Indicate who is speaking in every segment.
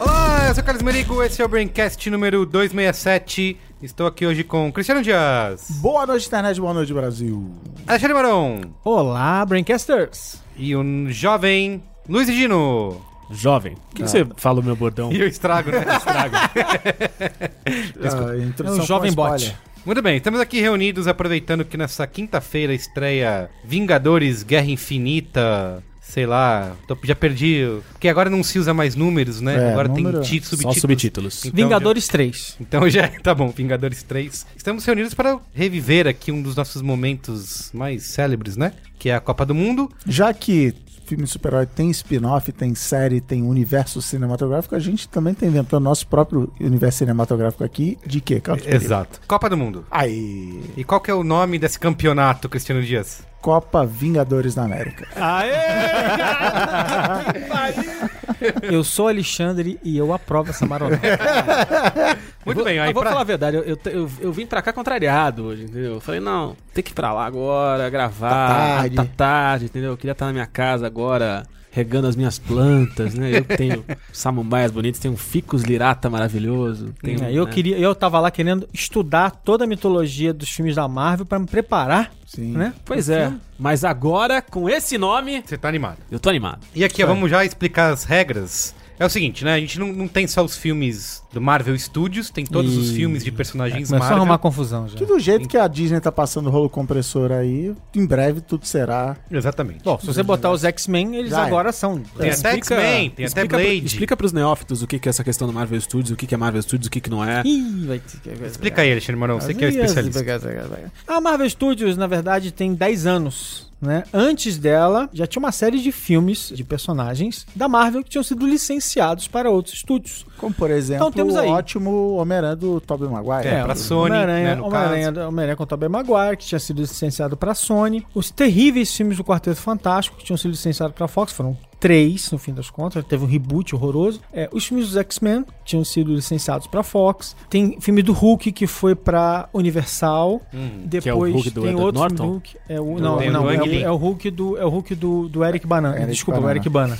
Speaker 1: Olá, eu sou o Carlos Merigo, esse é o Braincast número 267. Estou aqui hoje com Cristiano Dias,
Speaker 2: Boa noite, internet, boa noite, Brasil.
Speaker 1: Alexandre Maron
Speaker 3: Olá, Braincasters!
Speaker 1: e um jovem Luiz Gino.
Speaker 3: Jovem, o que, que você fala o meu bordão?
Speaker 1: E eu estrago, né?
Speaker 3: É um jovem bot.
Speaker 1: Muito bem, estamos aqui reunidos aproveitando que nessa quinta-feira estreia Vingadores Guerra Infinita. Sei lá, tô- já perdi. Porque agora não se usa mais números, né?
Speaker 2: É,
Speaker 1: agora
Speaker 2: número-
Speaker 1: tem ti-
Speaker 3: Só
Speaker 1: subtítulos.
Speaker 3: subtítulos.
Speaker 1: Então,
Speaker 3: Vingadores 3.
Speaker 1: Então já tá bom, Vingadores 3. Estamos reunidos para reviver aqui um dos nossos momentos mais célebres, né? Que é a Copa do Mundo.
Speaker 2: Já que filme de super-herói tem spin-off, tem série, tem universo cinematográfico, a gente também tá inventando nosso próprio universo cinematográfico aqui. De quê, Carlos?
Speaker 1: Exato. Copa do Mundo.
Speaker 2: Aí,
Speaker 1: E qual que é o nome desse campeonato, Cristiano Dias?
Speaker 2: Copa Vingadores da América.
Speaker 4: Eu sou Alexandre e eu aprovo essa maromba.
Speaker 1: Muito
Speaker 5: Eu vou-
Speaker 1: bem, aí
Speaker 5: eu vou
Speaker 1: pra...
Speaker 5: falar a verdade, eu, eu, eu, eu vim pra cá contrariado hoje, entendeu? Eu falei, não, tem que ir pra lá agora, gravar.
Speaker 2: Tá tarde.
Speaker 5: Tá tarde, entendeu? Eu queria estar na minha casa agora, regando as minhas plantas, né? Eu tenho samambaias bonitas, tenho um ficus lirata maravilhoso. Tenho,
Speaker 4: É, eu
Speaker 5: né?
Speaker 4: queria, eu tava lá querendo estudar toda a mitologia dos filmes da Marvel pra me preparar,
Speaker 2: Sim.
Speaker 4: né?
Speaker 5: Pois é, mas agora, com esse nome,
Speaker 1: Você tá animado. É.
Speaker 5: eu tô animado.
Speaker 1: E aqui, ó, vamos já explicar as regras. É o seguinte, né? A gente não, não tem só os filmes do Marvel Studios, tem todos os filmes de personagens
Speaker 4: É, Começou a
Speaker 1: Marvel.
Speaker 4: arrumar confusão já.
Speaker 2: Que do jeito que a Disney tá passando rolo compressor aí, em breve tudo será.
Speaker 1: Exatamente.
Speaker 4: Bom, se você botar os X-Men, eles
Speaker 2: Já é.
Speaker 4: agora são. né?
Speaker 1: tem até X-Men, tem até
Speaker 5: explica, pro-
Speaker 1: Blade. Explica,
Speaker 5: Explica pros neófitos o que, que é essa questão do Marvel Studios, o que, que é Marvel Studios, o que, que não é.
Speaker 4: Ih, vai te-
Speaker 1: aí, Alexandre Marão, você que é o especialista.
Speaker 4: A Marvel Studios, na verdade, tem 10 anos. Né? Antes dela, já tinha uma série de filmes de personagens da Marvel que tinham sido licenciados para outros estúdios.
Speaker 2: Como, por exemplo,
Speaker 4: Então temos aí.
Speaker 2: o ótimo Homem-Aranha do Tobey Maguire.
Speaker 1: É, pra Sony, né,
Speaker 4: Homem-Aranha
Speaker 1: no
Speaker 4: Homem-Aranha- Homem-Aranha com o Tobey Maguire, que tinha sido licenciado pra Sony. Os terríveis filmes do Quarteto Fantástico, que tinham sido licenciados pra Fox, foram três, no fim das contas. Teve um reboot horroroso. É, os filmes dos X-Men que tinham sido licenciados pra Fox. Tem filme do Hulk, que foi pra Universal. Depois
Speaker 5: que é o Hulk do
Speaker 4: tem
Speaker 5: Edward
Speaker 4: outro filme
Speaker 5: Norton?
Speaker 4: do Hulk. É o, não,
Speaker 1: Tem o
Speaker 4: não,
Speaker 1: do
Speaker 4: é,
Speaker 1: Ang
Speaker 4: o,
Speaker 1: Lee.
Speaker 4: é o Hulk do, é o Hulk do, do Eric Bana.
Speaker 2: Eric
Speaker 4: Desculpa,
Speaker 2: Bana.
Speaker 4: o Eric Bana.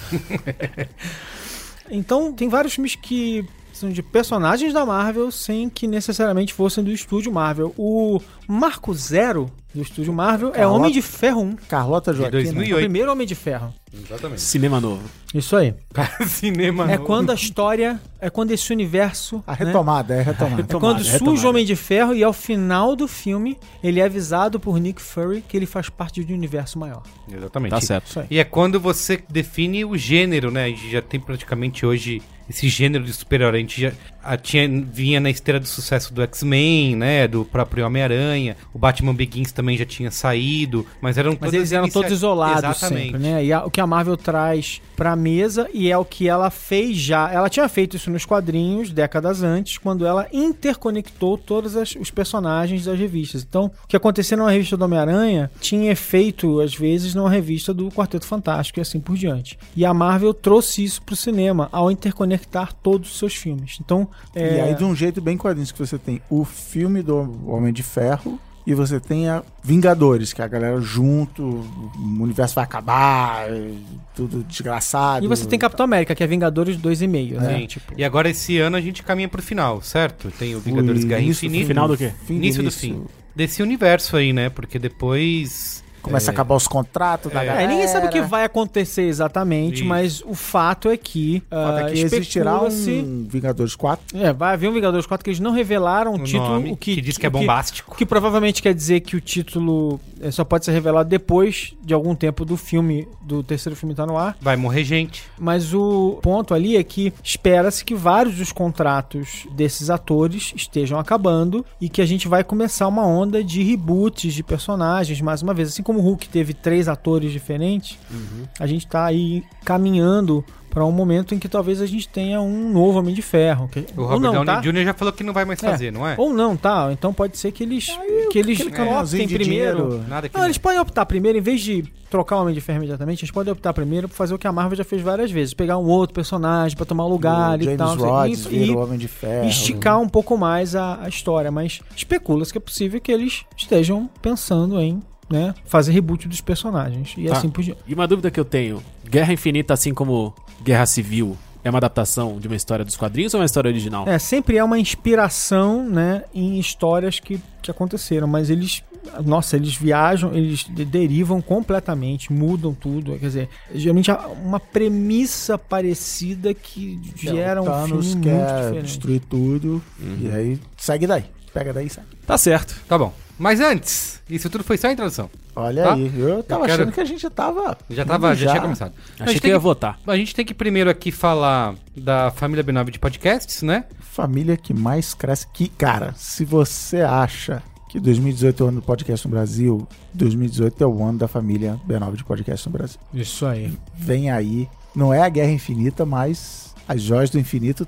Speaker 4: Então, tem vários filmes que são de personagens da Marvel sem que necessariamente fossem do estúdio Marvel. O Marco Zero do estúdio Marvel é
Speaker 2: Carlota.
Speaker 4: Homem de Ferro 1.
Speaker 2: Carlota
Speaker 1: De
Speaker 2: Joaquina.
Speaker 1: 2008.
Speaker 4: O primeiro Homem de Ferro.
Speaker 1: Exatamente.
Speaker 5: Cinema novo.
Speaker 4: Isso aí.
Speaker 1: Cinema
Speaker 4: É
Speaker 1: novo.
Speaker 4: quando a história, é quando esse universo.
Speaker 2: A
Speaker 4: né?
Speaker 2: retomada, é a retomada.
Speaker 4: É
Speaker 5: Retomada,
Speaker 4: quando surge
Speaker 5: retomada.
Speaker 4: o Homem de Ferro e ao final do filme ele é avisado por Nick Fury que ele faz parte de um universo maior.
Speaker 1: Exatamente.
Speaker 5: Tá certo.
Speaker 4: Isso aí.
Speaker 1: E é quando você define o gênero, né? A gente já tem praticamente hoje esse gênero de super-herói. A gente já a- tinha, vinha na esteira do sucesso do X-Men, né? Do próprio Homem-Aranha. O Batman Begins também já tinha saído. Mas eram
Speaker 4: Mas eles eram
Speaker 1: inicia-
Speaker 4: todos isolados
Speaker 1: é Exatamente.
Speaker 4: sempre, né? E a- o que a Marvel traz pra mesa e é o que ela fez já. Ela tinha feito isso nos quadrinhos décadas antes, quando ela interconectou todos as- os personagens das revistas. Então, o que acontecia numa revista do Homem-Aranha tinha efeito, às vezes, numa revista do Quarteto Fantástico e assim por diante. E a Marvel trouxe isso pro cinema ao interconectar todos os seus filmes. Então, é,
Speaker 2: E aí, de um jeito bem quadrinhos, que você tem o filme do Homem de Ferro e você tem a Vingadores, que é a galera junto, o universo vai acabar, e tudo desgraçado.
Speaker 4: e você tem Capitão América, que é Vingadores 2,5, né?
Speaker 1: Sim. tipo, E agora esse ano a gente caminha pro final, certo? Tem o Vingadores
Speaker 2: Ui,
Speaker 1: Guerra
Speaker 2: início do
Speaker 1: Infinita.
Speaker 2: fim.
Speaker 5: Final do quê?
Speaker 2: Fim
Speaker 1: início do
Speaker 2: início.
Speaker 1: fim. Desse universo aí, né? Porque depois.
Speaker 2: Começa a acabar os contratos da galera.
Speaker 4: É, ninguém sabe o que vai acontecer exatamente,
Speaker 1: né? Isso.
Speaker 4: mas o fato é que,
Speaker 2: Fato
Speaker 4: ah,
Speaker 2: é que existirá
Speaker 4: especula-se-
Speaker 2: um Vingadores 4.
Speaker 4: É, vai haver um Vingadores 4 que eles não revelaram o,
Speaker 1: O
Speaker 4: título,
Speaker 1: nome,
Speaker 4: o que,
Speaker 1: que diz que é
Speaker 4: o que-
Speaker 1: bombástico.
Speaker 4: O que provavelmente quer dizer que o título eh, só pode ser revelado depois de algum tempo do filme, do terceiro filme tá no ar.
Speaker 1: Vai morrer gente.
Speaker 4: Mas o ponto ali é que espera-se que vários dos contratos desses atores estejam acabando e que a gente vai começar uma onda de reboots de personagens mais uma vez, assim como o Hulk teve três atores diferentes,
Speaker 2: Uhum.
Speaker 4: a gente tá aí caminhando para um momento em que talvez a gente tenha um novo Homem de Ferro. que-
Speaker 1: O
Speaker 4: ou
Speaker 1: Robert
Speaker 4: não,
Speaker 1: Downey
Speaker 4: tá?
Speaker 1: Jr. já falou que não vai mais
Speaker 4: É.
Speaker 1: fazer, não é?
Speaker 4: Ou não, tá? Então pode ser que eles, que eles
Speaker 2: aquele
Speaker 4: optem
Speaker 2: caminhãozinho de
Speaker 4: primeiro.
Speaker 2: dinheiro.
Speaker 1: Nada que
Speaker 4: Não,
Speaker 1: não.
Speaker 4: eles podem optar primeiro, em vez de trocar o Homem de Ferro imediatamente, eles podem optar primeiro por fazer o que a Marvel já fez várias vezes: pegar um outro personagem para tomar lugar
Speaker 2: o
Speaker 4: e tal.
Speaker 2: James
Speaker 4: não sei o que,
Speaker 2: Rhodes
Speaker 4: isso,
Speaker 2: vira
Speaker 4: e
Speaker 2: o Homem de Ferro.
Speaker 4: esticar um pouco mais a, a história, mas especula-se que é possível que eles estejam pensando em né, fazer reboot dos personagens e
Speaker 5: Tá.
Speaker 4: assim por diante.
Speaker 5: E uma dúvida que eu tenho: Guerra Infinita, assim como Guerra Civil, é uma adaptação de uma história dos quadrinhos ou uma história original?
Speaker 4: É, sempre é uma inspiração né, em histórias que, que aconteceram, mas eles, nossa, eles viajam, eles de- derivam completamente, mudam tudo. Quer dizer, geralmente há uma premissa parecida que gera um
Speaker 2: Thanos
Speaker 4: filme muito
Speaker 2: quer
Speaker 4: diferente. Uhum.
Speaker 2: destruir tudo e aí segue daí. Pega daí e segue.
Speaker 5: Tá certo.
Speaker 1: Tá bom. Mas antes, isso tudo foi só a introdução.
Speaker 2: Olha
Speaker 1: Tá.
Speaker 2: aí, eu tava
Speaker 1: quero-
Speaker 2: achando que a gente já tava.
Speaker 1: Já tava, já,
Speaker 2: já.
Speaker 1: tinha começado. A
Speaker 5: Achei
Speaker 1: gente,
Speaker 5: que
Speaker 1: tem
Speaker 5: eu ia
Speaker 1: que,
Speaker 5: votar.
Speaker 1: a gente tem que primeiro aqui falar da família B9 de podcasts, né?
Speaker 2: Família que mais cresce. Que, cara, se você acha que 2018 é o ano do podcast no Brasil, 2018 é o ano da família B9 de podcast no Brasil.
Speaker 4: Isso aí.
Speaker 2: Vem aí. Não é a Guerra Infinita, mas as joias do infinito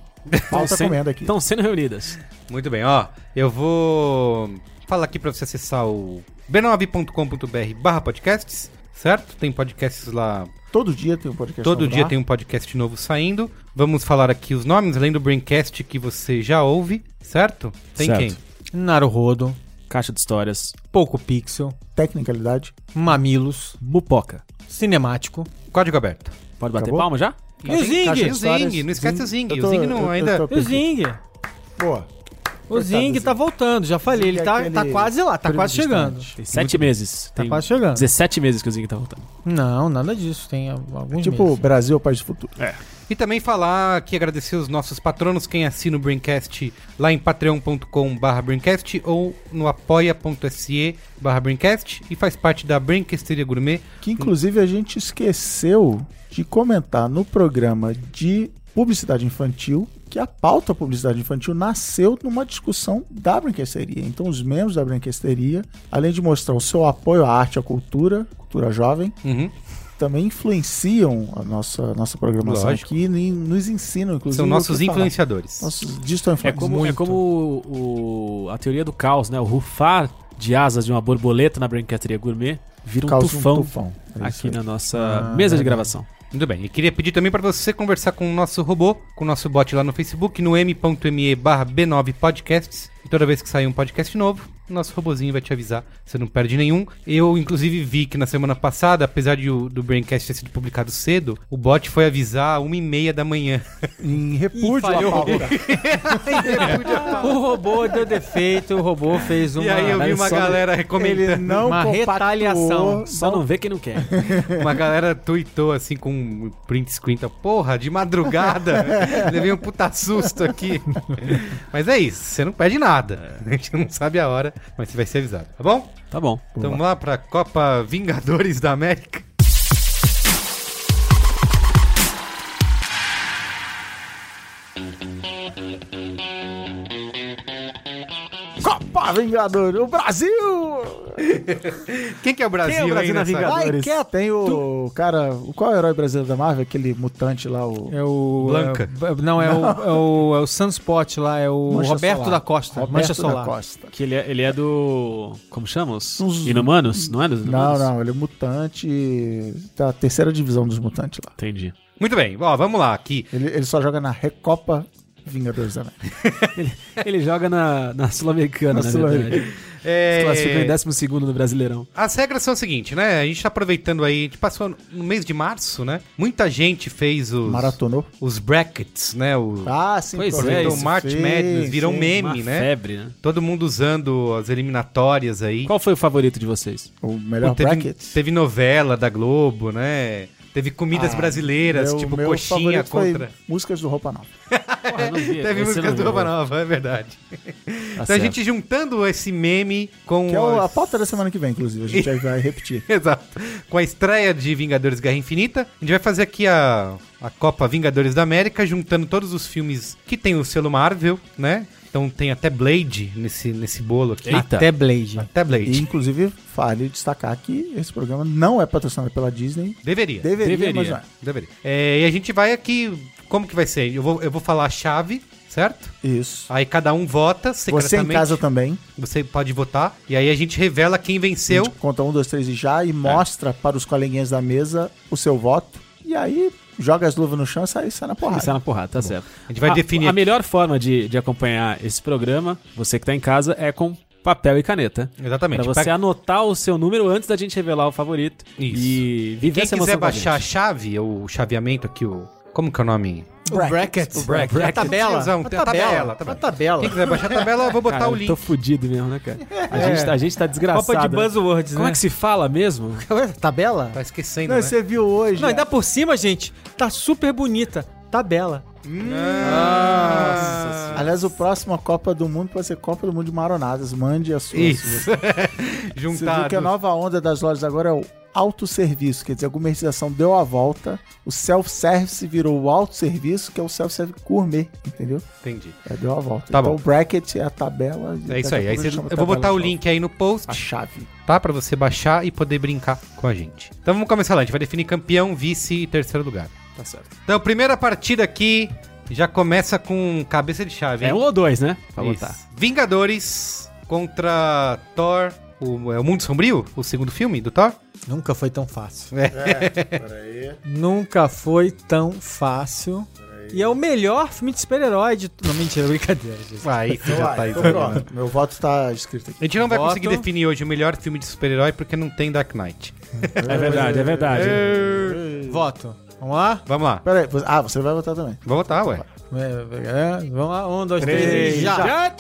Speaker 2: pau tá
Speaker 5: sem-
Speaker 2: comendo aqui.
Speaker 1: Então,
Speaker 5: Estão sendo Então, reunidas.
Speaker 1: Muito bem, ó. Eu vou falar aqui pra você acessar o b9.com.br barra podcasts, certo? Tem podcasts lá
Speaker 2: Todo dia tem um podcast
Speaker 1: Todo
Speaker 2: novo
Speaker 1: dia
Speaker 2: lá.
Speaker 1: tem um podcast novo saindo. Vamos falar aqui os nomes, além do Braincast que você já ouve, certo? Tem
Speaker 5: Certo.
Speaker 1: quem?
Speaker 4: Naruhodo,
Speaker 5: Caixa de histórias.
Speaker 4: Pouco Pixel,
Speaker 1: um
Speaker 2: Tecnicalidade.
Speaker 4: Mamilos,
Speaker 5: Mupoca.
Speaker 4: Cinemático.
Speaker 1: Código aberto.
Speaker 5: Pode bater
Speaker 2: Acabou?
Speaker 5: palma já?
Speaker 4: E o Zing?
Speaker 1: Caixa de é
Speaker 4: E o
Speaker 1: histórias.
Speaker 2: Zing,
Speaker 1: não esquece o Zing.
Speaker 2: Eu
Speaker 1: o
Speaker 2: tô-
Speaker 1: Zing não
Speaker 2: eu- eu
Speaker 1: ainda.
Speaker 2: tô
Speaker 4: E o
Speaker 2: perdido.
Speaker 4: Zing.
Speaker 2: Pô,
Speaker 4: O Zing tá voltando, já falei. Ele
Speaker 2: Zing é
Speaker 4: tá,
Speaker 2: aquele
Speaker 4: tá quase lá, tá quase chegando.
Speaker 5: Tem sete meses.
Speaker 4: Tá
Speaker 5: Tem
Speaker 4: quase chegando.
Speaker 5: 17 meses que o Zing tá voltando.
Speaker 4: Não, nada disso. Tem a- alguns
Speaker 2: tipo,
Speaker 4: meses.
Speaker 2: Brasil, país do futuro.
Speaker 1: E também falar aqui, agradecer os nossos patronos, quem assina o Braincast lá em patreon.com barra Braincast ou no apoia.se barra Braincast e faz parte da Braincasteria Gourmet.
Speaker 2: Que inclusive a gente esqueceu de comentar no programa de publicidade infantil que a pauta publicidade infantil nasceu numa discussão da branquesteria. Então os membros da branquesteria, além de mostrar o seu apoio à arte, à cultura, cultura jovem,
Speaker 1: Uhum.
Speaker 2: também influenciam a nossa, nossa programação
Speaker 1: Lógico.
Speaker 2: aqui e nos ensinam, inclusive.
Speaker 1: São
Speaker 2: o
Speaker 1: nossos
Speaker 2: que falar.
Speaker 1: influenciadores.
Speaker 2: Nossos digital
Speaker 5: É
Speaker 2: influencers.
Speaker 5: como, é
Speaker 2: Muito.
Speaker 5: como o- o- a teoria do caos, né? O rufar de asas de uma borboleta na branqueteria gourmet vira um
Speaker 2: Causa
Speaker 5: tufão,
Speaker 2: É isso
Speaker 5: aqui
Speaker 2: aí.
Speaker 5: na nossa mesa de gravação.
Speaker 1: Muito bem, e queria pedir também para você conversar com o nosso robô, com o nosso bot lá no Facebook, no m.me barra B9 Podcasts. E toda vez que sair um podcast novo, o nosso robozinho vai te avisar, você não perde nenhum. Eu, inclusive, vi que na semana passada, apesar de o, do Braincast ter sido publicado cedo, o bot foi avisar às uma e meia da manhã.
Speaker 2: Em repúdio à pauta.
Speaker 4: O robô deu defeito, o robô fez uma.
Speaker 1: e aí eu vi uma
Speaker 5: só-
Speaker 1: galera
Speaker 2: Ele
Speaker 1: recomendando,
Speaker 2: não
Speaker 4: Uma
Speaker 2: compactuou,
Speaker 4: retaliação.
Speaker 5: Só não vê quem não quer.
Speaker 1: uma galera tweetou assim com um print screen, tá, porra, de madrugada, levei um puta susto aqui. Mas é isso, você não perde nada. A gente não sabe a hora, mas você vai ser avisado, tá bom?
Speaker 5: Tá bom.
Speaker 1: Então vamos lá pra Copa Vingadores da América.
Speaker 2: Copa Vingador, o Brasil!
Speaker 1: Quem que é o Brasil,
Speaker 5: Quem é o Brasil
Speaker 1: hein,
Speaker 5: na
Speaker 1: nessa-
Speaker 5: Vingadores?
Speaker 2: Vai que tem o cara, o- qual é o herói brasileiro da Marvel? Aquele mutante lá, o
Speaker 4: É o.
Speaker 1: Blanca.
Speaker 4: é o- não, é o, é o, é o Sunspot lá, é o
Speaker 2: Mancha
Speaker 4: Roberto
Speaker 2: Solar.
Speaker 4: da Costa.
Speaker 2: Roberto
Speaker 4: Mancha
Speaker 2: da
Speaker 4: Solar.
Speaker 2: Costa.
Speaker 5: Que ele é, ele é do. Como chama? Os
Speaker 2: Os-
Speaker 5: Inumanos? Não é dos
Speaker 2: Não,
Speaker 5: Inumanos?
Speaker 2: não, ele é mutante da terceira divisão dos mutantes lá.
Speaker 5: Entendi.
Speaker 1: Muito bem, ó, vamos lá aqui.
Speaker 2: Ele, ele só joga na Recopa Vingadores da América.
Speaker 5: Ele joga na, na Sul-Americana,
Speaker 2: Na
Speaker 5: na
Speaker 2: Sul-Americana.
Speaker 5: verdade. Se
Speaker 1: É,
Speaker 5: classificou em 12 no Brasileirão.
Speaker 1: As regras são o seguinte, né? A gente tá aproveitando aí, a gente passou no mês de março, né? Muita gente fez os,
Speaker 2: Maratonou.
Speaker 1: os brackets, né? O,
Speaker 2: Ah, sim,
Speaker 5: Pois
Speaker 2: pô,
Speaker 5: é,
Speaker 1: aproveitou
Speaker 2: esse
Speaker 1: o March
Speaker 2: fez,
Speaker 1: Madness, virou um
Speaker 2: sim.
Speaker 1: meme,
Speaker 5: Uma
Speaker 1: né?
Speaker 5: febre, né?
Speaker 1: Todo mundo usando as eliminatórias aí.
Speaker 5: Qual foi o favorito de vocês?
Speaker 2: O melhor
Speaker 1: Pô, teve,
Speaker 2: bracket.
Speaker 1: teve novela da Globo, né? Teve comidas
Speaker 2: Ah,
Speaker 1: brasileiras,
Speaker 2: Meu-
Speaker 1: tipo
Speaker 2: meu
Speaker 1: coxinha
Speaker 2: favorito foi
Speaker 1: contra.
Speaker 2: músicas do Roupa Nova.
Speaker 5: Porra, não vi.
Speaker 1: Teve músicas do Roupa Nova, é verdade. então a gente juntando esse meme com.
Speaker 2: Tá Que é o- a
Speaker 1: as-
Speaker 2: pauta da semana que vem, inclusive. A gente vai- vai repetir.
Speaker 1: Exato. Com a estreia de Vingadores Guerra Infinita, a gente vai fazer aqui a, a Copa Vingadores da América, juntando todos os filmes que tem o selo Marvel, né? Então tem até Blade nesse, nesse bolo aqui.
Speaker 5: Eita.
Speaker 4: Até Blade.
Speaker 1: Até Blade.
Speaker 2: E, inclusive, vale destacar que esse programa não é patrocinado pela Disney.
Speaker 1: Deveria.
Speaker 2: Deveria,
Speaker 5: Deveria.
Speaker 2: mas não é.
Speaker 1: Deveria. É, e a gente vai aqui. Como que vai ser? Eu vou, eu vou falar a chave, certo?
Speaker 2: é. Isso.
Speaker 1: Aí cada um vota
Speaker 2: Você em
Speaker 1: secretamente.
Speaker 2: casa também.
Speaker 1: Você pode votar. E aí a gente revela quem
Speaker 2: A
Speaker 1: venceu.
Speaker 2: gente conta um, dois, três e já e mostra para os coleguinhas da mesa o seu voto. E aí joga as luvas no chão e sai, sai na porrada.
Speaker 5: Isso é na porrada, tá certo.
Speaker 1: A gente vai
Speaker 5: a,
Speaker 1: definir.
Speaker 5: A
Speaker 1: aqui.
Speaker 5: melhor forma de, de acompanhar esse programa, você que tá em casa, é com papel e caneta. Pra
Speaker 1: Exatamente.
Speaker 5: você
Speaker 1: Pra-
Speaker 5: anotar o seu número antes da gente revelar o favorito.
Speaker 1: Isso.
Speaker 5: E viver
Speaker 1: Quem
Speaker 5: essa
Speaker 1: quiser
Speaker 5: emoção com a
Speaker 1: baixar a
Speaker 5: gente.
Speaker 1: chave, o chaveamento aqui, o. Como que é o nome?
Speaker 4: O bracket. O bracket. A tabela.
Speaker 1: Tiozão, tem a tabela, tabela.
Speaker 4: A tabela.
Speaker 1: Quem quiser baixar a tabela, eu vou botar Tá
Speaker 5: Cara,
Speaker 1: o
Speaker 5: eu tô
Speaker 1: link.
Speaker 5: fudido mesmo, né, cara? A, gente, tá- a gente tá desgraçado.
Speaker 4: Copa de
Speaker 5: né?
Speaker 4: buzzwords,
Speaker 5: Como
Speaker 4: né?
Speaker 5: é que se fala mesmo?
Speaker 4: Tabela?
Speaker 1: Tá esquecendo,
Speaker 2: Não,
Speaker 1: né?
Speaker 2: Você viu hoje.
Speaker 4: Não, ainda por cima, gente, tá super bonita. Tabela.
Speaker 1: Nossa.
Speaker 2: Aliás, o próximo a Copa do Mundo pode ser Copa do Mundo de Maronadas. Mande a sua. sugestão.
Speaker 1: Isso.
Speaker 2: Você viu que a
Speaker 1: Juntado.
Speaker 2: nova onda das lojas agora é o autosserviço, quer dizer, a comercialização deu a volta, o self-service virou o autosserviço, que é o self-service gourmet, entendeu?
Speaker 1: Entendi.
Speaker 2: É, deu a volta.
Speaker 1: Tá
Speaker 2: então
Speaker 1: bom.
Speaker 2: o bracket é a tabela. e
Speaker 1: É isso
Speaker 2: daqui a
Speaker 1: aí. aí
Speaker 2: pouco
Speaker 1: você-
Speaker 2: a gente chama
Speaker 1: eu vou
Speaker 2: tabela
Speaker 1: botar o
Speaker 2: só.
Speaker 1: link aí no
Speaker 2: A
Speaker 1: post,
Speaker 2: chave.
Speaker 1: tá? Pra você baixar e poder brincar com a gente. Então vamos começar lá. A gente vai definir campeão, vice e terceiro lugar.
Speaker 5: Tá certo.
Speaker 1: Então, primeira partida aqui já começa com cabeça de chave. hein?
Speaker 5: É um ou dois, né? Pra
Speaker 1: Isso.
Speaker 5: botar.
Speaker 1: Vingadores contra Thor. O, é o Mundo Sombrio? O segundo filme do Thor?
Speaker 4: Nunca foi tão fácil.
Speaker 6: Peraí.
Speaker 4: Nunca foi tão fácil. E é o melhor filme de super-herói de. Não, mentira, é brincadeira. gente.
Speaker 1: Aí você
Speaker 2: então
Speaker 6: já tá exagerando.
Speaker 2: Meu voto tá escrito aqui.
Speaker 1: A gente não vai
Speaker 4: Voto.
Speaker 1: conseguir definir hoje o melhor filme de super-herói porque não tem Dark Knight.
Speaker 5: É verdade, é verdade.
Speaker 4: Voto. Vamos lá?
Speaker 1: Vamos lá.
Speaker 2: Peraí, você- ah, você vai votar também.
Speaker 1: Vamos votar, ué.
Speaker 4: É, Vamos lá, um, dois, três, e já.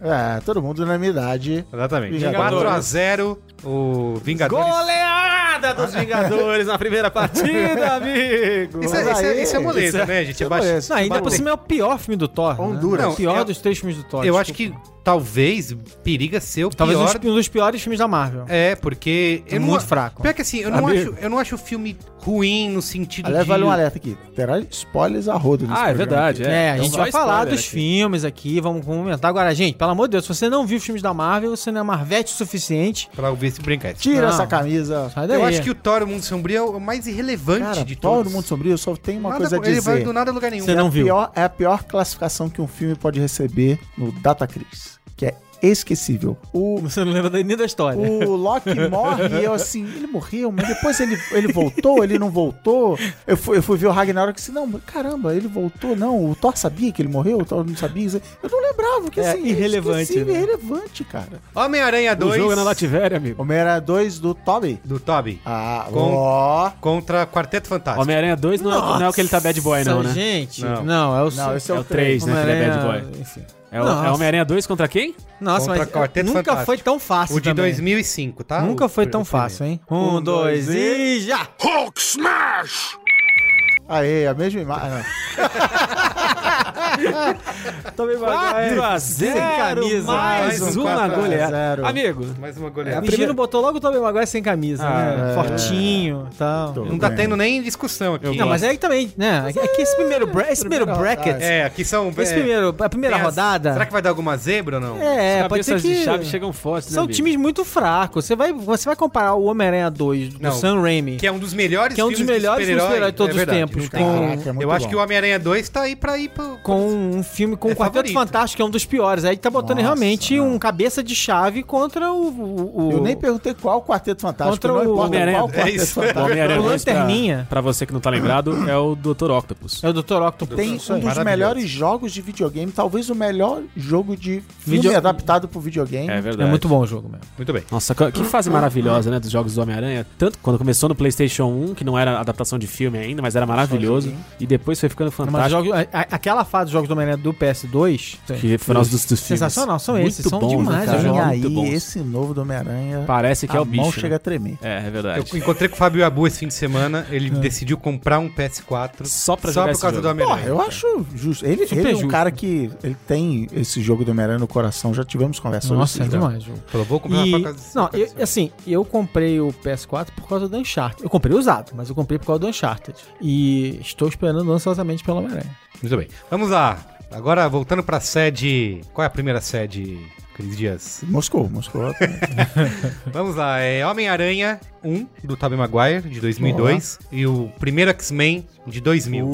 Speaker 2: É, todo mundo na minha idade.
Speaker 1: Exatamente.
Speaker 2: Vingadores.
Speaker 1: 4x0, o Vingadores.
Speaker 5: Goleada dos Vingadores na primeira partida, amigo!
Speaker 1: Isso, é, isso, é, isso é moleza,
Speaker 2: Isso é-
Speaker 1: né, gente? É
Speaker 2: isso é
Speaker 1: baixo-
Speaker 2: moleza.
Speaker 4: Não, ainda por
Speaker 1: Bateu.
Speaker 4: cima é o pior filme do Thor.
Speaker 2: Honduras.
Speaker 4: Né?
Speaker 1: Não,
Speaker 4: o pior
Speaker 1: eu-
Speaker 4: dos três filmes do Thor.
Speaker 1: Eu
Speaker 4: desculpa.
Speaker 1: acho que talvez periga ser o
Speaker 4: Talvez um
Speaker 1: pior.
Speaker 4: dos- um dos piores filmes da Marvel.
Speaker 1: É, porque.
Speaker 4: É
Speaker 1: eu não
Speaker 4: muito
Speaker 1: a-
Speaker 4: fraco.
Speaker 1: Pior que assim, eu não,
Speaker 5: Amigo.
Speaker 1: acho, eu não acho o filme ruim no sentido
Speaker 2: Aliás,
Speaker 1: de.
Speaker 2: vale um alerta aqui. Terá spoilers a rodo nesse
Speaker 5: Ah, é
Speaker 2: programa
Speaker 5: verdade.
Speaker 2: aqui.
Speaker 4: É, a
Speaker 5: Então
Speaker 4: gente
Speaker 5: só
Speaker 4: vai falar
Speaker 5: spoiler
Speaker 4: dos
Speaker 5: aqui.
Speaker 4: filmes aqui, vamos comentar. Agora, gente, pelo amor de Deus, se você não viu os filmes da Marvel, você não é Marvete o suficiente.
Speaker 1: Pra ouvir esse brinquete.
Speaker 2: Tira
Speaker 4: Não.
Speaker 2: essa camisa.
Speaker 4: Sai daí.
Speaker 1: Eu acho que o Thor, o Mundo Sombrio, é o mais irrelevante
Speaker 2: Cara,
Speaker 1: de todos.
Speaker 2: todo mundo sombrio só
Speaker 4: é
Speaker 2: tem uma
Speaker 1: Nada-
Speaker 2: coisa a
Speaker 1: Ele vai
Speaker 2: dizer.
Speaker 1: do nada a lugar nenhum.
Speaker 4: Você não
Speaker 2: É a
Speaker 4: viu.
Speaker 2: pior- é a pior classificação que um filme pode receber no Datacris, que é esquecível. O,
Speaker 4: Você não lembra nem da história.
Speaker 2: o Loki morre e eu assim, ele morreu, mas depois ele, ele voltou, ele não voltou. Eu fui, eu fui ver o Ragnarok e assim, não, mas caramba, ele voltou, não. O Thor sabia que ele morreu, o Thor não sabia. Eu não lembrava, que
Speaker 4: É
Speaker 2: assim,
Speaker 4: irrelevante,
Speaker 2: esquecível,
Speaker 4: né?
Speaker 2: irrelevante, cara.
Speaker 1: Homem-Aranha
Speaker 5: O
Speaker 1: 2.
Speaker 5: jogo é na Lativéria, amigo.
Speaker 2: Homem-Aranha 2 do Toby.
Speaker 1: Do Toby.
Speaker 2: Ah,
Speaker 1: Com-
Speaker 2: ó.
Speaker 1: Contra Quarteto Fantástico.
Speaker 5: Homem-Aranha 2 não é, não é o que ele tá bad boy, não, né?
Speaker 4: Gente, não,
Speaker 1: Não.
Speaker 4: é o.
Speaker 2: Não, esse
Speaker 5: É o 3, né? Que ele é bad boy.
Speaker 4: Enfim.
Speaker 5: É, o,
Speaker 4: Nossa.
Speaker 5: é Homem-Aranha 2 contra quem?
Speaker 4: Nossa,
Speaker 1: Contra
Speaker 4: mas
Speaker 1: Quarteto
Speaker 4: nunca
Speaker 1: Fantástico.
Speaker 4: foi tão fácil.
Speaker 1: O de
Speaker 4: também.
Speaker 1: 2005, tá?
Speaker 4: Nunca
Speaker 1: O-
Speaker 4: foi tão
Speaker 1: o primeiro.
Speaker 4: fácil, hein? Um, dois e já!
Speaker 2: Aê, a mesma imagem. Ah,
Speaker 4: Tomei
Speaker 5: 4x0,
Speaker 4: Sem camisa.
Speaker 5: mais,
Speaker 1: Mais um É,
Speaker 5: uma
Speaker 1: 4 a
Speaker 5: goleada.
Speaker 2: zero.
Speaker 5: Amigo,
Speaker 1: Mais uma
Speaker 4: O
Speaker 1: goleada.
Speaker 4: Gino botou logo É, o Tommy Maguire sem camisa, né?
Speaker 5: Ah,
Speaker 2: é.
Speaker 4: Fortinho e tal.
Speaker 1: Não tá tendo nem discussão aqui.
Speaker 4: Não, mas é que também, né? É que esse primeiro, bra- esse primeiro bracket.
Speaker 1: É, aqui são...
Speaker 4: Esse
Speaker 1: é,
Speaker 4: primeiro, a
Speaker 1: tem
Speaker 4: primeira
Speaker 1: as-
Speaker 4: rodada.
Speaker 1: Será que vai dar alguma zebra ou não?
Speaker 4: É,
Speaker 5: as
Speaker 4: pode ser
Speaker 5: cabeças
Speaker 4: que
Speaker 5: de chave chegam fortes, né,
Speaker 4: são
Speaker 5: amigo?
Speaker 4: times muito fracos. Você vai, você vai comparar o Homem-Aranha 2 do
Speaker 1: Não,
Speaker 4: Sam Raimi,
Speaker 1: Que
Speaker 4: que é,
Speaker 1: é um dos melhores
Speaker 4: um dos
Speaker 1: filmes de
Speaker 4: melhores filmes de
Speaker 1: super-herói
Speaker 4: super-herói de todos
Speaker 1: É verdade,
Speaker 4: os tempos,
Speaker 1: não tem como.
Speaker 4: com,
Speaker 2: Caraca, é muito
Speaker 1: Eu acho
Speaker 2: bom.
Speaker 1: que o Homem-Aranha 2 tá aí pra ir pro...
Speaker 4: com um filme com o
Speaker 1: É
Speaker 4: Quarteto
Speaker 1: favorito.
Speaker 4: Fantástico, que é um dos piores. Aí tá botando
Speaker 2: Nossa,
Speaker 4: realmente
Speaker 2: não.
Speaker 4: um cabeça de chave contra o... o, é o-
Speaker 2: Eu nem perguntei qual quarteto fantástico.
Speaker 4: Contra
Speaker 2: não
Speaker 4: o
Speaker 2: importa
Speaker 5: Homem-Aranha.
Speaker 2: qual
Speaker 5: É
Speaker 2: quarteto
Speaker 1: isso.
Speaker 5: O
Speaker 2: fantástico.
Speaker 5: Homem-Aranha
Speaker 4: O
Speaker 5: 2 pra-
Speaker 4: Lanterninha.
Speaker 5: Pra você que não tá lembrado, é o Dr. Octopus.
Speaker 4: É o Dr. Octopus.
Speaker 2: Tem um
Speaker 1: Isso aí.
Speaker 2: dos
Speaker 1: Maravilhoso.
Speaker 2: melhores jogos de videogame, talvez o melhor jogo de filme
Speaker 4: Video-
Speaker 2: adaptado pro videogame.
Speaker 5: É verdade.
Speaker 4: É muito bom o jogo mesmo.
Speaker 1: Muito bem.
Speaker 5: Nossa, que que fase maravilhosa, né, dos jogos do Homem-Aranha. Tanto quando começou no PlayStation 1, que não era adaptação de filme ainda, mas era maravilhoso. E depois foi ficando
Speaker 4: Mas
Speaker 5: fantástico.
Speaker 4: jogo- a- a- aquela fase dos jogos do Homem-Aranha do PS2...
Speaker 5: Que foram os dos, dos filmes.
Speaker 4: Sensacional, são
Speaker 5: Muito
Speaker 4: esses, são
Speaker 5: bons, né,
Speaker 4: demais,
Speaker 5: cara?
Speaker 4: eu
Speaker 2: e
Speaker 4: jogo
Speaker 2: é aí,
Speaker 5: Muito bons.
Speaker 2: esse novo do Homem-Aranha,
Speaker 5: Parece que é
Speaker 2: a
Speaker 5: o bicho.
Speaker 2: mão
Speaker 5: né?
Speaker 2: chega a tremer.
Speaker 5: É, é
Speaker 1: Eu
Speaker 5: verdade.
Speaker 1: encontrei com o Fábio Abu esse fim de semana. Ele decidiu comprar um PS4
Speaker 5: Só pra
Speaker 1: só
Speaker 5: jogar
Speaker 1: por
Speaker 5: esse
Speaker 1: causa
Speaker 5: jogo.
Speaker 1: do Homem-Aranha.
Speaker 2: Porra, eu acho justo. Ele,
Speaker 4: Super
Speaker 2: ele é um
Speaker 4: justo.
Speaker 2: cara que ele tem esse jogo do Homem-Aranha no coração. Já tivemos conversa sobre
Speaker 4: Nossa, é
Speaker 2: esse jogo.
Speaker 4: demais o jogo.
Speaker 1: Falou, vou comprar
Speaker 4: E,
Speaker 1: por causa desse-
Speaker 4: não,
Speaker 1: por causa
Speaker 4: eu-
Speaker 1: desse-
Speaker 4: assim, eu comprei o PS4 por causa do Uncharted. Eu comprei usado, mas eu comprei por causa do Uncharted. E estou esperando ansiosamente pelo Homem-Aranha.
Speaker 1: Muito bem. Vamos lá. Agora, voltando pra sede. Qual é a primeira sede, Cris Dias?
Speaker 2: Moscou, Moscou.
Speaker 1: Vamos lá, é Homem-Aranha 1, do Tobey Maguire, de 2002, e o primeiro X-Men, de 2000.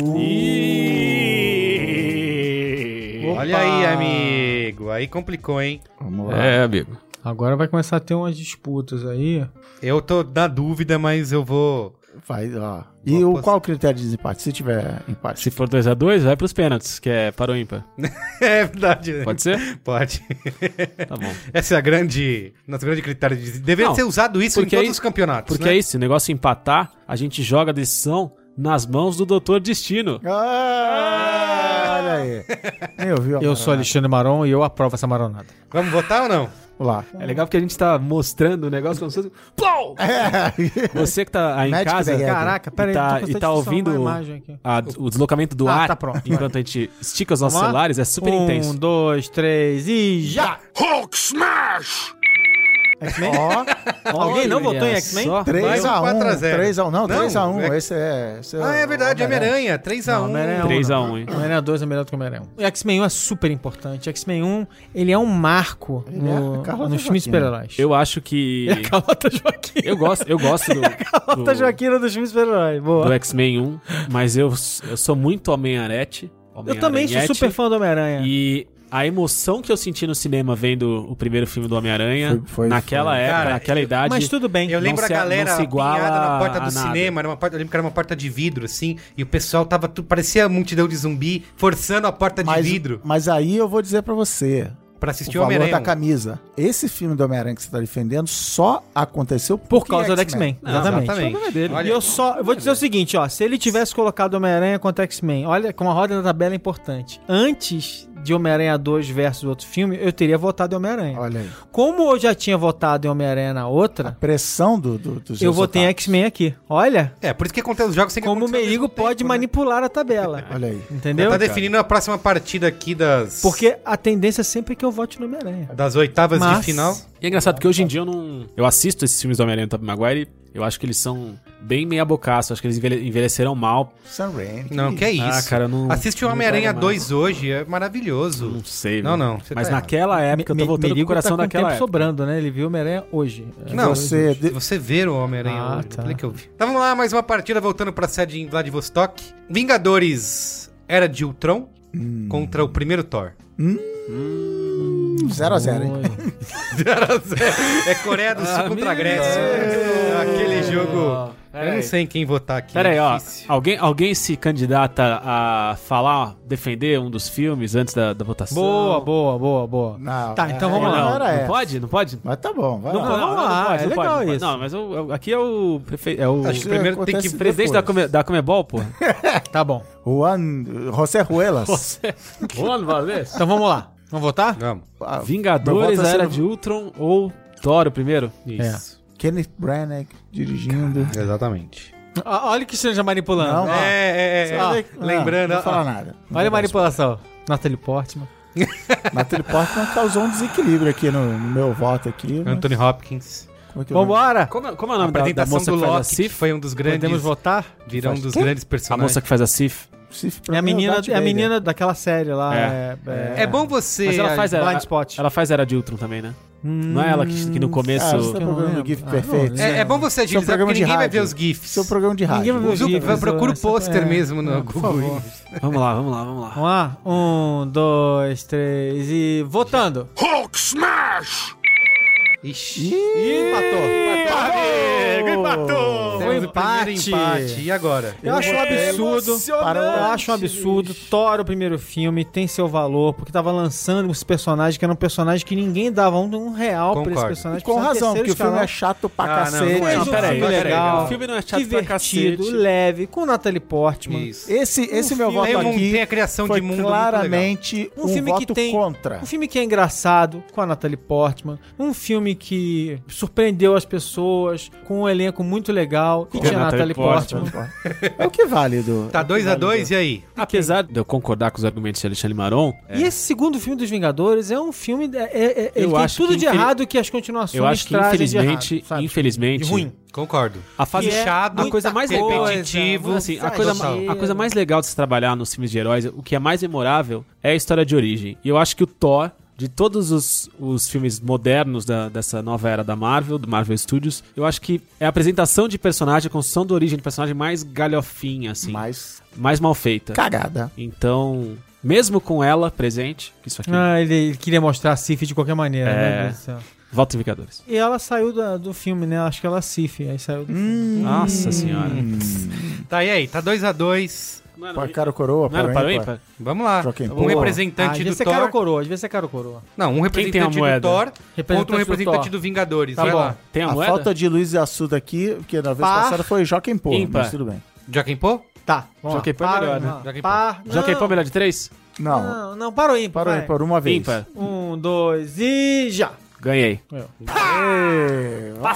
Speaker 1: Olha aí, amigo, aí complicou, hein?
Speaker 2: Vamos lá.
Speaker 5: É, amigo.
Speaker 4: Agora vai começar a ter umas disputas aí.
Speaker 1: Eu tô na dúvida, mas eu vou...
Speaker 2: Vai, ó. E o, qual o critério de desempate? Se tiver empate.
Speaker 5: Se for 2x2, vai pros pênaltis, que é para o ímpar.
Speaker 1: É verdade, né?
Speaker 5: Pode ser?
Speaker 1: Pode.
Speaker 5: Tá bom.
Speaker 1: Essa é a grande... Nosso grande critério de... Deveria
Speaker 5: Não,
Speaker 1: ser usado isso em
Speaker 5: porque
Speaker 1: todos
Speaker 5: aí-
Speaker 1: os campeonatos,
Speaker 5: Porque
Speaker 1: né?
Speaker 5: é isso, o negócio é empatar, a gente joga a decisão nas mãos do Doutor Destino.
Speaker 2: Ah, olha aí. Nem ouviu a
Speaker 4: Eu sou
Speaker 2: maronada.
Speaker 4: Alexandre Maron e eu aprovo essa maronada.
Speaker 1: Vamos votar ou não?
Speaker 2: Lá.
Speaker 5: É legal porque a gente tá mostrando o negócio como se fosse... Pau!
Speaker 2: É.
Speaker 5: Você que tá aí em
Speaker 2: Magic
Speaker 5: casa,
Speaker 2: the Gathering.
Speaker 4: Caraca, pera aí,
Speaker 5: E tá-
Speaker 4: tô com
Speaker 5: e
Speaker 4: essa
Speaker 5: tá
Speaker 4: discussão,
Speaker 5: ouvindo
Speaker 4: uma imagem aqui.
Speaker 5: a- o deslocamento do
Speaker 4: Ah,
Speaker 5: ar
Speaker 4: tá pronto, vai.
Speaker 5: enquanto a gente estica os nossos
Speaker 4: Vamos lá?
Speaker 5: celulares é super
Speaker 4: um,
Speaker 5: intenso.
Speaker 4: dois, três e já! Hulk Smash! Alguém não votou em
Speaker 5: Olha
Speaker 4: X-Men?
Speaker 5: só.
Speaker 1: Vai um
Speaker 2: 3x1.
Speaker 1: 4 a 0.
Speaker 2: 3x1.
Speaker 1: Não,
Speaker 2: Não, 3x1.
Speaker 1: é-
Speaker 2: Esse é. esse
Speaker 1: Ah, é
Speaker 2: o
Speaker 1: verdade, Homem-Aranha, 3x1.
Speaker 5: é
Speaker 4: Homem-Aranha.
Speaker 5: 3x1, hein?
Speaker 4: Homem-Aranha 2 é melhor do que Homem-Aranha 1. O X-Men 1 é super importante. O X-Men 1, ele é um marco
Speaker 2: Ele é a
Speaker 4: no,
Speaker 2: Carlota
Speaker 4: nos filmes de
Speaker 2: Joaquina.
Speaker 4: super-heróis.
Speaker 5: Eu acho que...
Speaker 4: Calota Joaquina.
Speaker 5: Eu gosto, eu gosto do,
Speaker 4: Calota
Speaker 5: do,
Speaker 4: Joaquina dos filmes de super-heróis. Boa.
Speaker 5: do X-Men 1, mas eu, eu sou muito Homem-Arete.
Speaker 4: Eu também sou
Speaker 5: Homem-Aranhete.
Speaker 4: super fã do Homem-Aranha.
Speaker 5: E a emoção que eu senti no cinema vendo o primeiro filme do Homem-Aranha,
Speaker 2: Foi- foi-
Speaker 5: naquela
Speaker 2: foi.
Speaker 5: época,
Speaker 1: Cara,
Speaker 5: naquela idade.
Speaker 4: Mas tudo bem.
Speaker 1: Eu
Speaker 5: Não
Speaker 1: lembro
Speaker 5: se-
Speaker 1: a galera
Speaker 5: não se iguala
Speaker 1: apinhada na porta
Speaker 5: a
Speaker 1: do
Speaker 5: nada.
Speaker 1: cinema, era uma porta, eu lembro que era uma porta de vidro, assim, e o pessoal tava, tu- parecia a multidão de zumbi forçando a porta de
Speaker 2: Mas,
Speaker 1: vidro
Speaker 2: um- mas aí eu vou dizer pra você.
Speaker 1: pra
Speaker 2: O
Speaker 1: assistir o
Speaker 2: valor
Speaker 1: Homem-Aranha.
Speaker 2: da camisa. Esse filme do Homem-Aranha que você tá defendendo só aconteceu
Speaker 4: Por causa do X-Men.
Speaker 1: Não,
Speaker 4: Exatamente.
Speaker 1: exatamente. Olha,
Speaker 4: e eu só eu vou dizer o seguinte, ó. Se ele tivesse colocado Homem-Aranha contra X-Men, olha como a roda da tabela é importante. Antes de Homem-Aranha 2 versus outro filme, eu teria votado em Homem-Aranha.
Speaker 2: Olha aí.
Speaker 4: Como eu já tinha votado em Homem-Aranha na outra,
Speaker 2: Pressão do, do, dos
Speaker 4: eu votei em
Speaker 2: resultados.
Speaker 4: X-Men aqui. Olha
Speaker 1: É, por isso que acontece os jogos sem
Speaker 4: como o Merigo pode
Speaker 1: manipular.
Speaker 4: manipular a tabela.
Speaker 2: Olha aí.
Speaker 4: Entendeu?
Speaker 1: Tá definindo a próxima partida aqui das,
Speaker 4: Porque a tendência sempre é que eu vote no Homem-Aranha.
Speaker 1: das oitavas de
Speaker 4: Mas-
Speaker 1: final.
Speaker 5: E é engraçado porque hoje em dia eu não. Eu assisto esses filmes do Homem-Aranha e do Tobey Maguire e eu acho que eles são bem meia bocaço, acho que eles envelhe- envelheceram mal.
Speaker 2: Sam Raimi.
Speaker 1: Não, que é isso.
Speaker 5: Ah, cara, eu não-
Speaker 1: Assiste o
Speaker 5: não
Speaker 1: Homem-Aranha
Speaker 5: joga mais.
Speaker 1: 2 hoje, é maravilhoso.
Speaker 5: Não sei.
Speaker 1: Não,
Speaker 5: velho.
Speaker 1: não, você
Speaker 5: Mas
Speaker 1: tá errado.
Speaker 5: naquela época, eu
Speaker 4: Me-
Speaker 5: tô voltando pro
Speaker 4: Merigo
Speaker 5: coração
Speaker 4: tá com
Speaker 5: daquela
Speaker 4: tempo
Speaker 5: época.
Speaker 4: sobrando, né? Ele viu Homem-Aranha hoje. É.
Speaker 1: Não,
Speaker 2: você-
Speaker 1: se você ver o Homem-Aranha
Speaker 4: Ah,
Speaker 1: hoje, eu
Speaker 4: tá.
Speaker 1: falei que eu vi. Então vamos lá, mais uma partida voltando pra sede em Vladivostok. Vingadores Era de Ultron contra o primeiro Thor.
Speaker 2: 0x0, hein?
Speaker 1: é Coreia do
Speaker 5: Ah,
Speaker 1: Sul contra a Grécia. Aquele jogo. eu não sei em quem votar aqui. é
Speaker 5: Pera aí, ó.
Speaker 1: difícil.
Speaker 5: Alguém, alguém se candidata a falar, defender um dos filmes antes da, da votação?
Speaker 4: Boa, boa, boa, boa.
Speaker 2: Não,
Speaker 4: Tá, então
Speaker 2: é,
Speaker 4: vamos lá.
Speaker 5: Não,
Speaker 2: era
Speaker 5: não
Speaker 2: essa.
Speaker 5: pode? Não pode?
Speaker 2: Mas tá bom, vai
Speaker 4: Não,
Speaker 2: lá.
Speaker 4: vamos lá, é legal isso.
Speaker 5: Não, mas eu- eu- aqui é o prefe... é o
Speaker 2: Acho que
Speaker 5: primeiro tem
Speaker 2: acontece
Speaker 5: que presidente tá da, Come,
Speaker 2: depois.
Speaker 5: da Comebol, pô.
Speaker 4: Tá bom.
Speaker 2: Juan, José Ruelas.
Speaker 5: Juan Valdez.
Speaker 4: Então vamos lá. Vamos votar?
Speaker 1: Vamos.
Speaker 5: Tá
Speaker 2: Ah,
Speaker 5: Vingadores,
Speaker 2: Meu voto é
Speaker 5: a Era
Speaker 2: sendo-
Speaker 5: de Ultron ou Thor o primeiro?
Speaker 4: Isso.
Speaker 2: Kenneth Branagh dirigindo.
Speaker 1: Exatamente.
Speaker 4: Ah, Olha o que esteja manipulando.
Speaker 2: Não,
Speaker 4: É.
Speaker 1: É, é, é.
Speaker 4: Ah,
Speaker 1: lembrando,
Speaker 2: Não,
Speaker 1: ó.
Speaker 2: não fala nada.
Speaker 4: Olha a manipulação. Natalie Portman.
Speaker 2: Natalie Portman causou um desequilíbrio aqui no, no meu voto aqui. mas
Speaker 1: Anthony Hopkins.
Speaker 2: como é que eu-
Speaker 4: Vambora!
Speaker 5: Como, é- como é o
Speaker 1: A
Speaker 5: nome da, da
Speaker 1: apresentação
Speaker 5: moça
Speaker 1: do
Speaker 5: que faz a
Speaker 1: Loki, que
Speaker 5: Sif?
Speaker 1: foi um dos
Speaker 4: Podemos
Speaker 1: grandes.
Speaker 4: votar?
Speaker 1: Virou um dos
Speaker 2: Quê?
Speaker 1: grandes
Speaker 5: A
Speaker 1: personagens.
Speaker 5: moça que faz a Sif.
Speaker 2: Se pra
Speaker 4: É a
Speaker 2: mim, o
Speaker 4: menina,
Speaker 2: Darth
Speaker 4: é a
Speaker 2: Vader.
Speaker 4: menina daquela série lá.
Speaker 5: É.
Speaker 4: É.
Speaker 1: É bom você.
Speaker 5: Mas ela faz a,
Speaker 4: Blind Spot.
Speaker 5: Ela faz a Era de Ultron também, né? Não é ela que, que no começo...
Speaker 2: Ah, você tá
Speaker 4: Eu não
Speaker 2: procurando o
Speaker 4: lembro.
Speaker 2: GIF
Speaker 4: Ah,
Speaker 2: perfeito.
Speaker 4: não,
Speaker 1: É, é bom você agilizar,
Speaker 2: programa
Speaker 1: porque
Speaker 2: de
Speaker 1: ninguém vai
Speaker 2: rádio.
Speaker 1: ver os GIFs.
Speaker 2: Seu programa de
Speaker 4: Ninguém
Speaker 2: rádio.
Speaker 4: vai ver os
Speaker 1: Usa-
Speaker 4: livros,
Speaker 1: procura o
Speaker 4: essa-
Speaker 1: pôster
Speaker 4: é.
Speaker 1: mesmo no
Speaker 4: Não, por favor.
Speaker 1: Google.
Speaker 5: Vamos lá, vamos lá, vamos lá.
Speaker 4: Vamos lá? Um, dois, três e. Votando!
Speaker 1: Ixi.
Speaker 4: Ih, matou!
Speaker 1: Foi
Speaker 4: Foi empate.
Speaker 1: empate. E agora?
Speaker 4: Eu acho um absurdo. Eu acho um absurdo. Thor, o primeiro filme, tem seu valor, porque tava lançando esse personagem, que era um personagem que ninguém dava um, um real pra esse
Speaker 1: Concordo.
Speaker 4: personagem.
Speaker 2: Com razão, porque o filme é
Speaker 4: chato.
Speaker 2: chato pra
Speaker 1: Ah, não, não é.
Speaker 2: cacete.
Speaker 4: Fez um
Speaker 5: Não, pera aí,
Speaker 4: filme
Speaker 5: pera aí.
Speaker 4: legal,
Speaker 5: O filme não é chato pra
Speaker 4: divertido,
Speaker 5: cacete.
Speaker 4: leve, com Natalie Portman.
Speaker 1: Isso.
Speaker 2: Esse, esse
Speaker 4: Um
Speaker 2: meu
Speaker 4: filme-
Speaker 1: Tem,
Speaker 2: voto
Speaker 1: um-
Speaker 2: aqui
Speaker 1: tem a criação
Speaker 2: foi
Speaker 1: de mundo
Speaker 2: claramente
Speaker 4: Um
Speaker 2: um,
Speaker 4: filme que
Speaker 2: voto
Speaker 4: tem-
Speaker 2: contra.
Speaker 4: Um filme que é engraçado, com a Natalie Portman. Um filme filme que surpreendeu as pessoas, com um elenco muito legal, e tinha
Speaker 5: Natalie
Speaker 4: Natalie Portman.
Speaker 2: É o que vale do.
Speaker 1: Tá 2x2 e aí?
Speaker 5: Apesar de eu concordar com os argumentos de Alexandre Maron,
Speaker 4: E esse segundo filme dos Vingadores é um filme. É, é- é-
Speaker 5: É. Eu
Speaker 4: ele tem
Speaker 5: acho
Speaker 4: tudo
Speaker 5: que
Speaker 4: de
Speaker 5: infeli-
Speaker 4: errado que as continuações
Speaker 5: eu acho que
Speaker 4: trazem de errado,
Speaker 5: infelizmente,
Speaker 4: sabe?
Speaker 5: infelizmente,
Speaker 4: De ruim.
Speaker 1: Concordo. tá
Speaker 5: a fase
Speaker 4: Que é
Speaker 5: chata, a
Speaker 4: muita
Speaker 5: coisa mais
Speaker 4: coisa,
Speaker 1: repetitivo,
Speaker 5: assim, a
Speaker 4: muita
Speaker 5: coisa,
Speaker 4: exagero.
Speaker 1: tá.
Speaker 5: a coisa mais legal de se trabalhar nos filmes de heróis, o que é mais memorável, é a história de origem. E eu acho que o Thor, de todos os, os filmes modernos da- dessa nova era da Marvel, do Marvel Studios, eu acho que é a apresentação de personagem, a construção da origem de personagem mais galhofinha, assim, mais,
Speaker 2: Mas
Speaker 5: mal feita.
Speaker 2: cagada.
Speaker 5: Então, mesmo com ela presente, que isso aqui,
Speaker 4: Ah, ele, ele queria mostrar a Sif de qualquer maneira,
Speaker 5: É.
Speaker 4: né? meu Deus do céu.
Speaker 5: volta em Vingadores.
Speaker 4: E ela saiu da- do filme, né? Acho que ela é Sif, aí saiu
Speaker 5: Hum,
Speaker 4: do
Speaker 5: Nossa senhora.
Speaker 1: Tá, e aí? Tá 2x2.
Speaker 5: Não era
Speaker 2: Pra cara ou coroa,
Speaker 5: Não era
Speaker 2: para
Speaker 5: para
Speaker 2: o
Speaker 5: mim?
Speaker 2: ímpar.
Speaker 1: Vamos lá.
Speaker 2: Joaquim,
Speaker 1: um
Speaker 2: boa.
Speaker 4: Ah, às
Speaker 1: representante do
Speaker 4: vezes é
Speaker 1: Thor.
Speaker 4: caro coroa, às vezes é caro coroa.
Speaker 1: Não, um
Speaker 5: Quem tem a
Speaker 1: representante do
Speaker 5: moeda?
Speaker 1: Thor contra um
Speaker 4: Representante do
Speaker 1: representante
Speaker 4: Thor.
Speaker 1: do Vingadores.
Speaker 4: Tá
Speaker 1: Vai
Speaker 4: bom.
Speaker 1: lá.
Speaker 5: Tem a,
Speaker 2: A
Speaker 5: moeda?
Speaker 2: falta de Luiz e Assuda aqui, porque na vez
Speaker 4: Par.
Speaker 2: passada foi Joaquim Pô,
Speaker 5: Ímpar.
Speaker 2: mas tudo bem.
Speaker 1: Joaquim Pô?
Speaker 4: Tá, vamos
Speaker 5: Jockey
Speaker 4: lá.
Speaker 5: Pô é
Speaker 4: Para,
Speaker 5: melhor, né?
Speaker 4: vamos lá.
Speaker 1: Jockey Pô.
Speaker 4: Par,
Speaker 5: Já quem
Speaker 4: não,
Speaker 5: foi é melhor de três?
Speaker 2: Não,
Speaker 4: Não, não, para o ímpar.
Speaker 2: para o
Speaker 4: vai.
Speaker 2: ímpar, uma vez.
Speaker 5: Ímpar.
Speaker 4: Um, dois e já.
Speaker 5: Ganhei.
Speaker 2: Ê, Vai,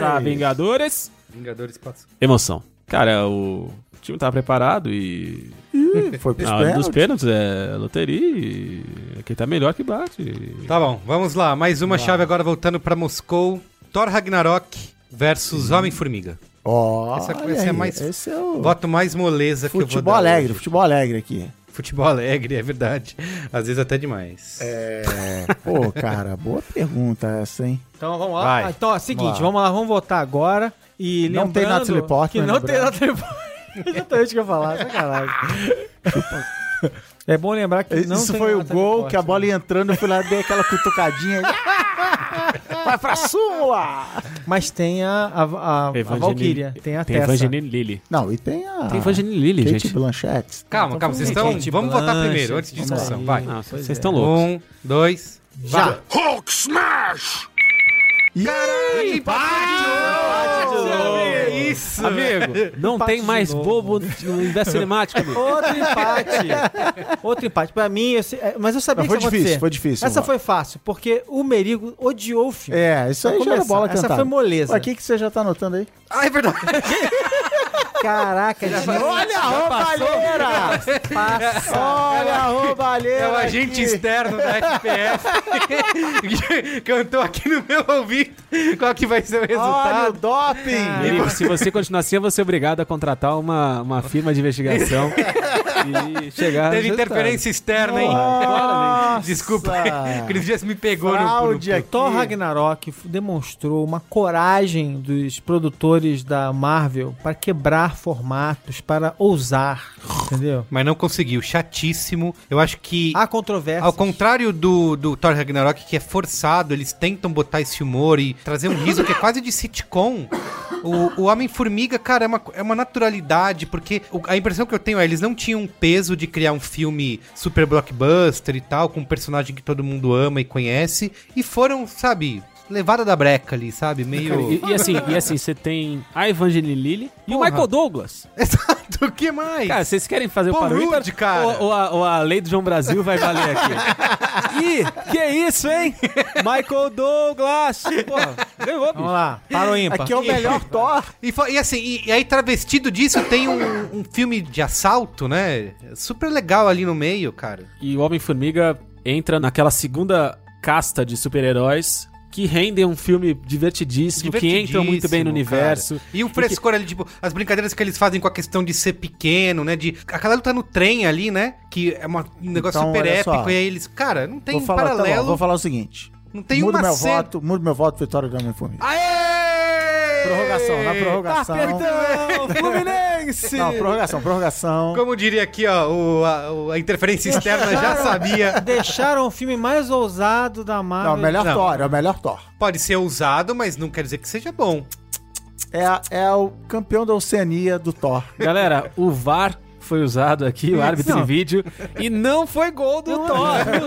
Speaker 5: Tá,
Speaker 2: Vingadores!
Speaker 5: Vingadores.
Speaker 1: Vingadores passa.
Speaker 5: Emoção. Cara, o time tava preparado e.
Speaker 2: Ih, Foi pros
Speaker 5: Na hora dos
Speaker 2: pênaltis.
Speaker 5: pênaltis é loteria e. Quem tá melhor que bate.
Speaker 1: Tá bom, vamos lá. Mais uma chave agora voltando pra Moscou. Thor Ragnarok versus Homem-Formiga.
Speaker 2: Ó,
Speaker 1: Essa-
Speaker 2: olha
Speaker 1: essa é
Speaker 2: aí,
Speaker 1: mais-
Speaker 2: Esse é o
Speaker 1: Voto mais moleza que eu vou
Speaker 2: futebol
Speaker 1: dar.
Speaker 2: alegre,
Speaker 1: hoje.
Speaker 2: futebol alegre aqui.
Speaker 1: Futebol alegre, é verdade. Às vezes até demais.
Speaker 2: Pô, cara, boa pergunta essa, hein?
Speaker 4: Então vamos lá.
Speaker 1: Vai.
Speaker 4: Ah, Então, é o seguinte,
Speaker 2: Vamos
Speaker 4: vamos
Speaker 2: lá.
Speaker 4: lá. vamos votar agora. E
Speaker 2: Não tem né,
Speaker 4: lembrando
Speaker 2: Natalie Portman,
Speaker 4: Que não tem
Speaker 2: lembrando.
Speaker 4: Natalie Portman. Exatamente o que eu ia falar, sacanagem. É bom lembrar que não
Speaker 2: Isso
Speaker 4: tem né?
Speaker 2: foi o
Speaker 4: Natalie
Speaker 2: gol
Speaker 4: Portman.
Speaker 2: que a
Speaker 1: né?
Speaker 2: bola ia entrando, eu fui lá dei aquela cutucadinha. Vai pra súmula!
Speaker 4: Mas tem a, a, a, a
Speaker 5: Evangeline-
Speaker 4: Valkyria, tem a
Speaker 5: Tem
Speaker 4: Tessa.
Speaker 5: Evangeline Lily.
Speaker 2: Não, e tem a
Speaker 5: Tem Evangeline Lily,
Speaker 2: Kate
Speaker 5: gente.
Speaker 2: Blanchett.
Speaker 1: Calma, calma, vocês estão.
Speaker 4: Gente,
Speaker 1: então Vamos votar
Speaker 4: Blanchett,
Speaker 1: primeiro, antes de
Speaker 4: vamos lá.
Speaker 1: discussão. Vai.
Speaker 5: Nossa,
Speaker 4: Pois
Speaker 5: Ah, vocês
Speaker 4: é.
Speaker 5: estão loucos.
Speaker 1: Um, dois.
Speaker 4: Já.
Speaker 1: Caralho, empate! Que Isso!
Speaker 5: Amigo, não tem mais
Speaker 4: novo.
Speaker 5: bobo no universo cinemático, amigo.
Speaker 4: Outro empate. Outro empate. Pra mim, eu se- é, mas eu sabia
Speaker 2: Mas foi
Speaker 4: que isso ia
Speaker 2: difícil,
Speaker 4: acontecer.
Speaker 2: foi difícil.
Speaker 4: Essa
Speaker 2: vamos
Speaker 4: foi fácil, porque o Merigo odiou o
Speaker 2: lá.
Speaker 4: filme.
Speaker 2: É, isso aí
Speaker 1: Tá
Speaker 4: Pra
Speaker 2: já é
Speaker 4: começar,
Speaker 2: bola
Speaker 4: essa
Speaker 2: cantada.
Speaker 4: foi moleza.
Speaker 2: Ué, O que, que você já tá anotando aí?
Speaker 1: Ah, é verdade.
Speaker 4: Caraca, gente.
Speaker 2: Olha a roubalheira! Olha a roubalheira!
Speaker 1: É o agente externo da FPF. Cantou aqui no meu ouvido qual que vai ser o
Speaker 2: Olha o é.
Speaker 1: resultado.
Speaker 2: doping!
Speaker 5: Amigo, se você continuar assim, eu vou ser obrigado a contratar uma, uma firma de investigação e chegar.
Speaker 1: Teve
Speaker 5: aos
Speaker 1: interferência externa, hein? Desculpa. Aqueles dias me pegou no-
Speaker 2: Fraude
Speaker 1: no...
Speaker 2: aqui.
Speaker 4: Thor Ragnarok f- demonstrou uma coragem dos produtores da Marvel para quebrar formatos, para ousar, entendeu?
Speaker 1: Mas não conseguiu, chatíssimo. Eu acho que
Speaker 4: Há controvérsia.
Speaker 1: Ao contrário do, do Thor Ragnarok, que é forçado, eles tentam botar esse humor e trazer um riso que é quase de sitcom. O, o Homem-Formiga, cara, é uma, é uma naturalidade, porque o- a impressão que eu tenho é eles não tinham um peso de criar um filme super blockbuster e tal, com um personagem que todo mundo ama e conhece, e foram, sabe, levada da breca ali, sabe? Meio.
Speaker 5: E, e assim, e assim, você tem a Evangeline Lilly e o
Speaker 1: Porra.
Speaker 5: Michael Douglas.
Speaker 1: Exato, o que mais?
Speaker 5: Cara, vocês querem fazer
Speaker 1: Paul
Speaker 5: o Paul
Speaker 1: Rudd, cara.
Speaker 5: Ou, ou a, ou a lei do João Brasil vai valer aqui? Ih, que isso, hein? Michael Douglas! Porra, ganhou, bicho.
Speaker 4: Vamos lá, para o ímpar.
Speaker 2: Aqui é o melhor Thor.
Speaker 1: E, fa- e assim, e, e aí travestido disso tem um, um filme de assalto, né? Super legal ali no meio, cara.
Speaker 5: E o Homem-Formiga entra naquela segunda casta de super-heróis que rendem um filme divertidíssimo, que entram muito bem no
Speaker 1: Divertidíssimo,
Speaker 5: universo.
Speaker 1: cara. E o frescor ali, tipo, as brincadeiras que eles fazem com a questão de ser pequeno, né? De aquela luta no trem ali, né? Que é uma- um negócio
Speaker 2: Então,
Speaker 1: super
Speaker 2: olha só.
Speaker 1: épico. E aí eles, cara, não tem um
Speaker 2: vou falar, tá bom,
Speaker 1: paralelo,
Speaker 2: vou falar o seguinte.
Speaker 1: não tem
Speaker 2: mudo
Speaker 1: uma
Speaker 2: meu
Speaker 1: cena.
Speaker 2: voto, mudo meu voto, vitória do Homem-Formiga.
Speaker 1: Aê! Tá
Speaker 2: Prorrogação, na prorrogação.
Speaker 4: Tá
Speaker 5: Fluminense!
Speaker 2: Não, prorrogação, prorrogação.
Speaker 1: Como diria aqui, ó, o- a, o- a interferência externa já sabia.
Speaker 4: Deixaram o filme mais ousado da Marvel.
Speaker 2: Não, o melhor
Speaker 1: Não.
Speaker 2: Thor, é o melhor Thor.
Speaker 1: Pode ser usado, mas não quer dizer que seja bom.
Speaker 2: É, a- é o campeão da Oceania do Thor.
Speaker 5: Galera, o VAR foi usado aqui, o árbitro
Speaker 4: Não.
Speaker 5: de vídeo, e não foi gol do Thor. Não foi. Na
Speaker 4: Na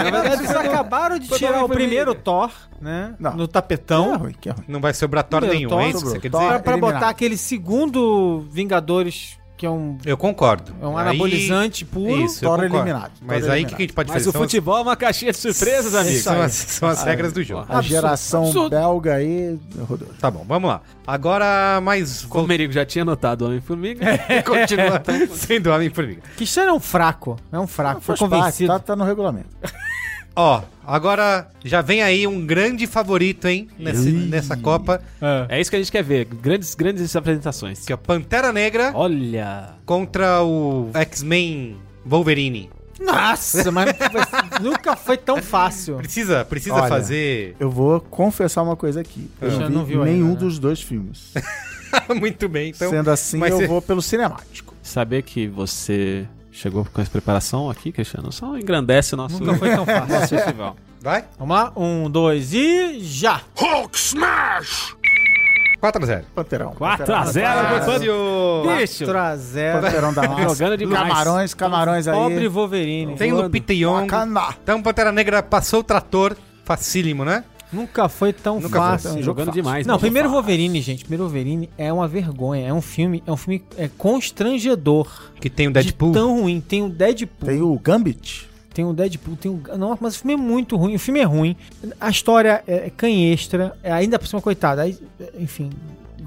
Speaker 5: verdade,
Speaker 4: verdade, eles é. acabaram de
Speaker 5: foi
Speaker 4: tirar
Speaker 5: Homem
Speaker 4: o
Speaker 5: Formiga.
Speaker 4: primeiro Thor, né?
Speaker 2: Não.
Speaker 4: No
Speaker 2: Que é
Speaker 4: tapetão.
Speaker 2: ruim, que é ruim.
Speaker 1: Não vai sobrar Thor
Speaker 4: Meu,
Speaker 1: nenhum,
Speaker 4: Thor
Speaker 1: é isso que você
Speaker 2: sobrou.
Speaker 1: quer
Speaker 2: Thor-
Speaker 1: dizer?
Speaker 4: Pra, pra
Speaker 2: Eliminado.
Speaker 4: botar aquele segundo Vingadores que é um,
Speaker 1: Eu concordo.
Speaker 4: é um
Speaker 1: Aí-
Speaker 4: anabolizante puro.
Speaker 1: Isso, eu
Speaker 2: Toro
Speaker 1: concordo.
Speaker 2: eliminado, Toro
Speaker 1: Mas aí o que, que
Speaker 2: eliminado.
Speaker 1: a gente pode
Speaker 5: Mas
Speaker 1: fazer?
Speaker 5: o
Speaker 1: São as-
Speaker 5: futebol é uma caixinha de surpresas, amigo.
Speaker 4: É.
Speaker 1: São as, são as regras do jogo.
Speaker 2: A geração
Speaker 4: absurdo.
Speaker 2: belga aí rodou.
Speaker 1: Tá bom, vamos lá. Agora, mais...
Speaker 5: Como o Merigo já tinha notado o Homem-Formiga, continua. Então,
Speaker 1: Sendo Homem-Formiga.
Speaker 4: Cristiano é um fraco. É um fraco. Foi
Speaker 2: Faz parte,
Speaker 4: convencido.
Speaker 2: Tá, tá no regulamento.
Speaker 1: Ó, agora já vem aí um grande favorito, hein? nesse- nessa Copa,
Speaker 5: É isso que a gente quer ver. Grandes, grandes apresentações.
Speaker 1: que é Pantera Negra
Speaker 5: Olha!
Speaker 1: contra o X-Men Wolverine.
Speaker 4: Nossa, mas nunca foi tão fácil.
Speaker 1: Precisa, precisa
Speaker 2: Olha,
Speaker 1: fazer...
Speaker 2: Eu vou confessar uma coisa aqui. Eu
Speaker 4: Você
Speaker 2: não vi
Speaker 4: não viu ainda,
Speaker 2: nenhum
Speaker 4: né?
Speaker 2: dos dois filmes.
Speaker 1: Muito bem, então...
Speaker 2: Sendo assim,
Speaker 1: mas
Speaker 2: eu
Speaker 1: cê-
Speaker 2: vou pelo cinemático.
Speaker 5: Saber que você chegou com essa preparação aqui, Cristiano, só engrandece o nosso,
Speaker 4: Nunca foi tão fácil.
Speaker 5: nosso festival.
Speaker 1: Vai?
Speaker 4: Vamos lá? Um, dois e já!
Speaker 1: 4x0.
Speaker 2: Panterão.
Speaker 5: 4x0 pro
Speaker 1: Fácil!
Speaker 5: Bicho!
Speaker 4: 4x0.
Speaker 2: Panterão da nossa.
Speaker 5: Jogando demais.
Speaker 2: Camarões, camarões aí.
Speaker 4: Pobre Wolverine.
Speaker 1: Tem Lupita Young.
Speaker 2: Bacana.
Speaker 1: Então, Pantera Negra passou o trator. Facílimo, né?
Speaker 4: Nunca foi tão
Speaker 1: Nunca foi
Speaker 4: fácil.
Speaker 2: tão-
Speaker 4: Jogo
Speaker 5: Jogando demais.
Speaker 4: Não,
Speaker 5: mano.
Speaker 4: primeiro Wolverine, gente. Primeiro Wolverine é uma vergonha. É um filme, é um filme é constrangedor.
Speaker 1: Que tem o Um Deadpool.
Speaker 4: De tão ruim. Tem o Deadpool.
Speaker 2: Tem o Gambit.
Speaker 4: Tem o Deadpool, tem o. Não, mas o filme é muito ruim. O filme é ruim. A história é canhestra. é ainda por cima, coitada. Aí, é, enfim,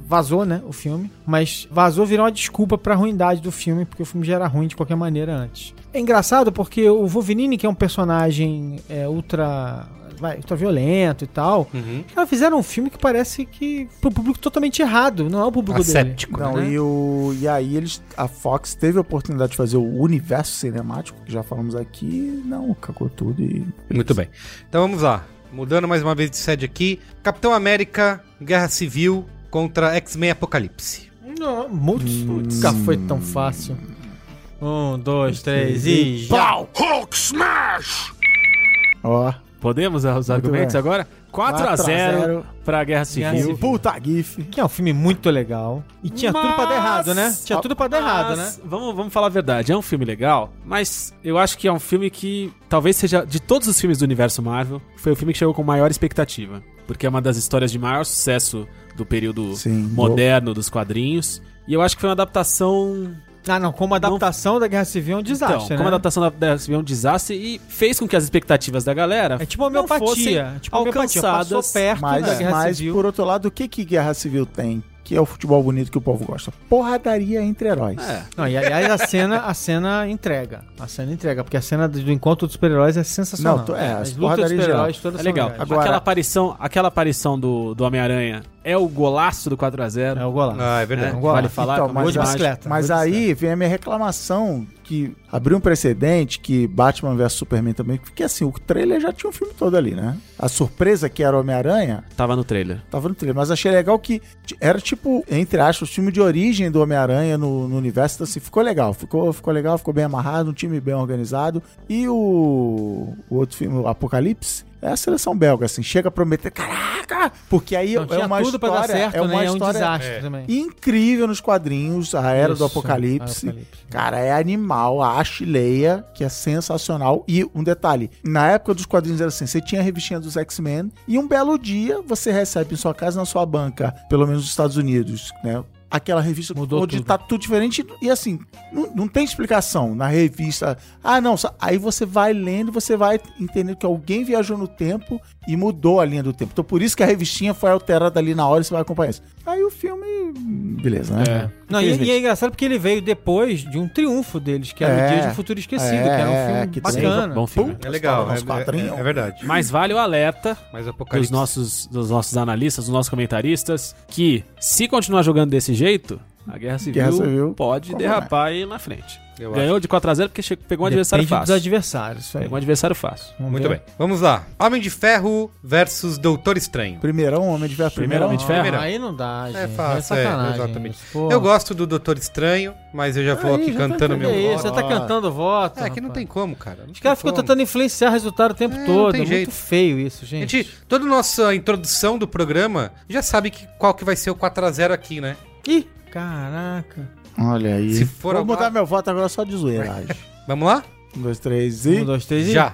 Speaker 4: vazou, né? O filme. Mas vazou virou uma desculpa pra ruindade do filme, porque o filme já era ruim de qualquer maneira antes. É engraçado porque o Wolverine, que é um personagem é, ultra. Vai, ultra violento e tal.
Speaker 1: Uhum.
Speaker 4: Cara, fizeram um filme que parece que. pro público totalmente errado. Não é o público dele.
Speaker 1: Asséptico.
Speaker 2: Não,
Speaker 1: né?
Speaker 2: e, o, e aí eles, a Fox teve a oportunidade de fazer o universo cinemático, que já falamos aqui, não, cagou tudo e.
Speaker 1: Muito bem. Então vamos lá. Mudando mais uma vez de sede aqui. Capitão América, Guerra Civil contra X-Men Apocalipse.
Speaker 4: Não, putz, nunca foi tão fácil. Um, dois, três e já!
Speaker 2: Ó,
Speaker 5: Podemos usar os argumentos
Speaker 2: bem.
Speaker 5: agora? 4x0 pra Guerra
Speaker 4: Guerra
Speaker 5: Civil.
Speaker 4: Civil.
Speaker 2: Viu? Puta GIF.
Speaker 4: Que é um filme muito legal. E tinha tudo pra dar errado, né?
Speaker 5: Mas-
Speaker 4: Tinha tudo pra dar errado, né?
Speaker 5: Mas, Vamos, vamos falar a verdade. É um filme legal, mas eu acho que é um filme que talvez seja de todos os filmes do universo Marvel, foi o filme que chegou com maior expectativa. Porque é uma das histórias de maior sucesso do período
Speaker 2: Sim,
Speaker 5: moderno dos quadrinhos. E eu acho que foi uma adaptação.
Speaker 4: Ah, não, como adaptação da Guerra Civil é um desastre,
Speaker 5: então,
Speaker 4: né?
Speaker 5: como a adaptação da Guerra Civil é um desastre e fez com que as expectativas da galera.
Speaker 4: É tipo homeopatia. É tipo homeopatia. Passou
Speaker 5: alcançadas.
Speaker 4: perto
Speaker 2: Mas,
Speaker 4: da Guerra
Speaker 2: mas
Speaker 4: Civil.
Speaker 2: por outro lado, o que, que Guerra Civil tem? Que é o futebol bonito que o povo gosta. Porradaria entre heróis.
Speaker 5: É.
Speaker 4: Não, e aliás, a cena, a cena entrega. A cena entrega, porque a cena do encontro dos super-heróis é sensacional.
Speaker 2: Não, tu- é, as
Speaker 4: as lutas dos
Speaker 2: porradarias
Speaker 4: super-heróis todas
Speaker 5: É legal.
Speaker 4: são legais.
Speaker 2: Agora-
Speaker 5: aquela aparição, aquela aparição do, do Homem-Aranha é o golaço do 4x0.
Speaker 4: É o golaço.
Speaker 1: Ah, é
Speaker 5: né?
Speaker 1: verdade.
Speaker 4: Agora,
Speaker 5: Vale falar
Speaker 2: então,
Speaker 5: que é um
Speaker 2: mas
Speaker 5: gol de
Speaker 2: a-
Speaker 5: bicicleta.
Speaker 2: Mas
Speaker 4: Vou
Speaker 2: aí vem a minha reclamação que abriu um precedente que Batman vs Superman também, porque assim, o trailer já tinha um filme todo ali, né? A surpresa que era Homem-Aranha
Speaker 5: Tava no trailer.
Speaker 2: Tava no trailer, mas achei legal que t- era tipo, entre aspas, o time de origem do Homem-Aranha no, no universo. Então, assim, ficou legal, ficou, ficou legal, ficou bem amarrado, um time bem organizado. E o, o outro filme, o Apocalipse, é a seleção belga, assim, chega a prometer, caraca! Porque aí
Speaker 4: Não,
Speaker 2: é
Speaker 4: tinha
Speaker 2: uma
Speaker 4: tudo pra
Speaker 2: história,
Speaker 4: dar certo,
Speaker 2: é uma
Speaker 4: né? É um
Speaker 2: história
Speaker 4: desastre
Speaker 1: É.
Speaker 4: também.
Speaker 2: incrível nos quadrinhos, a era
Speaker 4: Isso, é,
Speaker 2: do Apocalipse.
Speaker 4: Apocalipse.
Speaker 2: Cara, é animal, a Ashileia, que é sensacional. E um detalhe, na época dos quadrinhos era assim, você tinha a revistinha dos X-Men e um belo dia você recebe em sua casa, na sua banca, pelo menos nos Estados Unidos, né? Aquela revista
Speaker 4: Mudou
Speaker 2: onde
Speaker 4: tudo.
Speaker 2: tá tudo diferente e assim, não, não tem explicação na revista. Ah, não, só- aí você vai lendo, você vai entendendo que alguém viajou no tempo e mudou a linha do tempo. Então por isso que a revistinha foi alterada ali na hora e você vai acompanhar isso. Aí o filme, beleza, né?
Speaker 4: Não, e, e é engraçado porque ele veio depois de um triunfo deles, que era
Speaker 2: É.
Speaker 4: o Dia de um Futuro Esquecido,
Speaker 2: É,
Speaker 4: que era um
Speaker 2: é,
Speaker 4: filme
Speaker 2: que tem-
Speaker 4: bacana.
Speaker 5: Bom filme.
Speaker 1: É legal.
Speaker 2: Os
Speaker 1: É,
Speaker 2: quadrinhos.
Speaker 1: é, é verdade.
Speaker 5: Mas vale o alerta
Speaker 1: Mas
Speaker 5: dos
Speaker 1: Apocalipse.
Speaker 5: nossos, dos nossos analistas, dos nossos comentaristas, que se continuar jogando desse jeito, a Guerra Civil,
Speaker 2: Guerra Civil,
Speaker 5: pode
Speaker 2: como
Speaker 5: derrapar e ir na frente.
Speaker 1: Eu acho.
Speaker 5: Ganhou de 4x0 porque che- pegou um
Speaker 4: Depende
Speaker 5: adversário
Speaker 4: dos
Speaker 5: fácil.
Speaker 4: adversários, isso aí.
Speaker 5: Pegou um adversário fácil.
Speaker 4: Vamos
Speaker 1: Muito
Speaker 4: ver.
Speaker 1: bem. Vamos lá. Homem de Ferro versus Doutor Estranho.
Speaker 2: Primeirão Homem de Ferro. Primeirão.
Speaker 5: Primeiramente Ferro.
Speaker 4: Ah, Aí não dá, gente.
Speaker 1: É fácil, é,
Speaker 4: sacanagem
Speaker 1: exatamente.
Speaker 4: isso, pô.
Speaker 1: Eu gosto do Doutor Estranho, mas eu já vou
Speaker 4: Aí,
Speaker 1: aqui
Speaker 4: já
Speaker 1: cantando
Speaker 4: tá,
Speaker 1: meu
Speaker 4: é isso,
Speaker 1: voto.
Speaker 4: Você tá cantando voto.
Speaker 1: É, que não
Speaker 4: rapaz.
Speaker 1: tem como, cara. Não
Speaker 4: Os
Speaker 1: tem
Speaker 4: caras ficam
Speaker 1: como.
Speaker 4: tentando influenciar o resultado o tempo
Speaker 1: É, não
Speaker 4: todo.
Speaker 1: tem
Speaker 4: é
Speaker 1: jeito.
Speaker 4: muito feio isso,
Speaker 1: A
Speaker 4: gente.
Speaker 1: gente, toda a nossa introdução do programa já sabe que, qual que vai ser o 4x0 aqui, né?
Speaker 4: Ih, caraca.
Speaker 2: Olha aí.
Speaker 1: Se for
Speaker 2: Vou
Speaker 1: alguma-
Speaker 2: mudar meu voto agora só de zoeira, acho.
Speaker 1: Vamos lá?
Speaker 2: Um, dois, três e...
Speaker 4: Um, dois, três e...
Speaker 1: Já.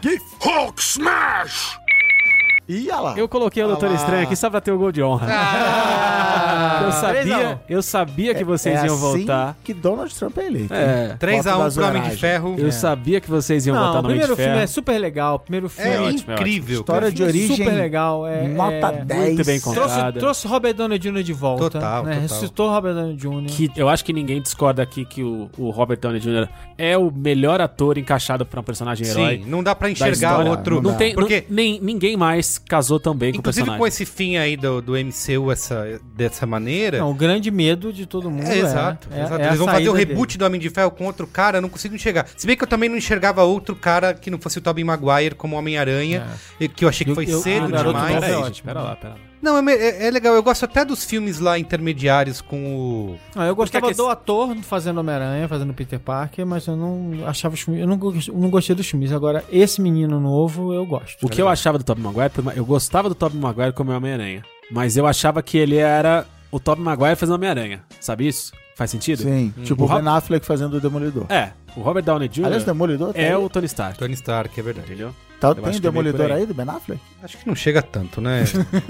Speaker 2: Ih, olha lá.
Speaker 5: Eu coloquei o Doutor Estranho aqui só pra ter o gol de honra.
Speaker 1: Ah,
Speaker 5: eu
Speaker 1: Ah,
Speaker 4: um.
Speaker 5: sabia, eu sabia que vocês
Speaker 2: é
Speaker 5: iam
Speaker 2: assim
Speaker 5: voltar.
Speaker 2: que Donald Trump é eleito. hein?
Speaker 5: É.
Speaker 1: 3x1
Speaker 2: Voto
Speaker 1: pro
Speaker 2: da
Speaker 1: Homem de
Speaker 2: Zoeiragem.
Speaker 1: Ferro.
Speaker 5: Eu sabia que vocês iam
Speaker 4: Não,
Speaker 5: voltar
Speaker 4: o
Speaker 5: no Homem
Speaker 4: primeiro
Speaker 5: de
Speaker 4: filme
Speaker 5: Ferro.
Speaker 4: é super legal. O primeiro
Speaker 1: É,
Speaker 4: filme
Speaker 5: ótimo, é
Speaker 1: incrível.
Speaker 2: História de origem.
Speaker 4: super legal. É,
Speaker 2: nota
Speaker 4: é,
Speaker 2: 10.
Speaker 5: Muito bem contado.
Speaker 4: Trouxe, trouxe Robert Downey Jr. de volta.
Speaker 1: Total,
Speaker 4: né?
Speaker 1: total.
Speaker 4: Ressuscitou Robert Downey Jr.
Speaker 5: Que eu acho que ninguém discorda aqui que o, o Robert Downey Jr. é o melhor ator encaixado pra um personagem herói.
Speaker 1: Sim, não dá pra enxergar
Speaker 5: história,
Speaker 1: outro.
Speaker 5: Não tem,
Speaker 1: Porque,
Speaker 5: não- nem, ninguém mais casou também com o
Speaker 1: inclusive
Speaker 5: personagem.
Speaker 1: com esse fim aí do, do MCU essa, dessa maneira.
Speaker 4: Não, o grande medo de todo mundo.
Speaker 1: É,
Speaker 4: É,
Speaker 1: exato.
Speaker 4: é-
Speaker 1: exato.
Speaker 4: é a
Speaker 1: Eles vão fazer o
Speaker 4: saída dele.
Speaker 1: reboot do Homem de Ferro com outro cara, eu não consigo enxergar. Se bem que eu também não enxergava outro cara que não fosse o Tobey Maguire como Homem-Aranha,
Speaker 5: É.
Speaker 1: e que eu achei que
Speaker 4: É. Eu-
Speaker 1: foi
Speaker 4: eu-
Speaker 1: cedo
Speaker 4: ah, o Garoto
Speaker 1: demais.
Speaker 4: Novo é
Speaker 5: Pera aí, gente,
Speaker 4: ótimo.
Speaker 5: pera lá, pera lá.
Speaker 1: Não, é, me- é- é legal. Eu gosto até dos filmes lá intermediários com o.
Speaker 4: Ah, eu gostava
Speaker 5: Porque é que
Speaker 4: do ator fazendo Homem-Aranha, fazendo Peter Parker, mas eu não achava os filmes. Eu não, go- não gostei dos filmes. Agora, esse menino novo eu gosto.
Speaker 5: O que eu achava do Tobey Maguire, por mais- eu gostava do Tobey Maguire como Homem-Aranha, mas eu achava que ele era o Tobey Maguire fazendo Homem-Aranha. Sabe isso? Faz sentido?
Speaker 2: Sim, tipo
Speaker 5: O
Speaker 2: o
Speaker 5: Rob-
Speaker 2: Ben Affleck fazendo o Demolidor.
Speaker 5: É, o Robert Downey Jr.
Speaker 2: Aliás, o Demolidor tá
Speaker 5: é
Speaker 2: aí.
Speaker 5: o Tony Stark,
Speaker 1: Tony Stark, é verdade.
Speaker 5: entendeu?
Speaker 2: Tá-
Speaker 5: acho
Speaker 2: tem o
Speaker 5: que é meio
Speaker 2: Demolidor
Speaker 5: por aí.
Speaker 2: aí do Ben Affleck?
Speaker 1: Acho que não chega tanto, né?